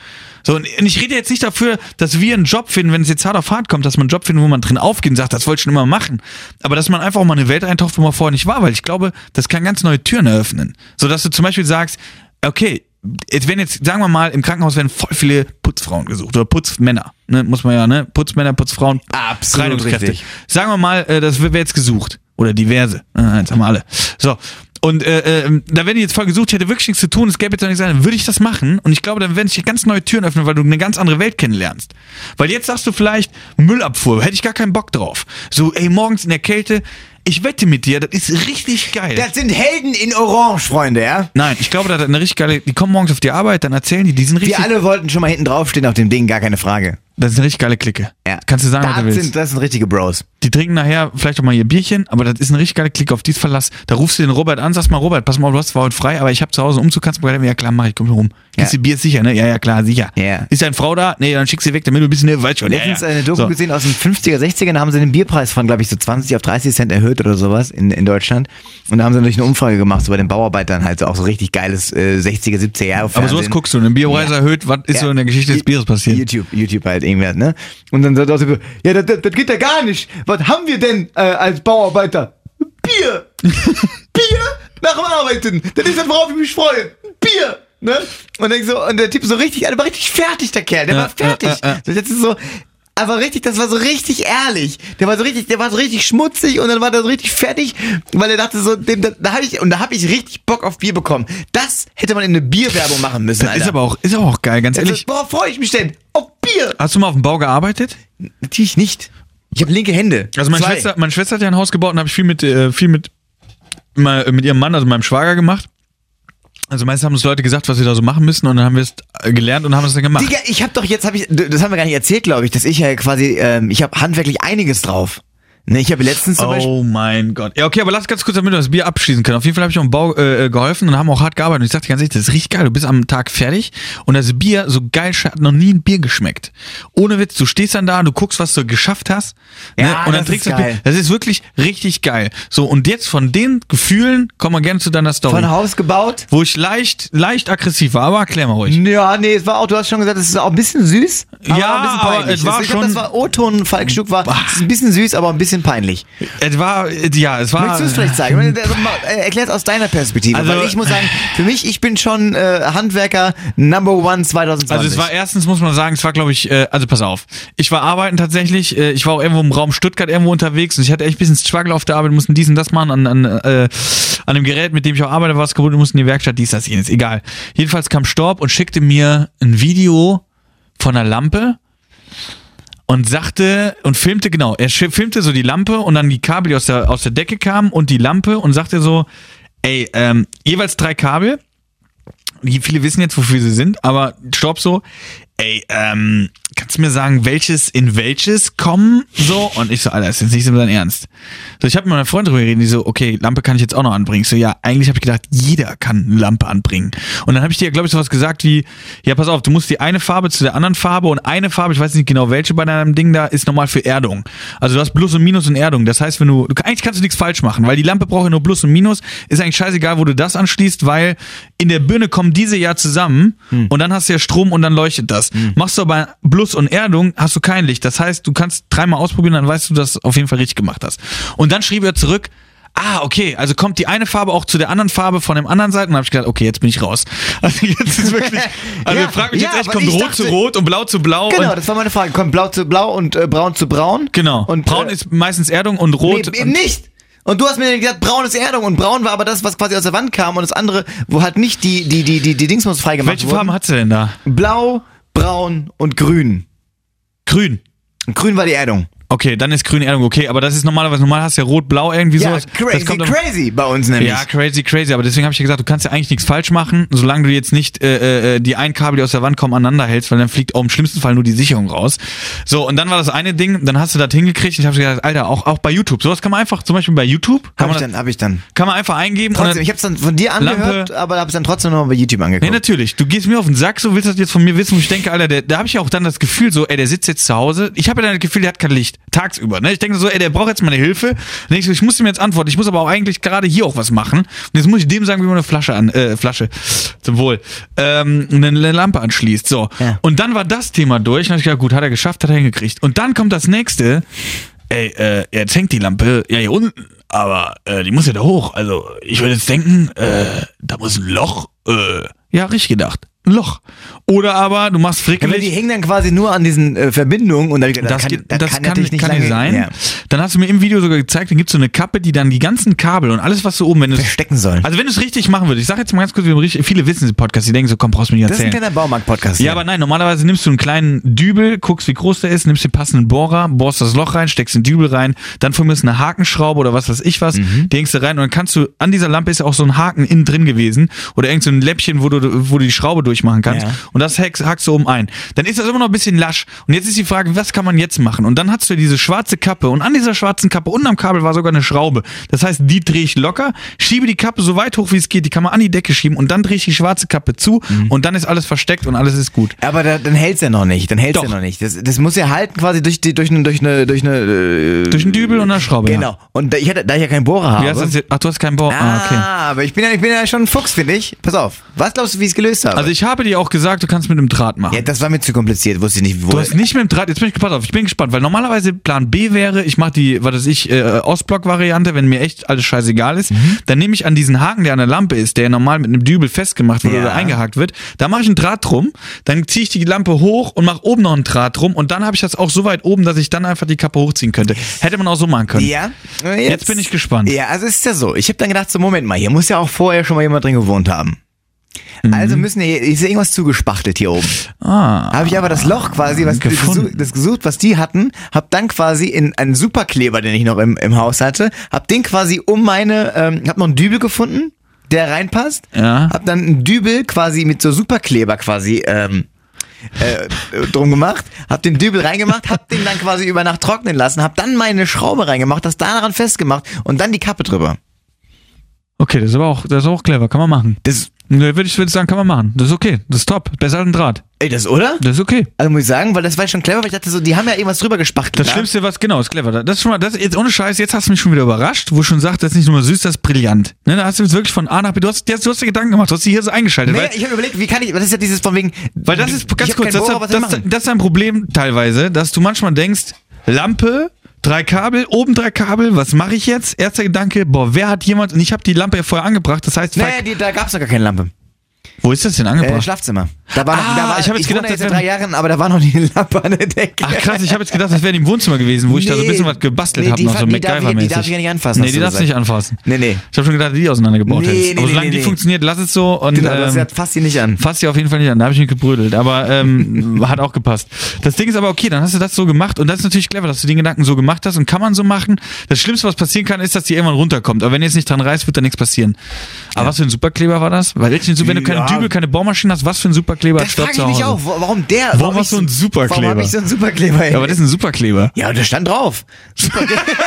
A: So, und ich rede jetzt nicht dafür, dass wir einen Job finden, wenn es jetzt hart auf hart kommt, dass man einen Job findet, wo man drin aufgeht und sagt, das wollte ich schon immer machen. Aber dass man einfach auch mal in eine Welt eintaucht, wo man vorher nicht war, weil ich glaube, das kann ganz neue Türen eröffnen. So dass du zum Beispiel sagst, okay, jetzt werden jetzt, sagen wir mal, im Krankenhaus werden voll viele Putzfrauen gesucht oder Putzmänner. Ne, muss man ja, ne? Putzmänner, Putzfrauen,
C: Absolut
A: Reinigungskräfte.
C: richtig.
A: Sagen wir mal, äh, das wird wer jetzt gesucht. Oder diverse. Ah, jetzt haben wir alle. So. Und äh, ähm, da wenn ich jetzt voll gesucht hätte, wirklich nichts zu tun, es gäbe jetzt auch nichts sein, würde ich das machen. Und ich glaube, dann werden sich ganz neue Türen öffnen, weil du eine ganz andere Welt kennenlernst. Weil jetzt sagst du vielleicht, Müllabfuhr, hätte ich gar keinen Bock drauf. So, ey, morgens in der Kälte, ich wette mit dir, das ist richtig geil.
C: Das sind Helden in Orange, Freunde, ja?
A: Nein, ich glaube, das hat eine richtig geile. Die kommen morgens auf die Arbeit, dann erzählen die, die sind richtig.
C: Wir alle wollten schon mal hinten draufstehen auf dem Ding, gar keine Frage.
A: das ist eine richtig geile Clique. Kannst du sagen,
C: das
A: was du willst.
C: Sind, das sind richtige Bros.
A: die trinken nachher vielleicht auch mal ihr Bierchen, aber das ist eine richtig geile Clique, auf die ist Verlass. Da rufst du den Robert an, sagst mal, Robert, pass mal, auf, du hast zwar heute frei, aber ich habe zu Hause einen Umzug, kannst du mir gerne- ja klar, mach ich, komm rum. Ist die Bier ist sicher, ne? Ja, ja, klar, sicher.
C: Ja.
A: Ist deine Frau da? Nee, dann schick sie weg, damit du ein bisschen, ne, weiß schon.
C: Letztens äh,
A: ja, ja.
C: eine Doku
A: So.
C: gesehen aus den 50er, 60ern, haben sie den Bierpreis von, glaube ich, so 20 auf 30 Cent erhöht oder sowas in, in Deutschland. Und da haben sie natürlich eine Umfrage gemacht, so bei den Bauarbeitern halt, so auch so richtig geiles äh, 60er, 70er Jahre
A: Aber sowas guckst du, ne? ein Bierpreis erhöht, was ist so in der Geschichte des Bieres passiert?
C: YouTube, YouTube halt irgendwer, ne? Und dann sagt er auch so, ja, das, das, das geht ja gar nicht. Was haben wir denn äh, als Bauarbeiter? Bier! Bier nach dem Arbeiten. Das ist das, worauf ich mich freue. Bier! Ne? Und, denk so, und der Typ so richtig, der war richtig fertig, der Kerl. Der
A: Ja,
C: war fertig.
A: ja, ja, ja.
C: So, Das ist so, aber richtig, das war so richtig ehrlich. Der war so richtig, der war so richtig schmutzig und dann war der so richtig fertig, weil er dachte so, dem, da, da habe ich, und da habe ich richtig Bock auf Bier bekommen. Das hätte man in eine Bierwerbung machen müssen,
A: Das
C: Alter.
A: ist aber auch, ist aber auch geil, ganz
C: Also,
A: ehrlich.
C: worauf freue ich mich denn? Auf Bier!
A: Hast du mal auf dem Bau gearbeitet?
C: Natürlich nicht. Ich habe linke Hände.
A: Also meine
C: Zwei.
A: Schwester, meine Schwester hat ja ein Haus gebaut und habe ich viel mit, äh, viel mit, mal, mit ihrem Mann, also meinem Schwager gemacht. Also meistens haben uns Leute gesagt, was wir da so machen müssen und dann haben wir es äh, gelernt und haben es dann gemacht.
C: Digga, ich habe doch jetzt, hab ich, das haben wir gar nicht erzählt, glaube ich, dass ich ja quasi, ähm, ich habe handwerklich einiges drauf. Ne, ich habe letztens zum Beispiel.
A: oh mein Gott. Ja, okay, aber lass ganz kurz, damit wir das Bier abschließen können. Auf jeden Fall habe ich am Bau äh, äh, geholfen und haben auch hart gearbeitet. Und ich sagte ganz ehrlich, das ist richtig geil. Du bist am Tag fertig und das Bier, so geil, sch- hat noch nie ein Bier geschmeckt. Ohne Witz, du stehst dann da und du guckst, was du geschafft hast. ne?
C: Ja,
A: und dann
C: das
A: trinkst
C: ist
A: du das
C: geil.
A: Bier. Das ist wirklich richtig geil. So, und jetzt von den Gefühlen kommen wir gerne zu deiner Story.
C: Von Haus gebaut.
A: wo ich leicht, leicht aggressiv war, aber erklär mal ruhig.
C: Ja, nee, es war auch, du hast schon gesagt, es ist auch ein bisschen süß.
A: Ja,
C: ein bisschen
A: aber
C: peinlich.
A: es war
C: ich glaub,
A: schon-
C: Das war O-Ton, Falkstück war, es ist ein bisschen süß, aber ein bisschen peinlich.
A: Es war, äh, ja, es war.
C: Möchtest du es vielleicht sagen? Also, mal, äh, Erklär's aus deiner Perspektive.
A: Also-
C: weil ich muss sagen, für mich, ich bin schon äh, Handwerker Number One 2020.
A: Also es war erstens, muss man sagen, es war glaube ich, äh, also pass auf, ich war arbeiten tatsächlich, äh, ich war auch irgendwo im Raum Stuttgart irgendwo unterwegs und ich hatte echt ein bisschen Struggle auf der Arbeit, mussten dies und das machen an, an, äh, an dem Gerät, mit dem ich auch arbeite, war es kaputt, wir mussten in die Werkstatt, dies, das, jenes, egal. Jedenfalls kam Storb und schickte mir ein Video von einer Lampe und sagte und filmte, genau, er schi- filmte so die Lampe und dann die Kabel, die aus der, aus der Decke kamen und die Lampe und sagte so, ey, ähm, jeweils drei Kabel die- viele wissen jetzt, wofür sie sind, aber stopp so. Ey, ähm, kannst du mir sagen, welches in welches kommen? So, und ich so, Alter, ist jetzt nicht so dein Ernst. So, ich habe mit meiner Freundin drüber geredet, die so, okay, Lampe kann ich jetzt auch noch anbringen. Ich so, ja, eigentlich habe ich gedacht, jeder kann eine Lampe anbringen. Und dann habe ich dir, glaube ich, sowas gesagt wie, ja, pass auf, du musst die eine Farbe zu der anderen Farbe und eine Farbe, ich weiß nicht genau welche bei deinem Ding da, ist nochmal für Erdung. Also du hast Plus und Minus in Erdung. Das heißt, wenn du, du eigentlich kannst du nichts falsch machen, weil die Lampe braucht ja nur Plus und Minus. Ist eigentlich scheißegal, wo du das anschließt, weil in der Birne kommen diese ja zusammen
C: Hm.
A: und dann hast du ja Strom und dann leuchtet das. Machst du aber Plus und Erdung, hast du kein Licht. Das heißt, du kannst dreimal ausprobieren, dann weißt du, dass du das auf jeden Fall richtig gemacht hast. Und dann schrieb er zurück, Ah, okay, also kommt die eine Farbe auch zu der anderen Farbe von dem anderen Seiten. Und habe ich gedacht, okay, jetzt bin ich raus. Also jetzt ist wirklich, also
C: Ja,
A: frag mich
C: ja,
A: jetzt echt,
C: aber
A: kommt
C: ich
A: rot
C: dachte-
A: zu rot und blau zu blau.
C: Genau,
A: und,
C: das war meine Frage. Kommt blau zu blau und äh, braun zu braun.
A: genau.
C: Und
A: braun
C: äh,
A: ist meistens Erdung und rot.
C: Nee, eben nicht. Und du hast mir dann gesagt, braun ist Erdung und braun war aber das, was quasi aus der Wand kam und das andere, wo halt nicht die, die, die, die, die Dings muss frei gemacht
A: Welche
C: wurden.
A: Farben hat sie denn da?
C: Blau, braun und grün.
A: Grün.
C: Und grün war die Erdung.
A: Okay, dann ist grüne Erdung okay, aber das ist normalerweise, normal hast du ja rot-blau irgendwie
C: Ja,
A: sowas.
C: crazy,
A: das kommt am-
C: crazy bei uns nämlich.
A: Ja, crazy, crazy. Aber deswegen habe ich ja gesagt, du kannst ja eigentlich nichts falsch machen, solange du jetzt nicht äh, äh, die einen Kabel, die aus der Wand kommen, aneinander hältst, weil dann fliegt auch im schlimmsten Fall nur die Sicherung raus. So, und dann war das eine Ding, dann hast du das hingekriegt und ich habe gesagt, Alter, auch, auch bei YouTube. Sowas kann man einfach, zum Beispiel bei YouTube, kann,
C: hab
A: man,
C: ich
A: das,
C: dann, hab ich dann.
A: kann man einfach eingeben. und
C: Trotzdem,
A: dann-
C: ich hab's dann von dir angehört,
A: Lampe.
C: aber hab's dann trotzdem nochmal bei YouTube
A: Nee,
C: angeguckt.
A: natürlich. Du gehst mir auf den Sack, so willst das jetzt von mir wissen, wo ich denke, Alter, der, da habe ich ja auch dann das Gefühl, so, ey, der sitzt jetzt zu Hause. Ich habe ja dann das Gefühl, der hat kein Licht. Tagsüber. Ne? Ich denke so, ey, der braucht jetzt meine Hilfe. Dann denk ich so, ich muss ihm jetzt antworten. Ich muss aber auch eigentlich gerade hier auch was machen. Und jetzt muss ich dem sagen, wie man eine Flasche an, äh, Flasche, zum Wohl, ähm, eine Lampe anschließt. So.
C: Ja.
A: Und dann war das Thema durch. Dann habe ich gedacht, gut, hat er geschafft, hat er hingekriegt. Und dann kommt das nächste. Ey, äh, jetzt hängt die Lampe ja hier unten, aber äh, die muss ja da hoch. Also ich würde jetzt denken, äh, da muss ein Loch. Äh, ja, richtig gedacht. Ein Loch. Oder aber du machst
C: Ja, aber die
A: frickelig.
C: hingen dann quasi nur an diesen äh, Verbindungen und da hab ich gedacht,
A: Das, geht- das kann,
C: natürlich
A: kann
C: lange-
A: nicht sein.
C: Ja.
A: Dann hast du mir im Video sogar gezeigt, dann gibt's so eine Kappe, die dann die ganzen Kabel und alles, was du oben, wenn du
C: Verstecken sollen.
A: Also wenn du es richtig machen würdest, ich sag jetzt mal ganz kurz, wie man richtig, viele wissen diesen Podcast, die denken so, komm, brauchst du mir nicht
C: Das ist ein
A: erzählen.
C: kleiner Baumarkt-Podcast.
A: Ja, aber nein, normalerweise nimmst du einen kleinen Dübel, guckst, wie groß der ist, nimmst den passenden Bohrer, bohrst das Loch rein, steckst den Dübel rein, dann von mir ist eine Hakenschraube oder was weiß ich was, die hängst du rein und dann kannst du, an dieser Lampe ist ja auch so ein Haken innen drin gewesen oder irgend so ein Läppchen, wo du, wo du die Schraube durchmachen kannst
C: Ja.
A: und das hackst, hackst du oben ein. Dann ist das immer noch ein bisschen lasch und jetzt ist die Frage, was kann man jetzt machen? Und dann hast du diese schwarze Kappe und an dieser schwarzen Kappe unten am Kabel war sogar eine Schraube. Das heißt, die drehe ich locker, schiebe die Kappe so weit hoch, wie es geht, die kann man an die Decke schieben und dann drehe ich die schwarze Kappe zu und dann ist alles versteckt und alles ist gut.
C: Aber da, dann hält's ja noch nicht, dann hält's
A: Doch.
C: ja noch nicht. Das, das muss ja halten quasi durch die durch eine durch eine durch eine äh,
A: Durch einen Dübel und eine Schraube.
C: genau. Und da ich hatte, da ich ja keinen Bohrer
A: Ja.
C: habe.
A: Wie heißt das jetzt? Ach, du hast keinen Bohr. Ah, okay.
C: Ah, aber ich bin ja ich bin ja schon ein Fuchs, finde ich. Pass auf. Was glaubst du, wie ich es gelöst habe?
A: Also ich habe dir auch gesagt, du kannst mit einem Draht machen.
C: ja, das war mir zu kompliziert, wusste ich nicht, wo
A: Du hast nicht mit dem Draht, jetzt bin ich gespannt auf, ich bin gespannt, weil normalerweise Plan B wäre, ich mache die, was weiß ich, äh, Ostblock-Variante, wenn mir echt alles scheißegal ist,
C: Mhm.
A: dann nehme ich an diesen Haken, der an der Lampe ist, der normal mit einem Dübel festgemacht wird
C: Ja.
A: oder eingehakt wird, da mache ich einen Draht drum, dann ziehe ich die Lampe hoch und mache oben noch einen Draht drum und dann habe ich das auch so weit oben, dass ich dann einfach die Kappe hochziehen könnte. Hätte man auch so machen können.
C: Ja. Jetzt,
A: bin ich gespannt.
C: Ja, also es ist ja so. Ich habe dann gedacht, so Moment mal, hier muss ja auch vorher schon mal jemand drin gewohnt haben.
A: Mhm.
C: Also müssen hier, ist ja irgendwas zugespachtelt hier oben.
A: Ah.
C: Habe ich aber das Loch quasi, was
A: Gefunden.
C: gesucht, das gesucht, was die hatten, habe dann quasi in einen Superkleber, den ich noch im, im Haus hatte, habe den quasi um meine, ähm, habe noch einen Dübel gefunden, der reinpasst,
A: Ja.
C: habe dann einen Dübel quasi mit so Superkleber quasi ähm, äh, drum gemacht, hab den Dübel reingemacht, hab den dann quasi über Nacht trocknen lassen, hab dann meine Schraube reingemacht, das daran festgemacht und dann die Kappe drüber.
A: Okay, das ist aber auch, das ist auch clever, kann man machen.
C: Das,
A: Ne, würde ich, würde ich sagen, kann man machen. Das ist okay. Das ist top. Besser als ein Draht.
C: ey, das, oder?
A: Das ist okay.
C: Also muss ich sagen, weil das war schon clever, weil ich dachte so, die haben ja irgendwas drüber gespachtelt.
A: Das
C: ne?
A: Schlimmste, was genau ist clever. Das ist schon mal, das jetzt ohne Scheiß, jetzt hast du mich schon wieder überrascht, wo ich schon sagt, das ist nicht nur mal süß, das ist brillant. Ne, da hast du jetzt wirklich von A nach B, du hast, du hast, du hast dir Gedanken gemacht, du hast dich hier so eingeschaltet.
C: Nee,
A: weil,
C: ich habe überlegt, wie kann ich, das ist ja dieses von wegen.
A: weil das ist ganz
C: hab
A: kurz,
C: keinen
A: das,
C: Bohrer,
A: ist-
C: was soll ich
A: das,
C: machen?
A: das ist ein Problem teilweise, dass du manchmal denkst, Lampe, drei Kabel, oben drei Kabel, was mache ich jetzt? Erster Gedanke, boah, wer hat jemand, und ich habe die Lampe ja vorher angebracht, das heißt, fuck,
C: Nee, die, da gab's noch gar keine Lampe.
A: wo ist das denn
C: Äh,
A: angebracht?
C: Schlafzimmer. Da war,
A: Ah,
C: da war
A: ich hab jetzt
C: wohne
A: gedacht,
C: jetzt
A: das
C: seit drei Jahren, aber da war noch nie eine Lampe an der Decke.
A: Ach krass, ich habe jetzt gedacht, das wäre im Wohnzimmer gewesen, wo ich da so ein
C: Nee.
A: bisschen was gebastelt
C: Nee,
A: habe,
C: die
A: noch so
C: fand- die darf ich- die
A: MacGyver-mäßig.
C: darf ich ja nicht anfassen,
A: Nee,
C: hast
A: die
C: du
A: darfst du nicht
C: gesagt.
A: anfassen.
C: Nee, nee.
A: Ich habe schon gedacht, dass du die auseinandergebaut
C: Nee,
A: hättest.
C: nee,
A: Aber
C: nee,
A: solange
C: nee,
A: die
C: nee.
A: funktioniert, lass es so und
C: Genau, das
A: ähm,
C: hat- fass die nicht an.
A: fass die auf jeden Fall nicht an. Da habe ich mich gebrödelt, aber ähm, hat auch gepasst. Das Ding ist aber okay, dann hast du das so gemacht und das ist natürlich clever, dass du den Gedanken so gemacht hast und kann man so machen. Das Schlimmste, was passieren kann, ist, dass die irgendwann runterkommt. Aber wenn ihr jetzt nicht dran reißt, wird da nichts passieren. Aber was für ein Superkleber war das? Weil jetzt, wenn du keine
C: Ja.
A: Dübel, keine Bohrmaschine hast, was für ein Superkleber
C: Das
A: hat Stopp
C: frage
A: zu
C: ich mich
A: Hause?
C: auch, wo- warum der? Warum,
A: hast du einen Superkleber?
C: Warum hab ich so einen Superkleber? Ey?
A: Ja, aber das ist ein Superkleber.
C: ja, und da stand drauf.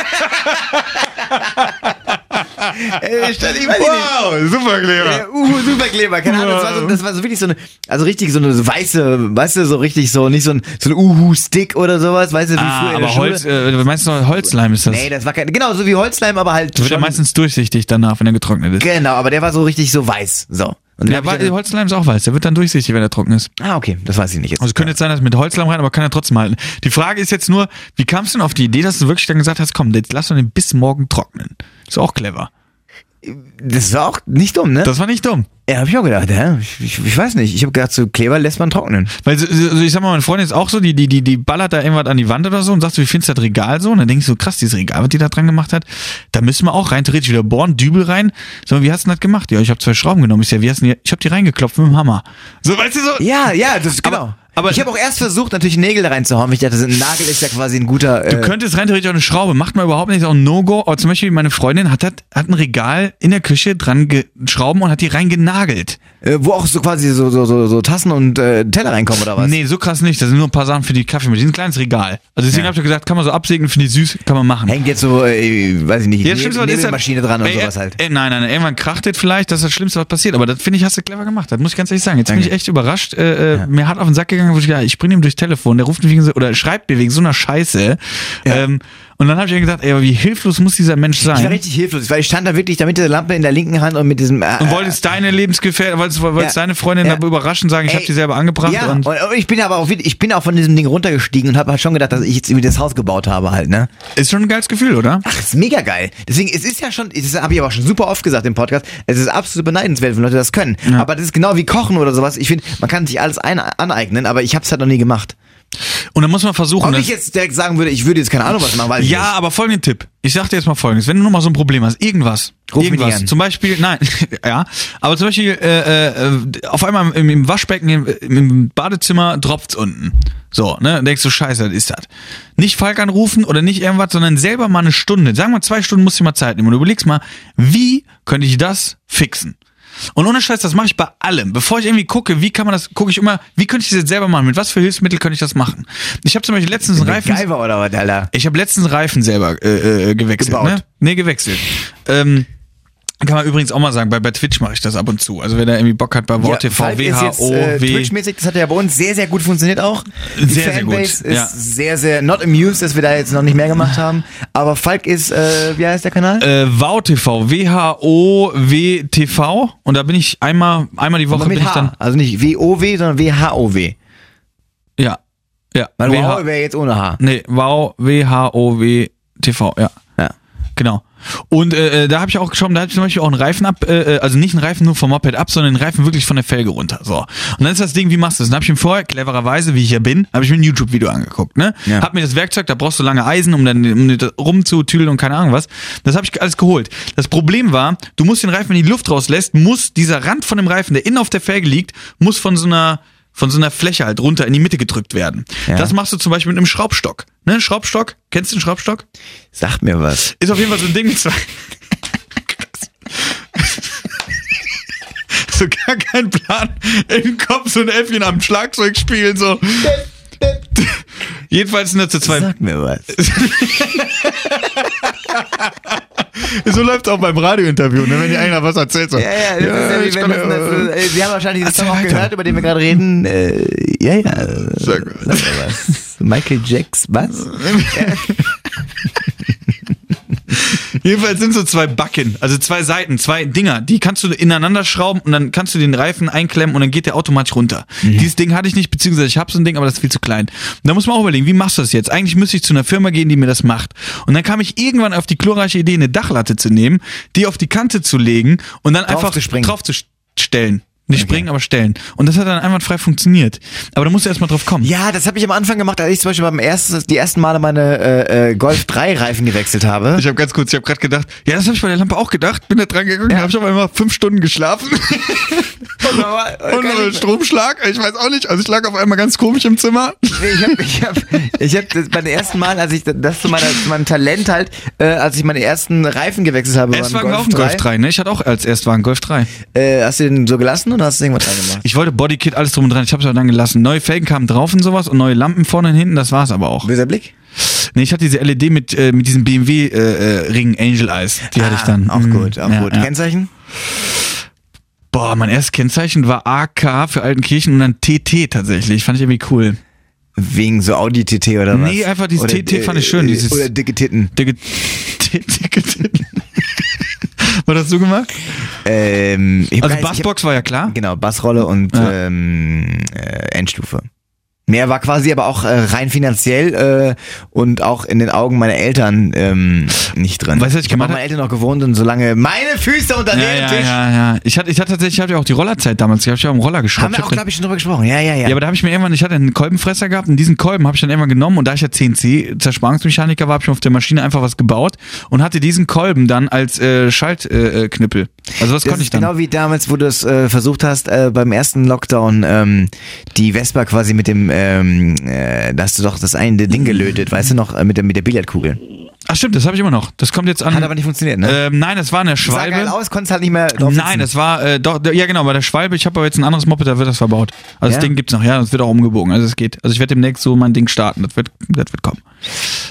C: Superkleber. Ey, stand, ich weiß nicht.
A: Superkleber.
C: Ja, uh, Superkleber, keine Ahnung. Das war, so, das war so wirklich so eine, also richtig so eine so weiße, weißt du, so richtig so, nicht so ein, so ein Uhu-Stick oder sowas, weißt du, wie früher
A: Ah,
C: in der
A: aber
C: Schule.
A: Holz, äh, meinst du Holzleim ist das?
C: nee, das war kein, genau, so wie Holzleim, aber halt
A: das wird ja
C: schon-
A: meistens durchsichtig danach, wenn er getrocknet ist.
C: Genau, aber der war so richtig so weiß, so. Und den
A: Ja,
C: hab
A: weil,
C: ich dann,
A: Holzleim ist auch weiß, der wird dann durchsichtig, wenn er trocken ist.
C: ah, okay, das weiß ich nicht jetzt.
A: Also es könnte jetzt sein, dass mit Holzleim rein, aber kann er trotzdem halten. Die Frage ist jetzt nur, wie kamst du denn auf die Idee, dass du wirklich dann gesagt hast, komm, jetzt lass doch den bis morgen trocknen. Ist auch clever.
C: das war auch nicht dumm, ne?
A: Das war nicht dumm.
C: ja, hab ich auch gedacht, ja. Ich, ich, ich weiß nicht. Ich habe gedacht, so Kleber lässt man trocknen.
A: Weil so- so- so, ich sag mal, mein Freund ist auch so, die, die, die, die ballert da irgendwas an die Wand oder so und sagst du, wie findest du das Regal so? Und dann denkst du, krass, dieses Regal, was die da dran gemacht hat, da müssen wir auch rein theoretisch wieder bohren, Dübel rein. Sag mal, wie hast du denn das gemacht? Ja, ich habe zwei Schrauben genommen. Ich sag, wie hast du denn, die- ich habe die reingeklopft mit dem Hammer. So, weißt du so?
C: Ja, ja, das
A: Aber,
C: genau.
A: aber aber
C: Ich habe auch erst versucht, natürlich Nägel da reinzuhauen. weil Ich dachte, ein Nagel ist ja quasi ein guter. Äh,
A: Du könntest rein theoretisch auch eine Schraube, macht man überhaupt nicht, ist auch ein No-Go. Aber zum Beispiel meine Freundin hat, hat, hat ein Regal in der Küche dran geschrauben und hat die reingenagelt.
C: äh, wo auch so quasi so, so, so, so Tassen und äh, Teller reinkommen oder was?
A: Nee, so krass nicht. Das sind nur ein paar Sachen für die Kaffeemaschine. Das ist ein kleines Regal. Also deswegen hab ich gesagt, kann man so absegnen, finde ich süß, kann man machen.
C: Hängt jetzt so, äh, weiß ich nicht,
A: Ja, das
C: Nebel,
A: Schlimmste, was ist halt-
C: Nebelmaschine dran und
A: Ey,
C: sowas halt.
A: Ey, nein, nein, nein, irgendwann kracht das vielleicht, das ist das Schlimmste, was passiert. Aber das finde ich, hast du clever gemacht. Das muss ich ganz ehrlich sagen. Jetzt bin
C: Danke.
A: ich echt überrascht. Äh, äh, Mir hat auf den Sack gegangen, wo ich gedacht, ich bringe ihm durchs Telefon. Der ruft mich wegen so, oder schreibt mir wegen so einer Scheiße. Ähm, und dann habe ich mir gedacht, ey, aber wie hilflos muss dieser Mensch
C: Ich war
A: sein?
C: richtig hilflos, weil ich stand da wirklich da mit der Lampe in der linken Hand und mit diesem. Äh,
A: Und wolltest deine Lebensgefährtin, wolltest, wolltest
C: Ja.
A: deine Freundin
C: Ja.
A: dabei überraschen, sagen, ich
C: Ey,
A: habe die selber angebracht.
C: Ja,
A: und
C: und, und ich bin aber auch, wirklich- ich bin auch von diesem Ding runtergestiegen und habe halt schon gedacht, dass ich jetzt irgendwie das Haus gebaut habe halt, ne?
A: ist schon ein geiles Gefühl, oder?
C: Ach, ist mega geil. Deswegen, es ist ja schon, das habe ich aber schon super oft gesagt im Podcast, es ist absolut beneidenswert, wenn Leute das können. Aber das ist genau wie Kochen oder sowas. Ich finde, man kann sich alles ein, aneignen, aber ich habe es halt noch nie gemacht.
A: Und dann muss man versuchen.
C: Ob
A: das-
C: ich jetzt direkt sagen würde, ich würde jetzt keine Ahnung was machen, weil
A: Ja, aber folgenden Tipp. Ich sag dir jetzt mal folgendes. Wenn du nochmal so ein Problem hast, irgendwas.
C: Ruf mich
A: irgendwas.
C: an.
A: Zum Beispiel, nein, ja. Aber zum Beispiel, äh, äh, auf einmal im, im Waschbecken, im, im Badezimmer dropft's unten. So, ne? Dann denkst du, scheiße, das ist das. Nicht Falk anrufen oder nicht irgendwas, sondern selber mal eine Stunde. Sagen wir zwei Stunden musst du dir mal Zeit nehmen und du überlegst mal, wie könnte ich das fixen? Und ohne Scheiß, das mache ich bei allem. Bevor ich irgendwie gucke, wie kann man das, gucke ich immer, wie könnte ich das jetzt selber machen? Mit was für Hilfsmittel könnte ich das machen? Ich habe zum Beispiel letztens einen
C: ich
A: Reifen.
C: geil war oder was, Alter.
A: Ich habe letztens Reifen selber äh, äh, gewechselt.
C: Gebaut.
A: Ne? Nee, gewechselt. Ähm, kann man übrigens auch mal sagen, bei, bei Twitch mache ich das ab und zu. Also wer da irgendwie Bock hat bei
C: Ja,
A: WortTV,
C: Falk ist jetzt,
A: WHO,
C: äh,
A: W.
C: Twitch-mäßig, das hat ja bei uns sehr, sehr gut funktioniert auch. Die
A: Sehr, sehr gut,
C: Fanbase ist
A: ja.
C: sehr, sehr not amused, dass wir da jetzt noch nicht mehr gemacht haben. Aber Falk ist, äh, wie heißt der Kanal?
A: Äh, WowTV, W-H-O-W-TV. Und da bin ich einmal, einmal die Woche
C: Aber mit
A: bin ich
C: H.
A: dann.
C: also nicht WOW, sondern WHOW.
A: Ja. Ja.
C: Weil
A: WH
C: WOW wäre jetzt ohne H.
A: nee, Wow, W-H-O-W-TV, ja.
C: Ja.
A: Genau. Und äh, äh, da habe ich auch geschaut, da habe ich zum Beispiel auch einen Reifen ab, äh, äh, also nicht einen Reifen nur vom Moped ab, sondern einen Reifen wirklich von der Felge runter. So. Und dann ist das Ding, wie machst du das? Dann habe ich mir vorher, clevererweise, wie ich ja bin, habe ich mir ein YouTube-Video angeguckt. Ne?
C: Ja.
A: Hab mir das Werkzeug, da brauchst du lange Eisen, um dann um das rumzutüdeln und keine Ahnung was. Das habe ich alles geholt. Das Problem war, du musst den Reifen, wenn du die Luft rauslässt, muss dieser Rand von dem Reifen, der innen auf der Felge liegt, muss von so einer von so einer Fläche halt runter in die Mitte gedrückt werden.
C: Ja.
A: Das machst du zum Beispiel mit einem Schraubstock. Ne, Schraubstock? Kennst du den Schraubstock?
C: Sagt mir was.
A: Ist auf jeden Fall so ein Ding mit zwei. so gar kein Plan im Kopf, so ein Elfchen am Schlagzeug spielen, so. Jedenfalls sind das so zwei.
C: Sagt mir was.
A: So läuft auch beim Radiointerview, ne, wenn dir einer was erzählt. So.
C: Ja, ja, das ist
A: ich
C: ja wie wenn
A: kann-
C: das, das, äh, Sie haben wahrscheinlich das
A: Erzähl
C: Song auch
A: weiter.
C: gehört, über den wir gerade reden. Äh, ja, ja. äh,
A: Sag mal.
C: sag mal was. Michael Jacks, was?
A: Jedenfalls sind so zwei Backen, also zwei Seiten, zwei Dinger, die kannst du ineinander schrauben und dann kannst du den Reifen einklemmen und dann geht der automatisch runter. Dieses Ding hatte ich nicht, beziehungsweise ich habe so ein Ding, aber das ist viel zu klein. Und da muss man auch überlegen, wie machst du das jetzt? Eigentlich müsste ich zu einer Firma gehen, die mir das macht. Und dann kam ich irgendwann auf die glorreiche Idee, eine Dachlatte zu nehmen, die auf die Kante zu legen und dann einfach
C: zu springen.
A: drauf zu st- stellen. Nicht springen, aber stellen. Und das hat dann einwandfrei funktioniert. Aber da musst du erstmal drauf kommen.
C: Ja, das habe ich am Anfang gemacht, als ich zum Beispiel beim ersten, die ersten Male meine äh, äh, Golf 3 Reifen gewechselt habe.
A: Ich habe ganz kurz, ich habe gerade gedacht, ja, das habe ich bei der Lampe auch gedacht, bin da dran gegangen, habe ich auf einmal fünf Stunden geschlafen.
C: Genau. Oh
A: Und äh, Stromschlag, ich weiß auch nicht. Also ich lag auf einmal ganz komisch im Zimmer.
C: Nee, ich habe ich hab, ich hab das beim ersten Mal, als ich das zu, meiner, zu meinem Talent halt, äh, als ich meine ersten Reifen gewechselt habe
A: Erstwagen war auch ein Golf 3, ne? Ich hatte auch als Erstwagen Golf 3.
C: Äh, hast du den so gelassen oder hast du irgendwas dran gemacht?
A: Ich wollte Bodykit, alles drum und dran. Ich hab's aber dann gelassen. Neue Felgen kamen drauf und sowas und neue Lampen vorne und hinten, das war's aber auch.
C: Böser Blick?
A: Nee, ich hatte diese LED mit, äh, mit diesem BMW-Ring Angel Eyes. Die hatte ich dann.
C: Ah, Auch
A: Mhm.
C: gut, auch
A: Ja,
C: gut.
A: ja.
C: Kennzeichen?
A: Boah, mein erstes Kennzeichen war AK für Altenkirchen und dann TT tatsächlich. Fand ich irgendwie cool.
C: Wegen so Audi TT oder was?
A: Nee, einfach dieses
C: oder,
A: TT fand ich schön,
C: äh,
A: dieses-
C: Oder dicke Titten.
A: Dicke- Dicke Titten. War das so gemacht?
C: Ähm, ich hab
A: Also
C: gar nicht- ich hab-
A: Bassbox war ja klar.
C: Genau, Bassrolle und
A: Ja.
C: ähm, äh, Endstufe. Mehr war quasi aber auch äh, rein finanziell äh, und auch in den Augen meiner Eltern ähm, nicht drin.
A: Weißt du, was ich
C: ich habe
A: gemacht
C: bei
A: hab?
C: meinen Eltern noch gewohnt und solange meine Füße unter
A: Ja,
C: dem
A: ja,
C: Tisch.
A: ja, ja. Ich hatte, ich hatte tatsächlich, ich hatte ja auch die Rollerzeit damals. Ich habe ja am Roller geschraubt.
C: Haben
A: Ich
C: wir
A: hab
C: auch,
A: den-
C: glaube ich, schon drüber gesprochen. Ja, ja,
A: ja,
C: ja.
A: aber da habe ich mir irgendwann, ich hatte einen Kolbenfresser gehabt und diesen Kolben habe ich dann irgendwann genommen und da ich ja CNC Zersparungsmechaniker war, habe ich mir auf der Maschine einfach was gebaut und hatte diesen Kolben dann als äh, Schaltknüppel. Äh, Knüppel. Also was
C: Das
A: konnte
C: ist
A: ich dann?
C: Genau wie damals, wo du es äh, versucht hast, äh, beim ersten Lockdown ähm, die Vespa quasi mit dem, ähm, äh, da hast du doch das eine Ding gelötet, weißt du noch, äh, mit der, mit der Billardkugel.
A: Ach stimmt, das habe ich immer noch. Das kommt jetzt an.
C: Hat aber nicht funktioniert, ne?
A: Ähm, nein, das war eine
C: Sah geil
A: Schwalbe.
C: aus, konntest halt nicht mehr drauf
A: Nein,
C: sitzen.
A: das war äh, doch, ja genau, bei der Schwalbe, ich habe aber jetzt ein anderes Moped, da wird das verbaut. Also das
C: Ja?
A: Ding gibt's noch, ja, das wird auch umgebogen. Also es geht. Also ich werde demnächst so mein Ding starten. Das wird, das wird kommen.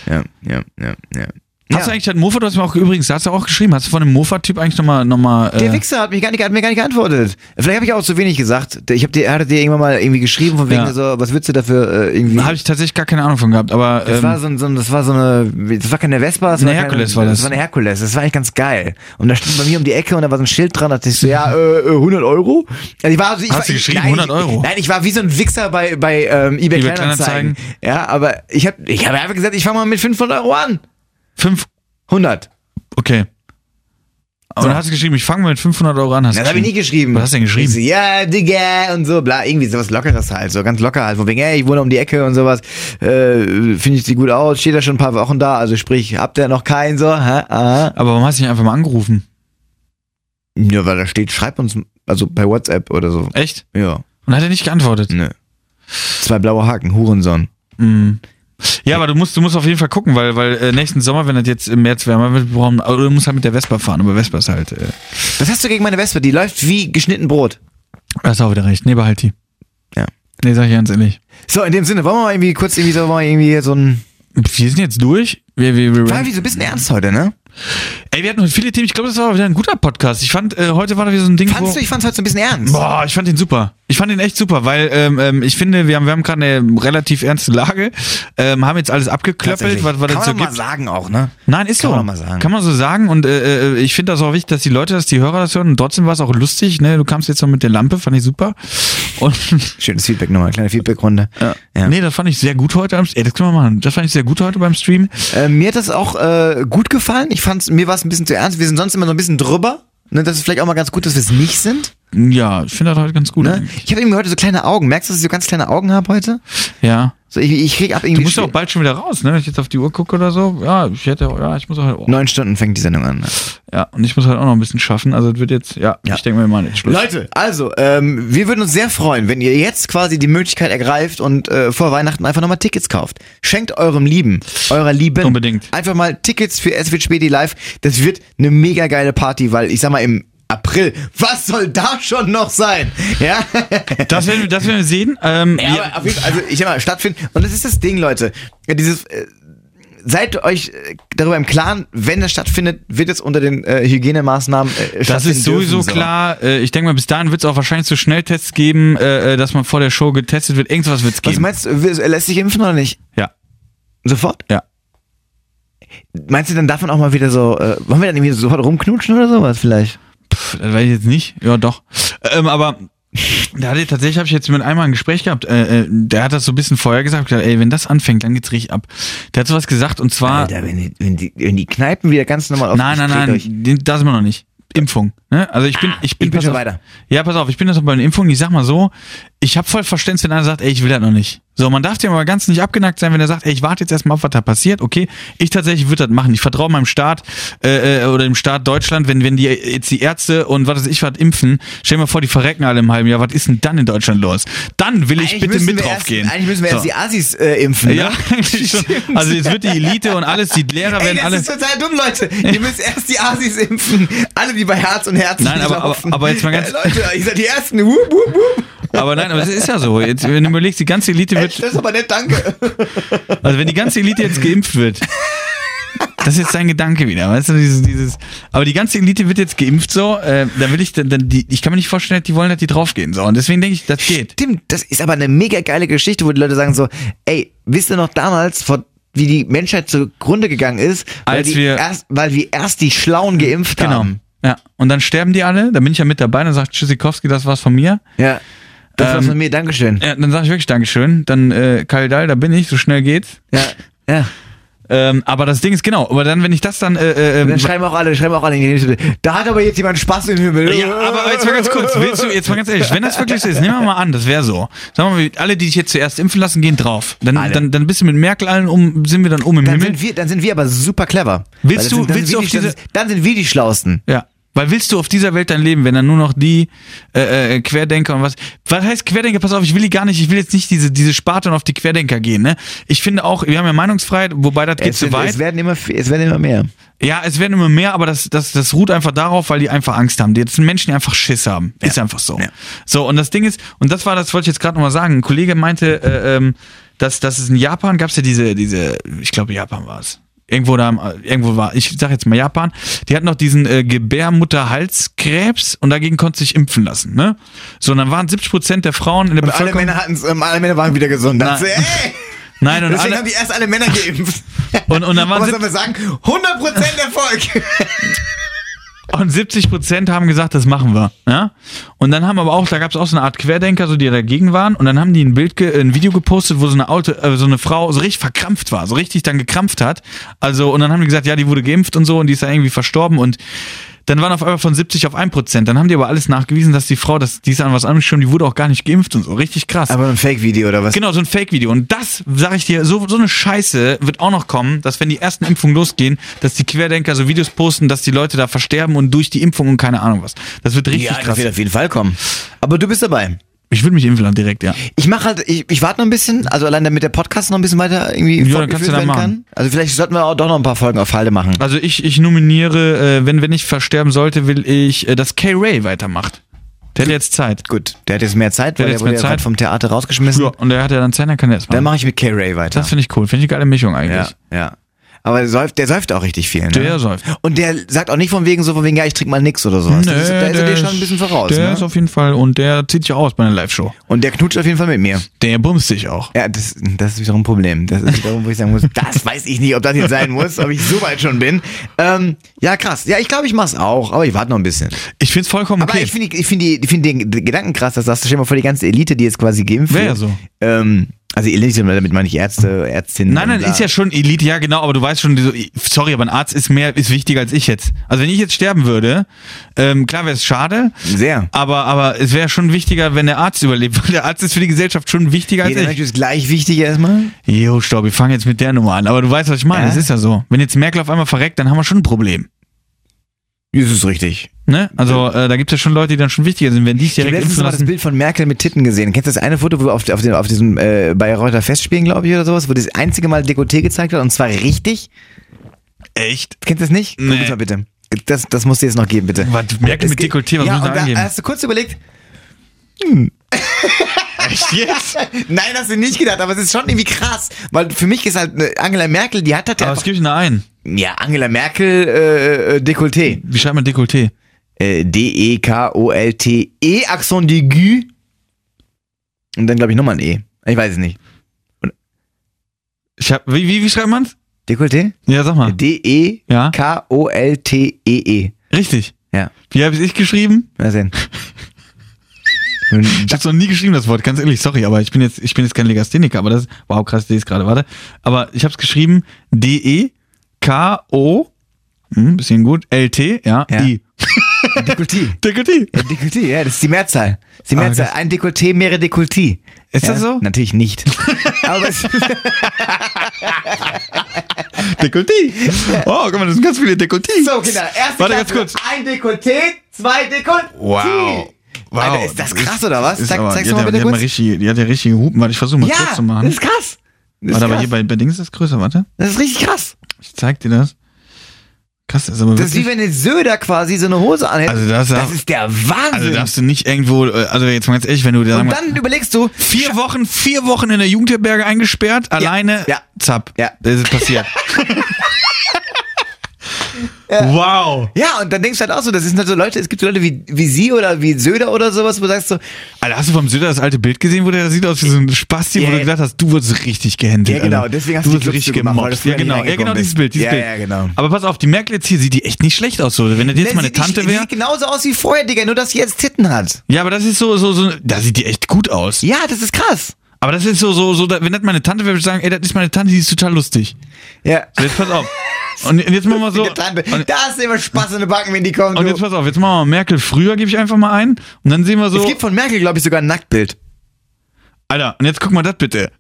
C: Ja, ja, ja, ja.
A: Hast du
C: ja.
A: eigentlich den Mofa, du hast mir auch übrigens, da hast du auch geschrieben, hast du von dem Mofa-Typ eigentlich nochmal, nochmal,
C: Der
A: äh,
C: Wichser hat, mich gar nicht, hat mir gar nicht geantwortet. Vielleicht habe ich auch zu wenig gesagt. Ich hab dir, er hatte dir irgendwann mal irgendwie geschrieben, von wegen
A: Ja.
C: so, was willst du dafür äh, irgendwie.
A: habe ich tatsächlich gar keine Ahnung von gehabt, aber,
C: Das war
A: ähm,
C: so, ein, so, ein- das war so eine, das war keine Vespa, das
A: Eine
C: war keine-
A: Herkules war das.
C: Das war eine Herkules, das war eigentlich ganz geil. Und da stand bei mir um die Ecke und da war so ein Schild dran, da dachte ich so, ja, äh, äh, 100 Euro? Also ich war, also ich
A: Hast
C: war,
A: du geschrieben,
C: nein,
A: 100 Euro?
C: Ich, nein, ich war wie so ein Wichser bei, bei ähm,
A: eBay
C: eBay, Kleinanzeigen.
A: Kleinanzeigen.
C: Ja, aber ich habe ich hab einfach gesagt, ich fange mal mit 500 Euro an.
A: fünf,
C: 100.
A: okay. Aber dann hast du geschrieben, ich fange mit 500 Euro an, hast du
C: Das habe ich nie geschrieben.
A: Was hast du denn geschrieben?
C: Ich so, ja, Digga, und so, bla, irgendwie sowas Lockeres halt, so ganz locker halt, von wegen, ey, ich wohne um die Ecke und sowas, äh, finde ich die gut aus, steht da schon ein paar Wochen da, also sprich, habt ihr noch keinen, so, hä, ah. aha.
A: Aber warum hast du nicht einfach mal angerufen?
C: Ja, weil da steht, schreib uns, also bei WhatsApp oder so.
A: Echt?
C: Ja,
A: Und hat er nicht geantwortet?
C: ne. Zwei blaue Haken, Hurensohn.
A: Ja, aber du musst, du musst auf jeden Fall gucken, weil, weil äh, nächsten Sommer, wenn das jetzt im März wärmer wird, brauchen, oder du musst halt mit der Vespa fahren, aber Vespa ist halt, äh,
C: Was hast du gegen meine Wespe? Die läuft wie geschnitten Brot.
A: hast auch wieder recht. Nee, behalt die.
C: Ja.
A: Nee, sag ich ganz ehrlich.
C: So, in dem Sinne, wollen wir mal irgendwie kurz irgendwie so, wollen wir irgendwie so ein...
A: Wir sind jetzt durch. Wir, wir, wir,
C: War irgendwie so ein bisschen ernst heute, ne?
A: Ey, wir hatten heute viele Themen. Ich glaube, das war wieder ein guter Podcast. Ich fand, äh, heute war wieder so ein Ding, wo...
C: Fandst du, ich fand's heute so ein bisschen ernst.
A: Boah, ich fand den super. Ich fand den echt super, weil ähm, ähm, ich finde, wir haben, wir haben gerade eine relativ ernste Lage, ähm, haben jetzt alles abgeklöppelt,
C: Tatsächlich.
A: was, was
C: Kann
A: es
C: man
A: so
C: doch mal
A: gibt.
C: sagen auch, ne?
A: Nein, ist
C: Kann
A: so.
C: man mal sagen.
A: Kann man so sagen. Und äh, äh, ich finde das auch wichtig, dass die Leute das, die Hörer das hören. Und trotzdem war es auch lustig. Ne? Du kamst jetzt noch mit der Lampe, fand ich super. Und
C: Schönes Feedback nochmal, kleine Feedbackrunde. Ja.
A: nee, das fand ich sehr gut heute. Am, ey, das können wir machen. Das fand ich sehr gut heute beim Stream.
C: Äh, mir hat das auch äh, gut gefallen. Ich fand's, mir war es ein bisschen zu ernst. Wir sind sonst immer so ein bisschen drüber. Ne, das ist vielleicht auch mal ganz gut, dass wir es nicht sind.
A: Ja, ich finde das heute ganz gut.
C: Ne?
A: eigentlich.
C: Ich habe irgendwie heute so kleine Augen. Merkst du, dass ich so ganz kleine Augen habe heute?
A: Ja.
C: So, ich, ich krieg ab
A: Du
C: irgendwie.
A: musst ja auch
C: Schwie-
A: bald schon wieder raus, ne? Wenn ich jetzt auf die Uhr gucke oder so. Ja, ich hätte, ja, ich muss auch halt,
C: Neun Stunden fängt die Sendung an. Ne?
A: ja, und ich muss halt auch noch ein bisschen schaffen. Also, das wird jetzt, ja,
C: Ja.
A: ich denke mir mal nicht Schluss.
C: Leute, also, ähm, wir würden uns sehr freuen, wenn ihr jetzt quasi die Möglichkeit ergreift und äh, vor Weihnachten einfach nochmal Tickets kauft. Schenkt eurem Lieben, eurer Lieben.
A: Unbedingt.
C: Einfach mal Tickets für SWD Späti Live. Das wird eine mega geile Party, weil ich sag mal im April, was soll da schon noch sein? Ja.
A: Das werden, wir- das werden wir sehen. Ähm,
C: Ja,
A: wir-
C: aber auf jeden Fall, also ich sag mal, stattfinden. Und das ist das Ding, Leute. Ja, Dieses, äh, seid euch äh, darüber im Klaren, wenn das stattfindet, wird es unter den äh, Hygienemaßnahmen äh,
A: Das
C: stattfinden
A: ist sowieso
C: dürfen, so.
A: klar. Äh, Ich denke mal, bis dahin wird es auch wahrscheinlich so Schnelltests geben, äh, äh, dass man vor der Show getestet wird. Irgendwas wird es
C: Was
A: geben.
C: meinst du, w- lässt sich impfen oder nicht?
A: ja.
C: Sofort?
A: Ja.
C: Meinst du, dann darf man auch mal wieder so, äh, wollen wir dann irgendwie sofort rumknutschen oder sowas vielleicht?
A: Pff, das weiß ich jetzt nicht. Ja, doch. Ähm, aber da hatte, tatsächlich habe ich jetzt mit einem ein Gespräch gehabt. Äh, äh, der hat das so ein bisschen vorher gesagt. Gesagt, Ey, wenn das anfängt, dann geht's richtig ab. Der hat sowas gesagt und zwar.
C: Alter, wenn die, wenn, die, wenn die Kneipen wieder ganz normal auf
A: Ah. nein, nein, nein. den- Da sind wir noch nicht. Impfung. Ne? Also ich bin, ich bin
C: Ah, ich bin
A: pass
C: schon
A: auf-
C: weiter.
A: Ja, pass auf, ich bin jetzt noch bei den Impfungen. Ich sag mal so, ich habe voll Verständnis, wenn einer sagt, ey, ich will das noch nicht. So, man darf dem aber ganz nicht abgenackt sein, wenn er sagt, ey, ich warte jetzt erstmal auf, was da passiert. Okay, ich tatsächlich würde das machen. Ich vertraue meinem Staat äh, äh, oder dem Staat Deutschland, wenn, wenn die äh, jetzt die Ärzte und was weiß ich was impfen, stell dir mal vor, die verrecken alle im halben Jahr. Was ist denn dann in Deutschland los? Dann will ich bitte mit drauf gehen.
C: Eigentlich müssen wir
A: so.
C: erst die Assis äh, impfen.
A: ja,
C: ne?
A: eigentlich schon. Also jetzt wird die Elite und alles, die Lehrer
C: Ey,
A: werden
C: das
A: alle.
C: ist total dumm, Leute. Ihr müsst erst die Asis impfen. Alle, die bei Herz und Herz
A: Nein, aber-
C: laufen.
A: aber- aber jetzt mal ganz-
C: Äh, Leute, ihr seid die Ersten. Wup, wup, wup.
A: Aber nein, aber es ist ja so. Jetzt, wenn du überlegst, die ganze Elite wird.
C: Das ist aber nett, danke.
A: Also wenn die ganze Elite jetzt geimpft wird. Das ist jetzt dein Gedanke wieder, weißt du, dieses, dieses, aber die ganze Elite wird jetzt geimpft so, äh, dann will ich, dann, dann die, ich kann mir nicht vorstellen, dass die wollen, dass die draufgehen, so, und deswegen denke ich, das geht.
C: Stimmt, das ist aber eine mega geile Geschichte, wo die Leute sagen so, ey, wisst ihr noch damals, vor, wie die Menschheit zugrunde gegangen ist, weil,
A: Als
C: die
A: wir-
C: erst, weil wir erst die Schlauen geimpft
A: Genau.
C: haben.
A: Ja, und dann sterben die alle, dann bin ich ja mit dabei, dann sagt Tschüssikowski, das war's von mir.
C: Ja. Das war's
A: Ähm,
C: von mir, Dankeschön.
A: Ja, dann sage ich wirklich Dankeschön, dann, äh, Kaldal, da bin ich, so schnell geht's.
C: Ja. ja.
A: Ähm, aber das Ding ist genau, aber dann, wenn ich das dann, äh, äh,
C: Dann
A: ähm,
C: schreiben auch alle, schreiben auch alle in die Liste. Da hat aber jetzt jemand Spaß im Himmel.
A: Ja, aber jetzt mal ganz kurz, willst du, jetzt mal ganz ehrlich, wenn das wirklich so ist, nehmen wir mal an, das wäre so. Sagen wir mal, alle, die dich jetzt zuerst impfen lassen, gehen drauf. Dann,
C: Alle.
A: dann, dann bist du mit Merkel allen um, sind wir dann um im
C: Dann
A: Himmel.
C: sind, wir, dann sind wir aber super clever.
A: Willst
C: Weil das
A: du-
C: sind, dann
A: willst
C: sind
A: du
C: wir
A: auf
C: die- dann
A: diese-
C: sind- Dann sind wir die Schlausten.
A: ja. Weil willst du auf dieser Welt dein Leben, wenn dann nur noch die äh, äh, Querdenker und was. Was heißt Querdenker? Pass auf, ich will die gar nicht, ich will jetzt nicht diese, diese Sparte und auf die Querdenker gehen, ne? Ich finde auch, wir haben ja Meinungsfreiheit, wobei das geht
C: Es,
A: zu
C: sind-
A: weit.
C: es, werden immer, es werden immer mehr.
A: Ja, es werden immer mehr, aber das, das, das ruht einfach darauf, weil die einfach Angst haben. Die jetzt Menschen, die einfach Schiss haben. Ist einfach so.
C: Ja.
A: So, und das Ding ist, und das war, das wollte ich jetzt gerade nochmal sagen. Ein Kollege meinte, äh, ähm, dass, dass es in Japan gab's ja diese, diese, ich glaube Japan war's. Irgendwo da, im- äh, irgendwo war, ich sag jetzt mal Japan, die hatten noch diesen äh, Gebärmutterhalskrebs und dagegen konnte sich impfen lassen, ne? So, und dann waren 70 Prozent der Frauen in der
C: Alle
A: Bevölkerung.
C: Männer, hatten's, ähm, alle Männer waren wieder gesund. Das,
A: Nein.
C: ey,
A: Nein, und
C: deswegen
A: alle,
C: haben die erst alle Männer geimpft.
A: Und- und dann waren
C: Aber
A: sie-
C: was soll man sagen? 100% Erfolg.
A: Und 70 Prozent haben gesagt, das machen wir. Ja? Und dann haben aber auch, da gab es auch so eine Art Querdenker, so die dagegen waren. Und dann haben die ein Bild, ge äh, ein Video gepostet, wo so eine alte, äh, so eine Frau so richtig verkrampft war, so richtig dann gekrampft hat. Also und dann haben die gesagt, ja, die wurde geimpft und so und die ist dann irgendwie verstorben und dann waren auf einmal von 70 auf 1 Prozent. Dann haben die aber alles nachgewiesen, dass die Frau, dass die ist an was anderem schon, die wurde auch gar nicht geimpft und so. Richtig krass.
C: ein Fake-Video oder was?
A: Genau, so ein Fake-Video. Und das, sag ich dir, so, so eine Scheiße wird auch noch kommen, dass wenn die ersten Impfungen losgehen, dass die Querdenker so Videos posten, dass die Leute da versterben und durch die Impfung und keine Ahnung was. Das wird richtig
C: Ja, das
A: krass.
C: wird auf jeden Fall kommen. Aber du bist dabei.
A: Ich würde mich impfen lassen direkt, ja.
C: Ich mache halt, ich, ich warte noch ein bisschen, also allein damit der Podcast noch ein bisschen weiter irgendwie
A: Ja, dann kannst du
C: fortgeführt
A: dann
C: werden
A: machen.
C: kann. Also vielleicht sollten wir auch doch noch ein paar Folgen auf Halde machen.
A: Also ich, ich nominiere, äh, wenn, wenn ich versterben sollte, will ich, äh, dass Kay Ray weitermacht. Der hat jetzt Zeit.
C: Gut, der hat jetzt mehr Zeit,
A: Der hat
C: weil der
A: jetzt
C: wurde
A: mehr
C: ja
A: Zeit.
C: gerade vom Theater rausgeschmissen.
A: Ja, und der hat ja dann Zeit, dann kann er es
C: Dann
A: machen.
C: mache ich mit K-Ray weiter.
A: Das finde ich cool. Finde ich eine geile Mischung
C: ja,
A: eigentlich.
C: ja. Aber der säuft, der säuft auch richtig viel. Ne?
A: Der säuft.
C: Und der sagt auch nicht von wegen so, von wegen, ja, ich trinke mal nix oder sowas. das ist, da ist er dir schon ein bisschen voraus.
A: Der
C: ne?
A: ist auf jeden Fall, und der zieht sich auch aus bei einer Live-Show.
C: Und der knutscht auf jeden Fall mit mir.
A: Der bumst sich auch.
C: Ja, das, das ist wiederum ein Problem. Das ist wiederum, wo ich sagen muss, das weiß ich nicht, ob das jetzt sein muss, ob ich so weit schon bin. Ähm, ja, krass. Ja, ich glaube, ich mach's auch, aber ich warte noch ein bisschen.
A: Ich finde es vollkommen
C: Aber
A: okay.
C: ich finde ich find die, ich find den Gedanken krass, dass das stell dir mal vor, die ganze Elite, die jetzt quasi geimpft
A: Wär ja
C: wird.
A: so.
C: Ähm, also Elite, damit meine ich Ärzte, Ärztinnen.
A: Nein, nein,
C: und bla.
A: ist ja schon Elite, ja genau, aber du weißt schon, so, sorry, aber ein Arzt ist mehr, ist wichtiger als ich jetzt. Also wenn ich jetzt sterben würde, ähm, klar wäre es schade,
C: Sehr.
A: aber, aber es wäre schon wichtiger, wenn der Arzt überlebt, weil der Arzt ist für die Gesellschaft schon wichtiger als
C: Jeder Mensch
A: ich.
C: ist gleich wichtig erstmal.
A: Jo, Staub, wir fangen jetzt mit der Nummer an, aber du weißt, was ich meine,
C: Ja.
A: es ist ja so. Wenn jetzt Merkel auf einmal verreckt, dann haben wir schon ein Problem.
C: Das ist richtig.
A: Ne? Also äh, da gibt es ja schon Leute, die dann schon wichtiger sind, wenn die es
C: Ich habe
A: direkt
C: letztens
A: impfen
C: mal das
A: lassen.
C: Bild von Merkel mit Titten gesehen. Kennst du das eine Foto, wo wir auf, auf, dem, auf diesem äh, Bayreuther Festspielen, glaube ich, oder sowas, wo das einzige Mal Dekolleté gezeigt wird und zwar richtig?
A: Echt?
C: Kennst du das nicht?
A: Nee.
C: Guck mal bitte. Das, das musst du jetzt noch geben, bitte.
A: Was, Merkel
C: Es
A: mit
C: geht-
A: Dekolleté, was
C: ja,
A: muss man
C: und da
A: angeben?
C: Hast du kurz überlegt?
A: Echt jetzt?
C: Nein, hast du nicht gedacht, aber es ist schon irgendwie krass. Weil für mich ist halt ne, Angela Merkel, die hat halt
A: Aber
C: ja
A: was
C: einfach,
A: gebe ich denn da ein?
C: Ja, Angela Merkel äh, äh, Dekolleté.
A: Wie schreibt man Dekolleté?
C: Äh, D-E-K-O-L-T-E, E, Accent d'aigu. Und dann glaube ich nochmal ein E. Ich weiß es nicht.
A: Ich hab, wie, wie, wie schreibt man's?
C: Dekolleté?
A: Ah.
C: E
A: Ja, sag mal. Ja.
C: D-E-K-O-L-T-E-E.
A: Richtig.
C: E Ja,
A: Wie habe ich geschrieben?
C: mal sehen. Nun,
A: Ich hab's noch nie geschrieben, das Wort, ganz ehrlich, sorry, aber ich bin jetzt, ich bin jetzt kein Legastheniker, aber das, wow, krass, ich lese gerade, warte. Aber ich hab's geschrieben, D-E-K-O, hm, bisschen gut, L-T, ja,
C: Ja.
A: I.
C: Dekolleté.
A: Dekolleté.
C: Ja, Äh, Dekolleté, ja, das ist die Mehrzahl. Das ist die
A: Ah,
C: Mehrzahl.
A: krass.
C: Ein Dekolleté, mehrere Dekolleté.
A: Ist
C: ja?
A: das so?
C: Natürlich nicht. Aber es,
A: Dekolleté. Oh, guck mal, das sind ganz viele Dekolletés.
C: so, Kinder, erste
A: Warte ganz
C: Klasse,
A: kurz.
C: Ein Dekolleté, zwei Dekolleté.
A: Wow. Wow.
C: Alter, ist das krass, oder was?
A: Ist
C: Zeig-
A: aber,
C: zeig's
A: die
C: doch
A: hat
C: mal
A: ja- die
C: bitte
A: hat mal
C: kurz.
A: richtig, die hat ja richtig Hupen, warte, ich versuche mal
C: Ja,
A: kurz zu
C: das
A: machen.
C: ist krass. Das ist,
A: warte, aber
C: krass.
A: hier bei, bei Dings ist das größer, warte.
C: das ist richtig krass.
A: Ich zeig dir das. Krass, das ist aber
C: Das ist wie
A: wirklich-
C: wenn jetzt Söder quasi so eine Hose anhält.
A: Also das ist auch-
C: ist der
A: Also
C: Wahnsinn.
A: darfst du nicht irgendwo, äh, also jetzt mal ganz ehrlich, wenn du dir sagen
C: Und
A: wir-
C: dann überlegst du,
A: Vier Wochen, vier Wochen in der Jugendherberge eingesperrt, alleine.
C: ja.
A: Zapp.
C: Ja.
A: Das ist passiert. Wow.
C: ja, und dann denkst du halt auch so, das sind halt so Leute, es gibt so Leute wie, wie sie oder wie Söder oder sowas, wo du sagst so,
A: Alter, hast du vom Söder das alte Bild gesehen, wo der sieht aus wie so ein Spasti, wo
C: Ja,
A: du
C: ja.
A: gedacht hast, du wurdest richtig gehändelt.
C: Ja, genau,
A: Alter.
C: deswegen hast
A: du
C: du die
A: wurdest richtig
C: Clubs zugemacht, weil
A: gemobbt.
C: du früher
A: Ja,
C: nicht
A: genau, ja, genau
C: reingekommen
A: dieses
C: bist.
A: Bild, dieses
C: Ja,
A: Bild.
C: ja, genau.
A: Aber pass auf, die Merkel jetzt hier sieht die echt nicht schlecht aus, so. Wenn das jetzt
C: der
A: meine
C: sieht nicht-
A: Tante
C: die
A: wäre.
C: sieht genauso aus wie vorher, Digga, nur dass sie jetzt Titten hat.
A: Ja, aber das ist so, so, so, da sieht die echt gut aus.
C: Ja, das ist krass.
A: Aber das ist so, so, so, da- wenn das meine Tante wäre, würde ich sagen, ey, das ist meine Tante, die ist total lustig.
C: Ja.
A: So, jetzt pass auf. Und jetzt machen wir so. und-
C: da ist immer Spaß in den Backen, wenn die kommen.
A: Und
C: du.
A: jetzt pass auf, jetzt machen wir Merkel früher, gebe ich einfach mal ein. Und dann sehen wir
C: es
A: so.
C: gibt von Merkel, glaube ich, sogar ein Nacktbild.
A: Alter, und jetzt guck mal das bitte.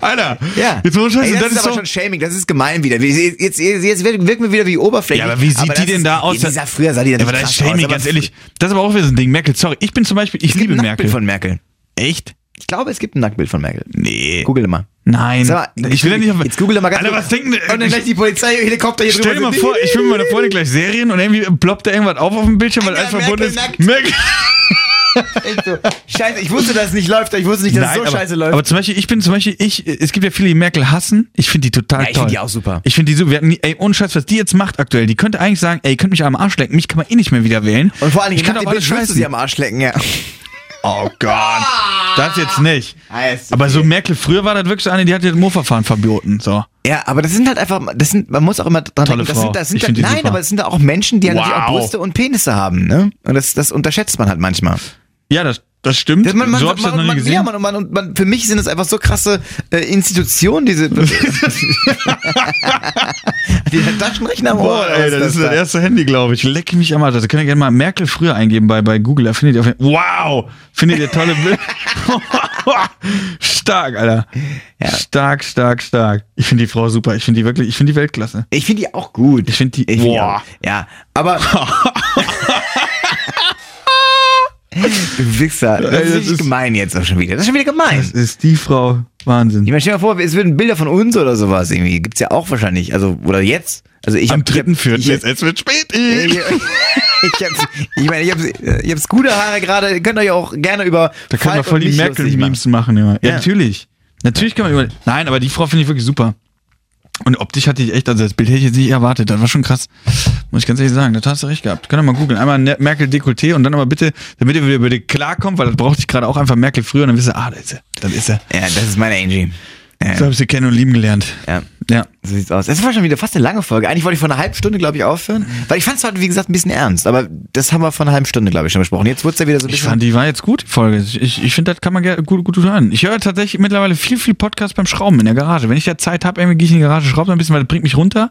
A: Alter,
C: Ja.
A: jetzt muss
C: Ey,
A: ich
C: das,
A: das
C: ist, aber
A: so,
C: schon Shaming, das ist gemein wieder. Wir- Jetzt, jetzt, jetzt wirken wir wieder wie oberflächlich.
A: Ja, aber wie sieht die
C: das
A: denn
C: ist-
A: da aus?
C: Die sah früher sah die dann
A: Ja, aber das
C: krass
A: ist Shaming,
C: aus, aber
A: ganz ehrlich. Das ist aber auch wieder so ein Ding. Merkel, sorry. Ich bin zum Beispiel, ich
C: Es gibt
A: liebe
C: ein
A: Merkel.
C: Nacktbild von Merkel.
A: Echt?
C: Ich glaube, es gibt ein Nacktbild von Merkel.
A: Nee.
C: Google mal.
A: Nein.
C: Sag mal,
A: ich will ja nicht auf.
C: Jetzt google mal ganz
A: Alter,
C: kurz.
A: was denken
C: Und dann gleich die Polizei, Helikopter hier
A: Stell dir
C: drüber.
A: mal
C: so-
A: vor, ich will mit meiner Freundin gleich Serien und irgendwie ploppt da irgendwas auf auf dem Bildschirm, weil
C: Alter,
A: alles verbunden ist.
C: Merkel
A: Merkel.
C: Echt so. Scheiße, ich wusste, dass es nicht läuft. Ich wusste nicht, dass es so
A: aber,
C: scheiße läuft.
A: aber zum Beispiel, ich bin zum Beispiel, ich, es gibt ja viele, die Merkel hassen. Ich finde die total
C: Ja, ich
A: toll.
C: finde die auch super.
A: Ich finde die super. Wir hatten, nie- ey, ohne Scheiß, was die jetzt macht aktuell, die könnte eigentlich sagen, ey, ihr könnt mich am Arsch lecken, mich kann man eh nicht mehr wieder wählen.
C: und vor allen
A: ich
C: Dingen,
A: kann
C: nach
A: auch
C: dem
A: alles
C: Bild würdest du
A: scheißen.
C: sie am Arsch lecken, ja.
A: Oh Gott. Das jetzt nicht.
C: Ah, ist zu
A: Aber so Merkel, früher war das wirklich so eine, die hat das Mo-Verfahren verboten. So.
C: Ja, aber das sind halt einfach, das sind, man muss auch immer dran
A: Tolle
C: denken, das
A: Frau.
C: sind, das
A: Ich
C: sind,
A: find die
C: nein,
A: super.
C: aber es sind da auch Menschen, die halt natürlich auch
A: Wow.
C: Brüste und Penisse haben, ne? Und das, das unterschätzt man halt manchmal.
A: Ja, das, das stimmt.
C: Das- Man, man,
A: so hab ich das
C: man,
A: noch nie
C: man,
A: gesehen.
C: Ja, man, man, und man, für mich sind das einfach so krasse äh, Institutionen, diese. die hat halt Taschenrechner am Ohr.
A: Boah,
C: oder
A: ey,
C: was
A: das, ist
C: da?
A: das erste Handy, glaube ich. Leck mich am Arsch. Also könnt ihr gerne mal Merkel früher eingeben bei, bei Google. Da findet ihr auf Wow! Findet ihr tolle Bilder. stark, Alter. Stark, stark, stark. Ich finde die Frau super. Ich finde die wirklich, ich finde die Weltklasse.
C: Ich finde die auch gut.
A: Ich finde die,
C: Ich find die
A: boah.
C: auch- Ja, aber. du Wichser. Das
A: Ey, das
C: ist, richtig
A: ist-
C: gemein jetzt auch schon wieder. Das ist schon wieder gemein.
A: Das ist die Frau.
C: Ich
A: Wahnsinn.
C: meine, stell dir mal vor, es würden Bilder von uns oder sowas irgendwie. Gibt's ja auch wahrscheinlich. Also, oder jetzt. Also ich
A: Am
C: hab- ich hab-
A: dritten, vierten.
C: ich-
A: Jetzt, jetzt wird spät.
C: Ich, ich, hab's, ich meine, ich hab's, ich hab's gute Haare gerade. Ihr könnt euch auch gerne über.
A: Da können wir
C: Falk
A: voll
C: und
A: die
C: mich lustig
A: Merkel-Memes
C: machen.
A: machen. Ja. Ja,
C: Ja.
A: natürlich. Natürlich kann man über. Nein, aber die Frau finde ich wirklich super. Und optisch hatte ich echt, also das Bild hätte ich jetzt nicht erwartet. Das war schon krass. Muss ich ganz ehrlich sagen, da hast du recht gehabt. Könnt ihr mal googeln. Einmal Ne- Merkel Dekolleté und dann aber bitte, damit ihr wieder über die klarkommt, weil das brauchte ich gerade auch einfach Merkel früher und dann wisst ihr, ah, da ist er. Dann ist er.
C: Ja, das ist meine Angie. Ja.
A: So habe ich sie kennen und lieben gelernt.
C: Ja.
A: Ja.
C: So sieht's aus. Das war schon wieder fast eine lange Folge. Eigentlich wollte ich vor einer halben Stunde, glaube ich, aufhören. Weil ich fand's heute, wie gesagt, ein bisschen ernst. Aber das haben wir vor einer halben Stunde, glaube ich, schon besprochen. Jetzt wird's ja wieder so ein
A: Ich
C: bisschen.
A: fand, die war jetzt gut, die Folge. Ich, ich finde, das kann man ger- gut, gut hören. Ich höre tatsächlich mittlerweile viel, viel Podcast beim Schrauben in der Garage. Wenn ich da Zeit habe, irgendwie gehe ich in die Garage, schraube noch ein bisschen, weil das bringt mich runter.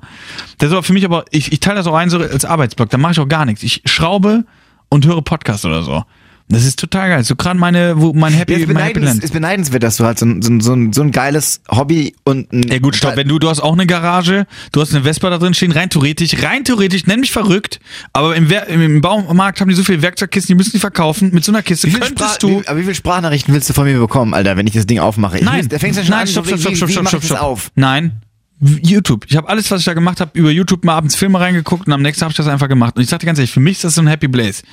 A: Das ist aber für mich aber, ich, ich teile das auch ein so als Arbeitsblock. Da mache ich auch gar nichts. Ich schraube und höre Podcast oder so. Das ist total geil. So gerade meine, wo mein
C: Ja,
A: Happy,
C: es
A: mein Happy
C: beneidens,
A: Land.
C: ist beneidenswert, dass du halt so ein, so ein, so ein, so ein geiles Hobby und ein.
A: Ja gut, stopp, wenn du, du hast auch eine Garage, du hast eine Vespa da drin stehen, rein theoretisch, rein theoretisch, nenn mich verrückt, aber im, Wer im Baumarkt haben die so viele Werkzeugkisten, die müssen die verkaufen, mit so einer Kiste
C: Wie viel
A: könntest
C: Sprach-
A: du...
C: Wie, aber wie viele Sprachnachrichten willst du von mir bekommen, Alter, wenn ich das Ding aufmache? Ich
A: Nein,
C: muss- da fängst du schon
A: nein,
C: an,
A: stopp,
C: so,
A: stopp,
C: wie-
A: stopp,
C: wie,
A: stopp,
C: wie
A: stopp,
C: mach
A: stopp,
C: ich das auf?
A: Nein. YouTube. Ich habe alles, was ich da gemacht habe, über YouTube mal abends Filme reingeguckt und am nächsten habe ich das einfach gemacht. Und ich sagte ganz ehrlich, für mich ist das so ein Happy Blaze.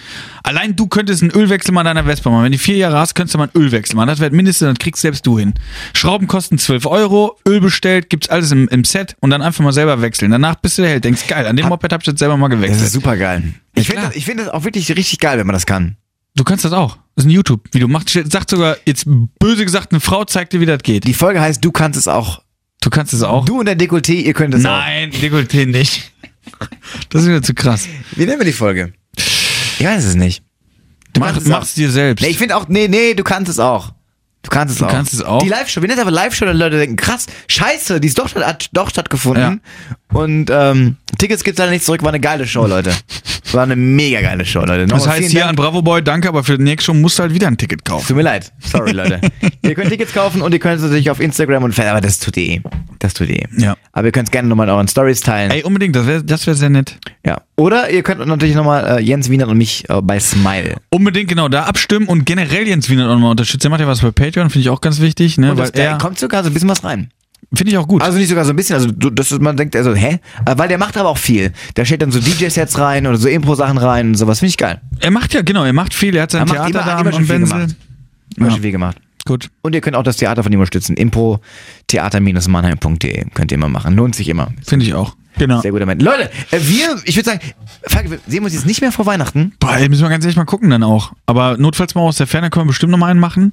A: Allein du könntest einen Ölwechsel mal an deiner Vespa machen. Wenn du vier Jahre hast, könntest du mal einen Ölwechsel machen. Das wäre mindestens, dann kriegst selbst du hin. Schrauben kosten 12 Euro, Öl bestellt, gibt's alles im, im Set und dann einfach mal selber wechseln. Danach bist du der Held, denkst, geil, an dem Moped habe ich jetzt selber mal
C: Das ist
A: gewechselt.
C: super geil. Ich finde
A: klar.
C: das, ich find das auch wirklich richtig geil, wenn man das kann.
A: Du kannst das auch. Das ist ein YouTube-Video. Macht- Sagt sogar, jetzt böse gesagt, eine Frau zeigt dir, wie das geht.
C: Die Folge heißt, du kannst es auch.
A: Du kannst es auch.
C: Du und der Dekolleté, ihr könnt es auch.
A: Nein, Dekolleté nicht. Das ist wieder zu krass.
C: Wie nennen wir die Folge? Ich weiß es nicht.
A: Du
C: kannst
A: mach,
C: es
A: mach's
C: auch.
A: dir selbst.
C: Nee, ich finde auch, nee, nee, du kannst es auch. Du kannst es auch.
A: kannst es auch?
C: Die Live-Show, wir nennen es aber Live-Show, dann Leute denken, krass, scheiße, die ist doch, hat doch stattgefunden. Und ähm, Tickets gibt's leider nicht zurück, war eine geile Show, Leute. War eine mega geile Show, Leute.
A: das
C: Nochmal
A: heißt
C: Oh, vielen
A: hier
C: Dank.
A: an Bravo Boy, danke, aber für die nächste Show musst du halt wieder ein Ticket kaufen.
C: Tut mir leid. Sorry, Leute. ihr könnt Tickets kaufen und ihr könnt es natürlich auf Instagram und Fan, aber das tut ihr eh. Das tut ihr eh.
A: Ja.
C: Aber ihr könnt es gerne nochmal in euren Stories teilen.
A: Ey, unbedingt, das wäre das wär sehr nett.
C: Ja. Oder ihr könnt natürlich nochmal äh, Jens Wienert und mich äh, bei Smile.
A: Unbedingt genau da abstimmen und generell Jens Wiener auch nochmal unterstützen. Er macht ja was bei Patreon, finde ich auch ganz wichtig. Ne?
C: Und
A: Weil
C: das, da
A: er,
C: kommt sogar so ein bisschen was rein.
A: finde ich auch gut.
C: Also nicht sogar so ein bisschen, also du, das ist, man denkt, also, hä? Äh, Weil der macht aber auch viel. Da steht dann so DJ-Sets rein oder so Impro-Sachen rein und sowas. Finde ich geil.
A: er macht ja, genau, er macht viel. Er hat sein
C: Er macht
A: Theater
C: immer-
A: da
C: hat immer
A: am
C: schon viel
A: Bensel.
C: gemacht. Hab
A: Ja.
C: schon viel gemacht.
A: Gut.
C: Und ihr könnt auch das Theater von ihm unterstützen. Impro-theater-mannheim.de könnt ihr immer machen. Lohnt sich immer.
A: Finde ich auch. Genau.
C: Sehr guter Mensch. Leute, äh, wir, ich würde sagen, Falk, wir sehen uns jetzt nicht mehr vor Weihnachten.
A: Boah, ey, müssen wir ganz ehrlich mal gucken dann auch. Aber notfalls mal aus der Ferne können wir bestimmt nochmal einen machen.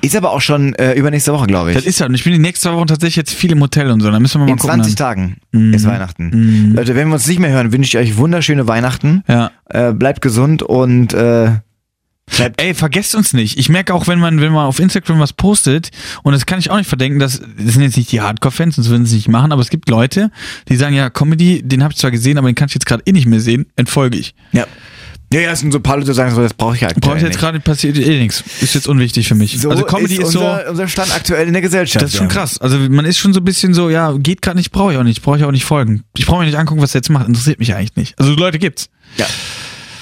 C: Ist aber auch schon äh, übernächste Woche, glaube ich.
A: Das ist ja, und ich bin die nächsten zwei Wochen tatsächlich jetzt viel im Hotel und so. Da müssen wir mal
C: in
A: gucken. ne? Mhm.
C: 20
A: dann.
C: Tagen ist Weihnachten. Leute, wenn wir uns nicht mehr hören, wünsche ich euch wunderschöne Weihnachten.
A: Ja.
C: Äh, bleibt gesund und äh,
A: Ey, vergesst uns nicht. Ich merke auch, wenn man, wenn man auf Instagram was postet, und das kann ich auch nicht verdenken, dass, das sind jetzt nicht die Hardcore-Fans, sonst würden sie es nicht machen, aber es gibt Leute, die sagen, ja, Comedy, den habe ich zwar gesehen, aber den kann ich jetzt gerade eh nicht mehr sehen, entfolge ich.
C: ja. Ja, ja, es sind so ein paar Leute, die sagen so, das brauche ich halt
A: Brauche ich jetzt gerade, passiert eh nichts. Ist jetzt unwichtig für mich. also Comedy ist,
C: unser,
A: so,
C: unser Stand aktuell in der Gesellschaft.
A: das ist schon
C: ja.
A: krass. Also man ist schon so ein bisschen so, ja, geht gerade nicht, brauche ich auch nicht, brauche ich auch nicht folgen. Ich brauche mir nicht angucken, was der jetzt macht, interessiert mich eigentlich nicht. Also Leute gibt's.
C: Ja.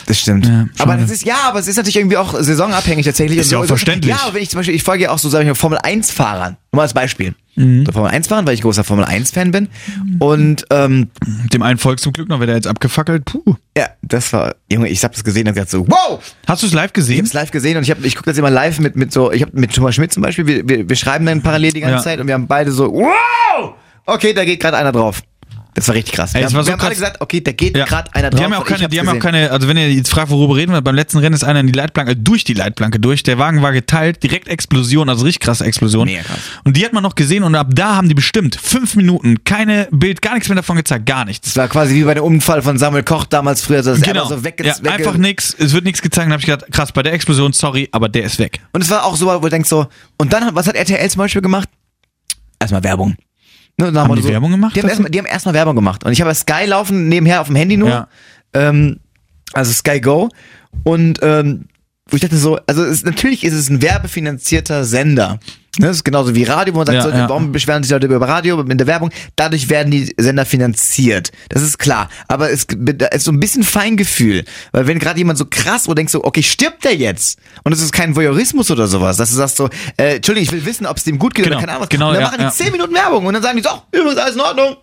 C: Das stimmt.
A: Ja,
C: aber
A: schade.
C: das ist, ja, aber es ist natürlich irgendwie auch saisonabhängig tatsächlich.
A: Ist ja
C: Und
A: auch
C: so-
A: verständlich.
C: Ja, aber wenn ich zum Beispiel, ich folge ja auch so, sag ich mal, Formel 1-Fahrern. Nur mal als Beispiel.
A: Mhm.
C: So Formel 1-Fahrern, weil ich großer Formel 1-Fan bin. Und, ähm,
A: Dem einen folgt zum Glück noch, wird er jetzt abgefackelt. Puh.
C: ja, das war, Junge, ich hab das gesehen und gesagt so, wow!
A: Hast du es live
C: Ich
A: gesehen?
C: hab's live gesehen und ich, hab- ich gucke das immer live mit, mit so, ich hab mit Thomas Schmidt zum Beispiel, wir, wir, wir schreiben dann parallel die ganze
A: Ja.
C: Zeit und wir haben beide so, wow! Okay, da geht gerade einer drauf. Das war richtig krass.
A: Ey,
C: wir
A: das
C: haben,
A: war so
C: wir haben alle
A: krass.
C: gesagt, okay, da geht gerade einer drauf.
A: Die haben ja auch
C: und ich
A: keine,
C: hab's
A: die haben ja auch
C: gesehen.
A: keine, also wenn ihr jetzt fragt, worüber reden wir, beim letzten Rennen ist einer in die Leitplanke, äh, durch die Leitplanke durch, der Wagen war geteilt, direkt Explosion, also richtig krasse Explosion.
C: Mega krass.
A: Und die hat man noch gesehen und ab da haben die bestimmt fünf Minuten, keine Bild, gar nichts mehr davon gezeigt, gar nichts.
C: Es war quasi wie bei dem Unfall von Samuel Koch damals früher, so, dass er
A: Genau.
C: einfach so wegge-
A: ja,
C: wegge-
A: einfach nix, es wird nichts gezeigt. Dann habe ich gedacht, krass, bei der Explosion, sorry, aber der ist weg.
C: Und es war auch so, wo du denkst so, und dann, hat- was hat RTL zum Beispiel gemacht? Erstmal Werbung. Ne, und dann
A: Haben
C: wir
A: die Werbung gemacht
C: Die haben,
A: dafür?
C: erstmal, die haben erstmal Werbung gemacht. Und ich habe Sky laufen nebenher auf dem Handy nur.
A: Ja.
C: Ähm, also Sky Go. Und ähm, wo ich dachte so, also es, natürlich ist es ein werbefinanzierter Sender. Ne, das ist genauso wie Radio, wo man sagt,
A: Ja,
C: so,
A: ja.
C: warum beschweren sich Leute über Radio in der Werbung? Dadurch werden die Sender finanziert. Das ist klar. Aber es g- da ist so ein bisschen Feingefühl. Weil wenn gerade jemand so krass, wo du denkst so, okay, stirbt der jetzt? Und es ist kein Voyeurismus oder sowas, dass du sagst so, äh, Entschuldigung, ich will wissen, ob es dem gut geht
A: Genau,
C: oder keine Ahnung was.
A: genau,
C: und dann
A: ja,
C: machen die
A: ja.
C: 10 Minuten Werbung und dann sagen die so, oh, übrigens alles in Ordnung.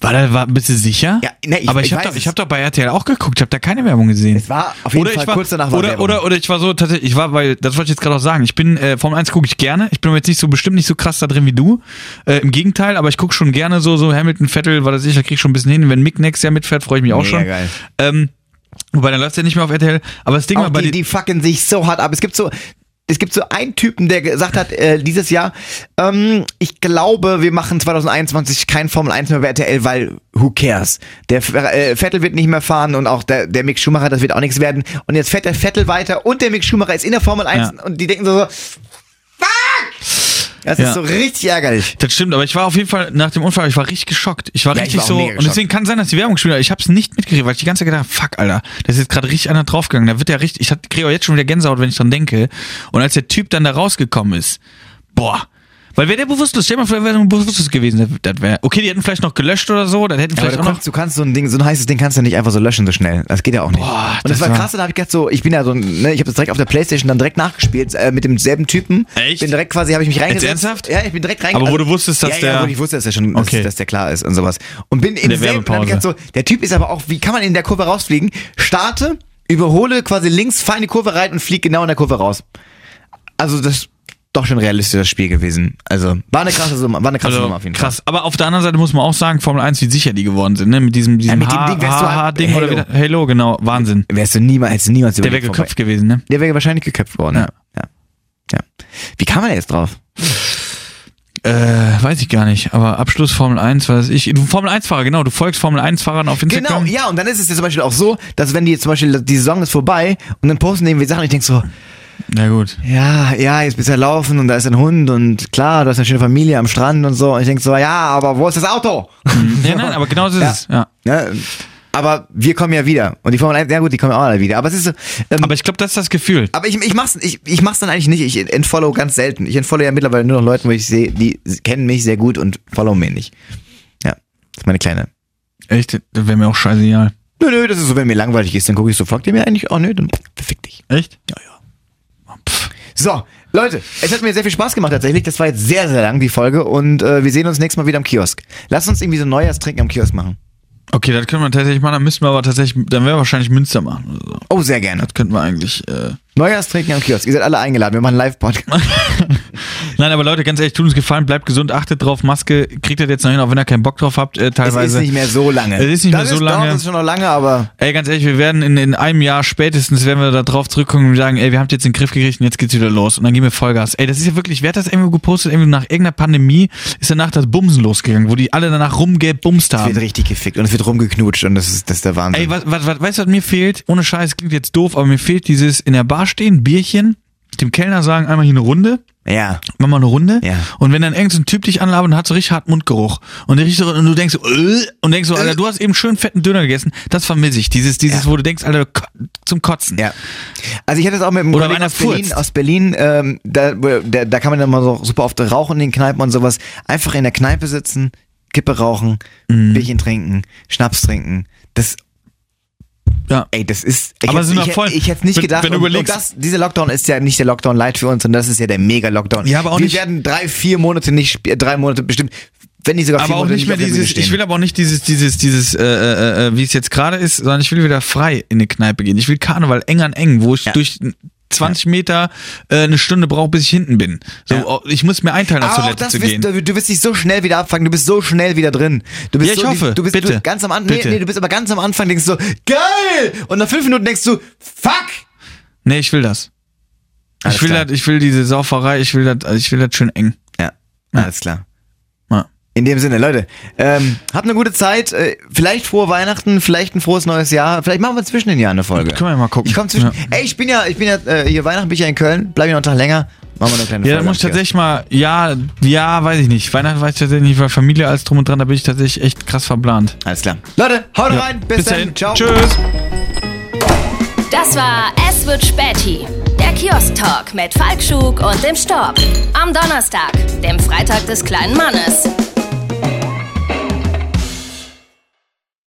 A: War da, war, bist du sicher?
C: Ja, nee, ich-
A: aber ich,
C: ich
A: hab
C: weiß
A: habe doch,
C: es.
A: ich hab doch bei RTL auch geguckt, ich habe da keine Werbung gesehen.
C: Es war auf jeden
A: oder
C: Fall
A: ich war,
C: kurz danach war
A: oder,
C: Werbung.
A: oder, oder ich war so, tatsächlich, ich war, weil, das wollte ich jetzt gerade auch sagen, ich bin, äh, Formel 1 gucke ich gerne, ich bin jetzt nicht so, bestimmt nicht so krass da drin wie du, äh, im Gegenteil, aber ich gucke schon gerne so, so Hamilton, Vettel, war das ich, da krieg ich schon ein bisschen hin, wenn Mick nächstes Jahr mitfährt, freue ich mich auch
C: Mega
A: schon.
C: geil.
A: Ähm, wobei, dann läuft's ja nicht mehr auf RTL, aber das Ding war
C: Auch
A: bei
C: die,
A: den-
C: die fucken sich so hart ab. Es gibt so, es gibt so einen Typen, der gesagt hat, äh, dieses Jahr, ähm, ich glaube, wir machen 2021 kein Formel 1 mehr bei RTL, weil who cares? Der F- äh, Vettel wird nicht mehr fahren und auch der, der Mick Schumacher, das wird auch nichts werden. Und jetzt fährt der Vettel weiter und der Mick Schumacher ist in der Formel 1
A: Ja.
C: und die denken so, so fuck! Das
A: Ja.
C: ist so richtig ärgerlich.
A: Das stimmt, aber ich war auf jeden Fall nach dem Unfall, ich war richtig geschockt. Ich war
C: Ja, ich
A: richtig
C: war auch
A: so.
C: mega
A: Und deswegen kann sein, dass die Werbung gespielt hat. Ich hab's nicht mitgekriegt, weil ich die ganze Zeit gedacht hab, fuck, Alter, das ist jetzt gerade richtig einer draufgegangen. Da wird der richtig, ich hab- krieg auch jetzt schon wieder Gänsehaut, wenn ich dran denke. Und als der Typ dann da rausgekommen ist, boah. Weil wäre der bewusstlos, stell mal vor, der wäre so bewusstlos gewesen. Das wär, okay, die hätten vielleicht noch gelöscht oder so, dann hätten
C: Aber
A: vielleicht
C: du,
A: auch noch.
C: kannst, du kannst so ein Ding, so ein heißes Ding kannst du nicht einfach so löschen so schnell. Das geht ja auch nicht.
A: Boah,
C: und das,
A: das
C: war
A: war-
C: krass, dann habe ich gedacht so, ich bin ja so, ein- ne, ich habe das direkt auf der Playstation dann direkt nachgespielt äh, mit demselben Typen.
A: Echt?
C: Bin direkt quasi, habe ich mich reingesetzt.
A: ernsthaft?
C: Ja, ich bin direkt
A: Aber
C: reingesetzt.
A: wo du wusstest, dass
C: ja, ja,
A: der-
C: wo ich wusste, dass der schon, dass,
A: Okay.
C: dass der klar ist und sowas. Und bin in
A: der
C: demselben, dann hab ich
A: Werbepause.
C: gedacht so, der Typ ist aber auch, wie kann man in der Kurve rausfliegen? Starte, überhole quasi links, feine Kurve rein und flieg genau in der Kurve raus. Also das ist doch schon ein realistisches Spiel gewesen. Also war eine krasse Summe, war eine krasse Summe
A: Also,
C: auf jeden Fall.
A: krass. Aber auf der anderen Seite muss man auch sagen, Formel 1, wie sicher die geworden sind, ne? Mit diesem, diesem
C: mit dem Ding wärst du halt-
A: Ding oder
C: Halo.
A: wieder. Halo, genau. Wahnsinn.
C: Wärst du niemals, hättest du niemals
A: Der wäre
C: überlegt, vorbei-
A: geköpft gewesen, ne?
C: Der wäre wahrscheinlich geköpft worden. Ja. Ja. ja. Wie kam man da jetzt drauf?
A: Äh, weiß ich gar nicht, aber Abschluss Formel 1, weiß ich. Du Formel 1-Fahrer, genau, du folgst Formel 1-Fahrern auf
C: Genau,
A: Instagram.
C: ja, und dann ist es ja zum Beispiel auch so, dass wenn die jetzt zum Beispiel, die Saison ist vorbei und dann posten die irgendwie Sachen, ich denk so,
A: Na gut.
C: ja, ja, jetzt bist du ja laufen und da ist ein Hund und klar, du hast eine schöne Familie am Strand und so und ich denk so, ja, aber wo ist das Auto?
A: Ja, nein, aber genau so ist
C: Ja.
A: es. Ja.
C: Ne? aber wir kommen ja wieder und die Formel 1, ja gut, die kommen auch alle wieder, aber es ist so, ähm,
A: Aber ich glaube, das ist das Gefühl.
C: Aber ich, ich, mach's, ich, ich mach's dann eigentlich nicht. Ich entfollow ganz selten. Ich entfollow ja mittlerweile nur noch Leuten, wo ich sehe, die kennen mich sehr gut und follow mir nicht. Ja, das ist meine kleine.
A: Echt, das wäre mir auch scheißegal.
C: Nö, nö, das ist so, wenn mir langweilig ist, dann gucke ich so, folgt ihr mir eigentlich? Oh, nö, dann verfick dich.
A: Echt? Ja,
C: So, Leute, es hat mir sehr viel Spaß gemacht tatsächlich. Das war jetzt sehr, sehr lang, die Folge. Und äh, wir sehen uns nächstes Mal wieder am Kiosk. Lass uns irgendwie so ein Neujahrstrinken am Kiosk machen.
A: Okay, das können wir tatsächlich machen, dann müssen wir aber tatsächlich, dann wäre wahrscheinlich Münster machen oder so.
C: Oh, sehr gerne.
A: Das könnten wir eigentlich, äh.
C: Neujahrstrinken am Kiosk. Ihr seid alle eingeladen. Wir machen einen Live-Podcast.
A: Nein, aber Leute, ganz ehrlich, tut uns gefallen, bleibt gesund, achtet drauf, Maske, kriegt das jetzt noch hin, auch wenn ihr keinen Bock drauf habt, äh,
C: Es
A: teilweise.
C: ist nicht mehr so lange.
A: Es ist nicht
C: das
A: mehr so
C: dauert
A: lange.
C: uns schon noch lange, aber
A: Ey, ganz ehrlich, wir werden in, in einem Jahr spätestens, wenn wir da drauf zurückkommen und sagen, ey, wir haben jetzt den Griff gekriegt und jetzt geht's wieder los. Und dann geben wir Vollgas. Ey, das ist ja wirklich, wer hat das irgendwo gepostet? Irgendwie nach irgendeiner Pandemie ist danach das Bumsen losgegangen, wo die alle danach rumgebumst
C: es wird
A: haben.
C: richtig gefickt und es wird rumgeknutscht und das ist, das ist der Wahnsinn.
A: Ey, was, was, was, weißt du, was mir fehlt? Ohne Scheiß, klingt jetzt doof, aber mir fehlt dieses in der Bar stehen, Bierchen, dem Kellner sagen, einmal hier eine Runde,
C: Ja.
A: mach mal eine Runde.
C: Ja.
A: Und wenn dann irgend so ein Typ dich anlabert und hat so richtig harten Mundgeruch und der riecht so, und du denkst so, äh, und denkst so, Alter, du hast eben schön fetten Döner gegessen, das vermisse ich. Dieses, dieses,
C: Ja.
A: wo du denkst, Alter, ko- zum Kotzen.
C: Ja. Also ich hatte es auch mit einem
A: Oder wenn
C: Kollegen
A: einer
C: aus Berlin,
A: furzt.
C: aus Berlin ähm, da, da, da kann man dann mal so super oft rauchen in den Kneipen und sowas. Einfach in der Kneipe sitzen, Kippe rauchen,
A: Mhm.
C: Bierchen trinken, Schnaps trinken. Das,
A: Ja.
C: ey, das ist. Ich
A: Aber
C: hätt's-
A: sind wir
C: ich, hätt-
A: voll.
C: ich hätte nicht
A: Wenn-
C: gedacht.
A: wenn du
C: und, und
A: überlegst.
C: das, dieser Lockdown ist ja nicht der Lockdown light für uns, sondern das ist ja der Mega-Lockdown.
A: Ja, aber auch
C: Wir
A: nicht-
C: werden drei, vier Monate nicht, sp- äh, drei Monate bestimmt, wenn nicht sogar vier
A: aber auch
C: Monate
A: nicht mehr
C: auf der Bühne
A: dieses,
C: stehen.
A: ich will aber auch nicht dieses, dieses, dieses, äh, äh, äh, wie es jetzt gerade ist, sondern ich will wieder frei in eine Kneipe gehen. Ich will Karneval eng an eng, wo ich
C: Ja.
A: durch 20 Meter äh, eine Stunde brauche, bis ich hinten bin. So,
C: Ja.
A: oh, Ich muss mir einteilen, auf
C: Aber auch
A: Toilette
C: das
A: zu
C: wirst,
A: gehen.
C: du, du wirst dich so schnell wieder abfangen, du bist so schnell wieder drin. Du bist
A: Ja, ich
C: so,
A: hoffe.
C: Du bist
A: Bitte.
C: Du, ganz am Anfang, nee,
A: Bitte.
C: nee, du bist aber ganz am Anfang, denkst du so, geil! Und nach fünf Minuten denkst du, fuck!
A: Nee, ich will das.
C: Alles
A: ich will
C: klar.
A: das, ich will diese Sauferei, ich will das, ich will das schön eng.
C: Ja, alles klar.
A: Ja.
C: In dem Sinne, Leute, ähm, habt eine gute Zeit, äh, vielleicht frohe Weihnachten, vielleicht ein frohes neues Jahr, vielleicht machen wir zwischen den Jahren eine Folge.
A: Können wir mal gucken.
C: Ich komm zwischen,
A: Ja.
C: ey, ich bin ja, ich bin ja, äh, hier Weihnachten bin ich ja in Köln, bleib ich noch einen Tag länger, machen wir eine kleine
A: Ja, da
C: Folge.
A: muss ich tatsächlich mal, ja, ja, weiß ich nicht. Weihnachten weiß ich tatsächlich nicht, weil Familie alles drum und dran, da bin ich tatsächlich echt krass verplant.
C: Alles klar. Leute, haut rein, bis, dann, ciao.
A: Tschüss.
B: Das war Es wird Späti, der Kiosk-Talk mit Falkschuk und dem Storb. Am Donnerstag, dem Freitag des kleinen Mannes.